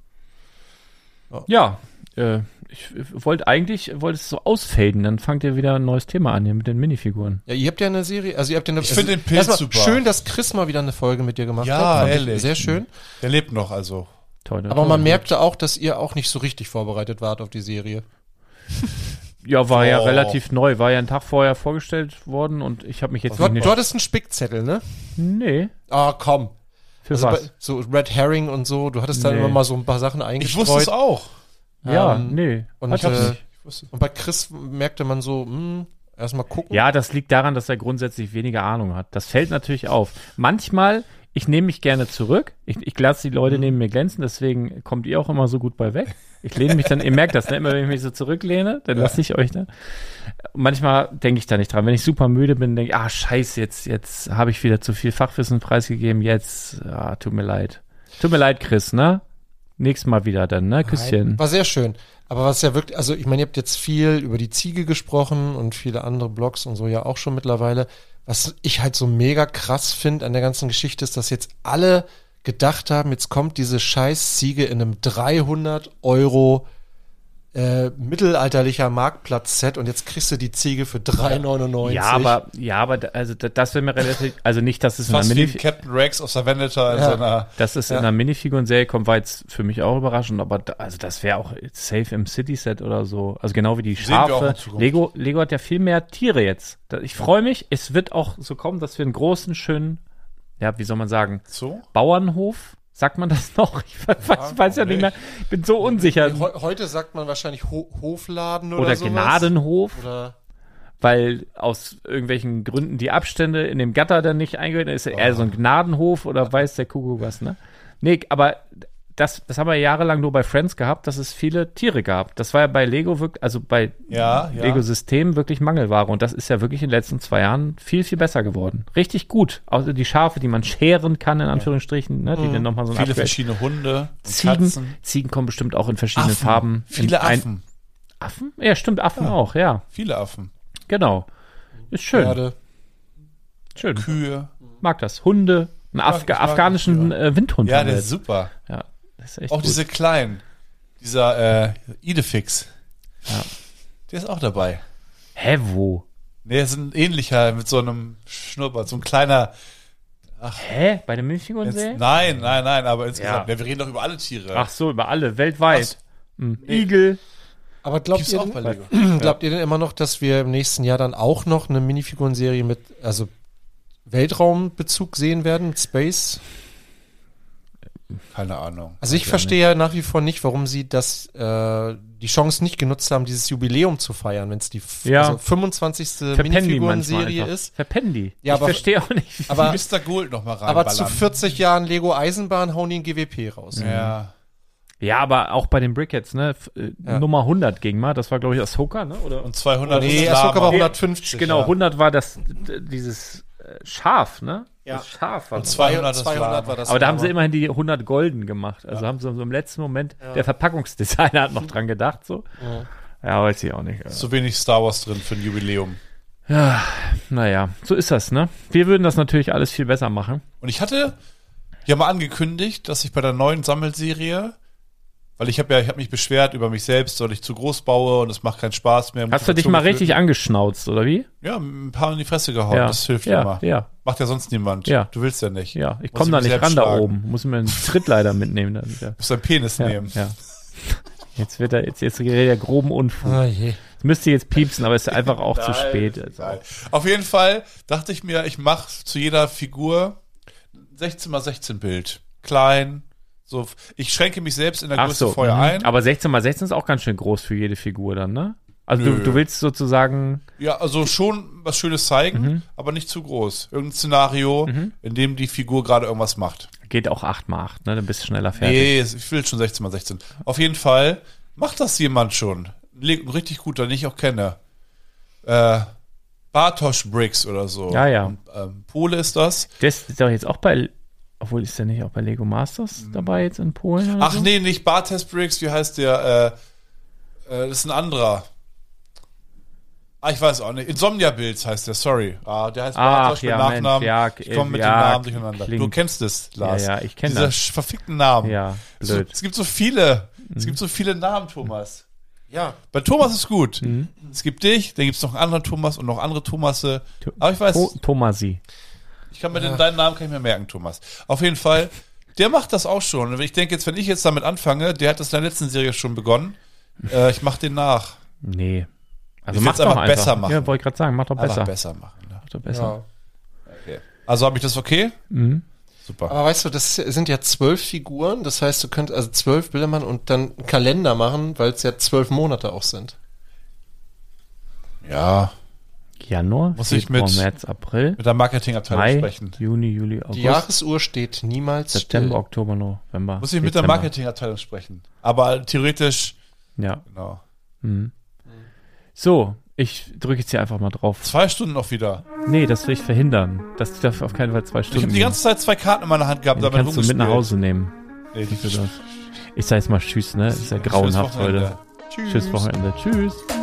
Speaker 1: Ja, äh, ich äh, wollte eigentlich, wollte es so ausfaden, dann fangt ihr wieder ein neues Thema an hier mit den Minifiguren.
Speaker 3: Ja, ihr habt ja eine Serie, also ihr habt ja eine.
Speaker 2: Ich
Speaker 3: also
Speaker 2: find den Pilz
Speaker 3: erstmal
Speaker 2: super.
Speaker 3: Schön, dass Chris mal wieder eine Folge mit dir gemacht
Speaker 2: Ja,
Speaker 3: hat. Fand ich
Speaker 2: ehrlich.
Speaker 3: Sehr schön.
Speaker 2: Der lebt noch, also.
Speaker 1: Toll,
Speaker 3: Aber man merkte auch, dass ihr auch nicht so richtig vorbereitet wart auf die Serie.
Speaker 1: Ja, war ja
Speaker 2: Oh.
Speaker 1: relativ neu, war ja einen Tag vorher vorgestellt worden und ich habe mich jetzt
Speaker 3: Du, hat-
Speaker 1: nicht.
Speaker 3: du hattest einen Spickzettel, ne?
Speaker 1: nee,
Speaker 3: Ah, komm.
Speaker 1: für
Speaker 3: Also bei,
Speaker 1: was?
Speaker 3: so Red Herring und so, du hattest da
Speaker 1: Nee.
Speaker 3: immer mal so ein paar Sachen
Speaker 2: Ich
Speaker 3: eingestreut.
Speaker 2: wusste es auch.
Speaker 1: ja,
Speaker 3: ähm,
Speaker 1: nee.
Speaker 3: und,
Speaker 1: hatte ich
Speaker 3: äh,
Speaker 1: nicht.
Speaker 2: Ich wusste.
Speaker 3: Und bei Chris merkte man so, hm, erstmal gucken.
Speaker 1: Ja, das liegt daran, dass er grundsätzlich weniger Ahnung hat. Das fällt natürlich auf. Manchmal, ich nehme mich gerne zurück. Ich, ich lasse die Leute neben mir glänzen, deswegen kommt ihr auch immer so gut bei weg. Ich lehne mich dann, ihr merkt das, ne? immer wenn ich mich so zurücklehne, dann lasse ich euch da. Manchmal denke ich da nicht dran. Wenn ich super müde bin, denke ich, ah, scheiße, jetzt, jetzt habe ich wieder zu viel Fachwissen preisgegeben, jetzt, ah, tut mir leid. Tut mir leid, Chris, ne? Nächstes Mal wieder dann, ne? Küsschen.
Speaker 3: War sehr schön. Aber was ja wirklich, also ich meine, ihr habt jetzt viel über die Ziege gesprochen und viele andere Blogs und so ja auch schon mittlerweile. Was ich halt so mega krass finde an der ganzen Geschichte ist, dass jetzt alle gedacht haben, jetzt kommt diese scheiß Ziege in einem 300 Euro äh, mittelalterlicher Marktplatz-Set und jetzt kriegst du die Ziege für 3,99.
Speaker 1: Ja, aber, ja, aber, da- also, da- das wäre mir relativ, also nicht, dass es in der
Speaker 2: Fast wie
Speaker 1: Minif-
Speaker 2: Captain Rex aus der Vendetta in
Speaker 3: Ja.
Speaker 2: seiner.
Speaker 1: Dass es in einer Minifiguren-Serie kommt, war jetzt für mich auch überraschend, aber da, also das wäre auch Safe im City-Set oder so. Also genau wie die
Speaker 2: wir auch in
Speaker 1: Schafe.
Speaker 2: Zukunft.
Speaker 1: Lego, Lego hat ja viel mehr Tiere jetzt. Da- Ich freue mich, es wird auch so kommen, dass wir einen großen, schönen, ja, wie soll man sagen,
Speaker 2: So?
Speaker 1: Bauernhof, sagt man das noch? Ich weiß, weiß, weiß ja nicht mehr, ich bin so unsicher.
Speaker 3: Heu- heute sagt man wahrscheinlich Ho Hofladen oder
Speaker 1: Oder
Speaker 3: sowas.
Speaker 1: Gnadenhof,
Speaker 3: Oder
Speaker 1: weil aus irgendwelchen Gründen die Abstände in dem Gatter dann nicht eingehalten ist. ja Eher so ein
Speaker 2: Ah.
Speaker 1: Gnadenhof oder weiß der Kuckuck was, ne? Nee, aber das, das haben wir jahrelang nur bei Friends gehabt, dass es viele Tiere gab. Das war ja bei Lego wirklich, also bei
Speaker 2: Ja, ja.
Speaker 1: Lego-Systemen wirklich Mangelware. Und das ist ja wirklich in den letzten zwei Jahren viel, viel besser geworden. Richtig gut. Also die Schafe, die man scheren kann, in Anführungsstrichen, ne? die dann nochmal so ein
Speaker 2: Mhm. Viele
Speaker 1: Upgrade.
Speaker 2: verschiedene Hunde, und
Speaker 1: Ziegen,
Speaker 2: Katzen,
Speaker 1: Ziegen kommen bestimmt auch in verschiedenen
Speaker 2: Affen.
Speaker 1: Farben. in
Speaker 2: Viele
Speaker 1: ein-
Speaker 2: Affen.
Speaker 1: Affen? Ja, stimmt, Affen auch, ja.
Speaker 2: Viele Affen.
Speaker 1: Genau. Ist schön.
Speaker 3: Pferde.
Speaker 1: schön.
Speaker 2: Kühe.
Speaker 1: mag das. Hunde, einen Afg
Speaker 2: ich mag
Speaker 1: afghanischen äh, Windhund.
Speaker 2: Ja,
Speaker 1: haben wir
Speaker 2: der
Speaker 1: jetzt.
Speaker 2: ist super.
Speaker 1: ja, das ist echt
Speaker 2: Auch
Speaker 1: gut.
Speaker 2: diese kleinen. Dieser äh, Idefix.
Speaker 1: Ja.
Speaker 2: Der ist auch dabei.
Speaker 1: Hä, wo?
Speaker 2: Nee, das ist ein ähnlicher mit so einem Schnurrbart, so ein kleiner.
Speaker 1: Hä? Bei der
Speaker 2: Ins,
Speaker 1: Milchfiguren-Serie?
Speaker 2: nein, nein, nein, aber insgesamt.
Speaker 1: Ja.
Speaker 2: Ja. wir reden doch über alle Tiere.
Speaker 1: Ach so, über alle, weltweit. Hm. Igel.
Speaker 3: Aber glaubt
Speaker 2: gibt's
Speaker 3: ihr,
Speaker 2: auch bei Lego.
Speaker 3: Glaubt ihr denn immer noch, dass wir im nächsten Jahr dann auch noch eine Minifigurenserie mit, also Weltraumbezug sehen werden, mit Space?
Speaker 2: Keine Ahnung.
Speaker 3: Also ich verstehe ja nach wie vor nicht, warum sie das, äh, die Chance nicht genutzt haben, dieses Jubiläum zu feiern, wenn es die f-
Speaker 1: Ja.
Speaker 3: also 25.
Speaker 1: Verpennen die manchmal
Speaker 3: Minifigurenserie
Speaker 1: einfach.
Speaker 3: ist.
Speaker 1: Verpennen die.
Speaker 3: Ja,
Speaker 1: ich
Speaker 3: aber-
Speaker 1: verstehe auch nicht.
Speaker 3: Aber,
Speaker 2: Mr. Gold noch mal rein.
Speaker 3: aber zu 40 Jahren Lego Eisenbahn hauen die ein GWP raus.
Speaker 2: Ja.
Speaker 1: ja, aber auch bei den Brickheads, ne? F äh,
Speaker 3: Ja.
Speaker 1: Nummer 100 ging mal. Das war, glaube ich, Ahsoka, ne? Oder?
Speaker 2: Und 200
Speaker 3: Nee,
Speaker 2: ist
Speaker 3: erst sogar
Speaker 2: Lama.
Speaker 3: bei 150.
Speaker 1: genau,
Speaker 3: ja.
Speaker 1: 100 war das, d- dieses äh, Schaf, ne? Ja. Das Schaf war das.
Speaker 2: 200,
Speaker 3: 200 war das.
Speaker 1: Aber da haben sie
Speaker 3: immer.
Speaker 1: immerhin die 100 golden gemacht. Also haben sie so im letzten Moment, der Verpackungsdesigner hat noch dran gedacht, so. Ja, weiß ich auch nicht.
Speaker 2: Zu wenig Star Wars drin für ein Jubiläum.
Speaker 1: Naja, so ist das, ne? Wir würden das natürlich alles viel besser machen.
Speaker 2: Und ich hatte ja mal angekündigt, dass ich bei der neuen Sammelserie, weil ich habe ja, ich habe mich beschwert über mich selbst, weil ich zu groß baue und es macht keinen Spaß mehr.
Speaker 1: Hast du dich mal richtig angeschnauzt, oder wie?
Speaker 2: Ja, ein paar in die Fresse gehauen.
Speaker 1: Ja.
Speaker 2: Oh, Das hilft
Speaker 1: Ja,
Speaker 2: immer.
Speaker 1: ja.
Speaker 2: Macht ja sonst niemand.
Speaker 1: Ja.
Speaker 2: Du willst ja nicht.
Speaker 1: Ja, ich
Speaker 2: Muss
Speaker 1: komme da
Speaker 2: mich
Speaker 1: nicht
Speaker 2: selbst
Speaker 1: ran da
Speaker 2: schlagen.
Speaker 1: oben. Muss ich mir einen Trittleiter mitnehmen. Dann. Ja.
Speaker 2: Muss deinen Penis
Speaker 1: Ja,
Speaker 2: nehmen.
Speaker 1: ja. Jetzt wird er, jetzt, jetzt redet er groben Unfug.
Speaker 3: Ah, je.
Speaker 1: Das müsste jetzt piepsen, aber ist einfach auch zu spät. Also.
Speaker 2: Nein. Auf jeden Fall dachte ich mir, ich mache zu jeder Figur ein 16 x 16 Bild. Klein. So, ich schränke mich selbst in der
Speaker 1: Ach
Speaker 2: Größe
Speaker 1: so.
Speaker 2: vorher
Speaker 1: mhm.
Speaker 2: ein.
Speaker 1: Aber 16 mal 16 ist auch ganz schön groß für jede Figur dann, ne? Also du,
Speaker 2: Nö.
Speaker 1: du willst sozusagen
Speaker 2: Ja, also schon was Schönes zeigen,
Speaker 1: Mhm.
Speaker 2: aber nicht zu groß. Irgendein Szenario, in dem die Figur gerade irgendwas macht.
Speaker 1: Geht auch 8x8, ne? Dann bist du schneller fertig.
Speaker 2: Nee, es- ich will schon 16 mal 16. Auf jeden Fall macht das jemand schon. Leg- Ein richtig guter, den ich auch kenne. Äh, Bartosz Bricks oder so.
Speaker 1: Ja, ja.
Speaker 2: Und, ähm, Pole ist das.
Speaker 1: Das ist doch jetzt auch bei, obwohl ist der nicht auch bei Lego Masters dabei jetzt in Polen? Oder
Speaker 2: Hm. Ach
Speaker 1: so?
Speaker 2: nee, nicht Bartosz Bricks, wie heißt der? Äh, äh, das ist ein anderer. Ah, ich weiß auch nicht. Insomnia Builds heißt der, sorry. Ah, der heißt
Speaker 1: Ach,
Speaker 2: Bartosz
Speaker 1: ja,
Speaker 2: mit
Speaker 1: Mensch,
Speaker 2: Nachnamen.
Speaker 1: ja, äh,
Speaker 2: ich komme mit
Speaker 1: ja,
Speaker 2: den Namen durcheinander.
Speaker 1: klingt-
Speaker 2: Du kennst es,
Speaker 1: Ja,
Speaker 2: Lars.
Speaker 1: ja, ich kenne
Speaker 2: Dieser
Speaker 1: das.
Speaker 2: sch- verfickten Namen.
Speaker 1: Ja,
Speaker 2: So,
Speaker 1: blöd. Mhm.
Speaker 2: es gibt so viele. Es gibt so viele Namen, Thomas.
Speaker 3: Ja.
Speaker 2: Bei Thomas ist gut.
Speaker 1: Mhm.
Speaker 2: Es gibt dich, dann gibt es noch einen anderen Thomas und noch andere Thomasse.
Speaker 1: To-
Speaker 2: Aber ich weiß,
Speaker 1: To- Tomasi.
Speaker 2: ich kann mir den deinen Namen kann ich mir merken, Thomas. Auf jeden Fall, der macht das auch schon. Und ich denke jetzt, wenn ich jetzt damit anfange, der hat das in der letzten Serie schon begonnen. Äh, ich mache den nach.
Speaker 1: Nee. Also
Speaker 2: Ich
Speaker 1: mach
Speaker 2: will's
Speaker 1: doch
Speaker 2: einfach
Speaker 1: einfach.
Speaker 2: besser machen.
Speaker 1: Ja, wollte ich gerade sagen, mach doch besser.
Speaker 2: Einfach besser machen. Ne?
Speaker 1: Mach doch besser.
Speaker 3: ja.
Speaker 2: Also habe ich das okay?
Speaker 1: Mhm.
Speaker 2: Super.
Speaker 3: Aber weißt du, das sind ja zwölf Figuren, das heißt, du könntest also zwölf Bilder machen und dann einen Kalender machen, weil es ja zwölf Monate auch sind.
Speaker 2: Ja,
Speaker 1: Januar,
Speaker 2: Muss ich
Speaker 1: Februar,
Speaker 2: mit-
Speaker 1: März, April,
Speaker 2: mit der Marketingabteilung
Speaker 1: Mai,
Speaker 2: sprechen.
Speaker 1: Juni, Juli, August,
Speaker 3: Die Jahresuhr steht niemals
Speaker 1: September,
Speaker 3: still.
Speaker 1: Oktober, November.
Speaker 2: Muss ich mit der
Speaker 1: Dezember.
Speaker 2: Marketingabteilung sprechen. Aber theoretisch,
Speaker 1: Ja.
Speaker 2: genau.
Speaker 1: So, ich drücke jetzt hier einfach mal drauf.
Speaker 2: Zwei Stunden noch wieder.
Speaker 1: Nee, das will ich verhindern. Das darf auf keinen Fall zwei Stunden.
Speaker 2: Ich habe die
Speaker 1: gehen.
Speaker 2: ganze Zeit zwei Karten in meiner Hand gehabt,
Speaker 1: Die
Speaker 2: damit
Speaker 1: kannst du mit nach
Speaker 2: rumgespielt.
Speaker 1: Hause nehmen.
Speaker 2: Nee, die
Speaker 1: Ich sag jetzt mal Tschüss, ne? Ist ja
Speaker 2: Schönes
Speaker 1: grauenhaft
Speaker 2: Wochenende.
Speaker 1: heute. Tschüss, Wochenende. Tschüss.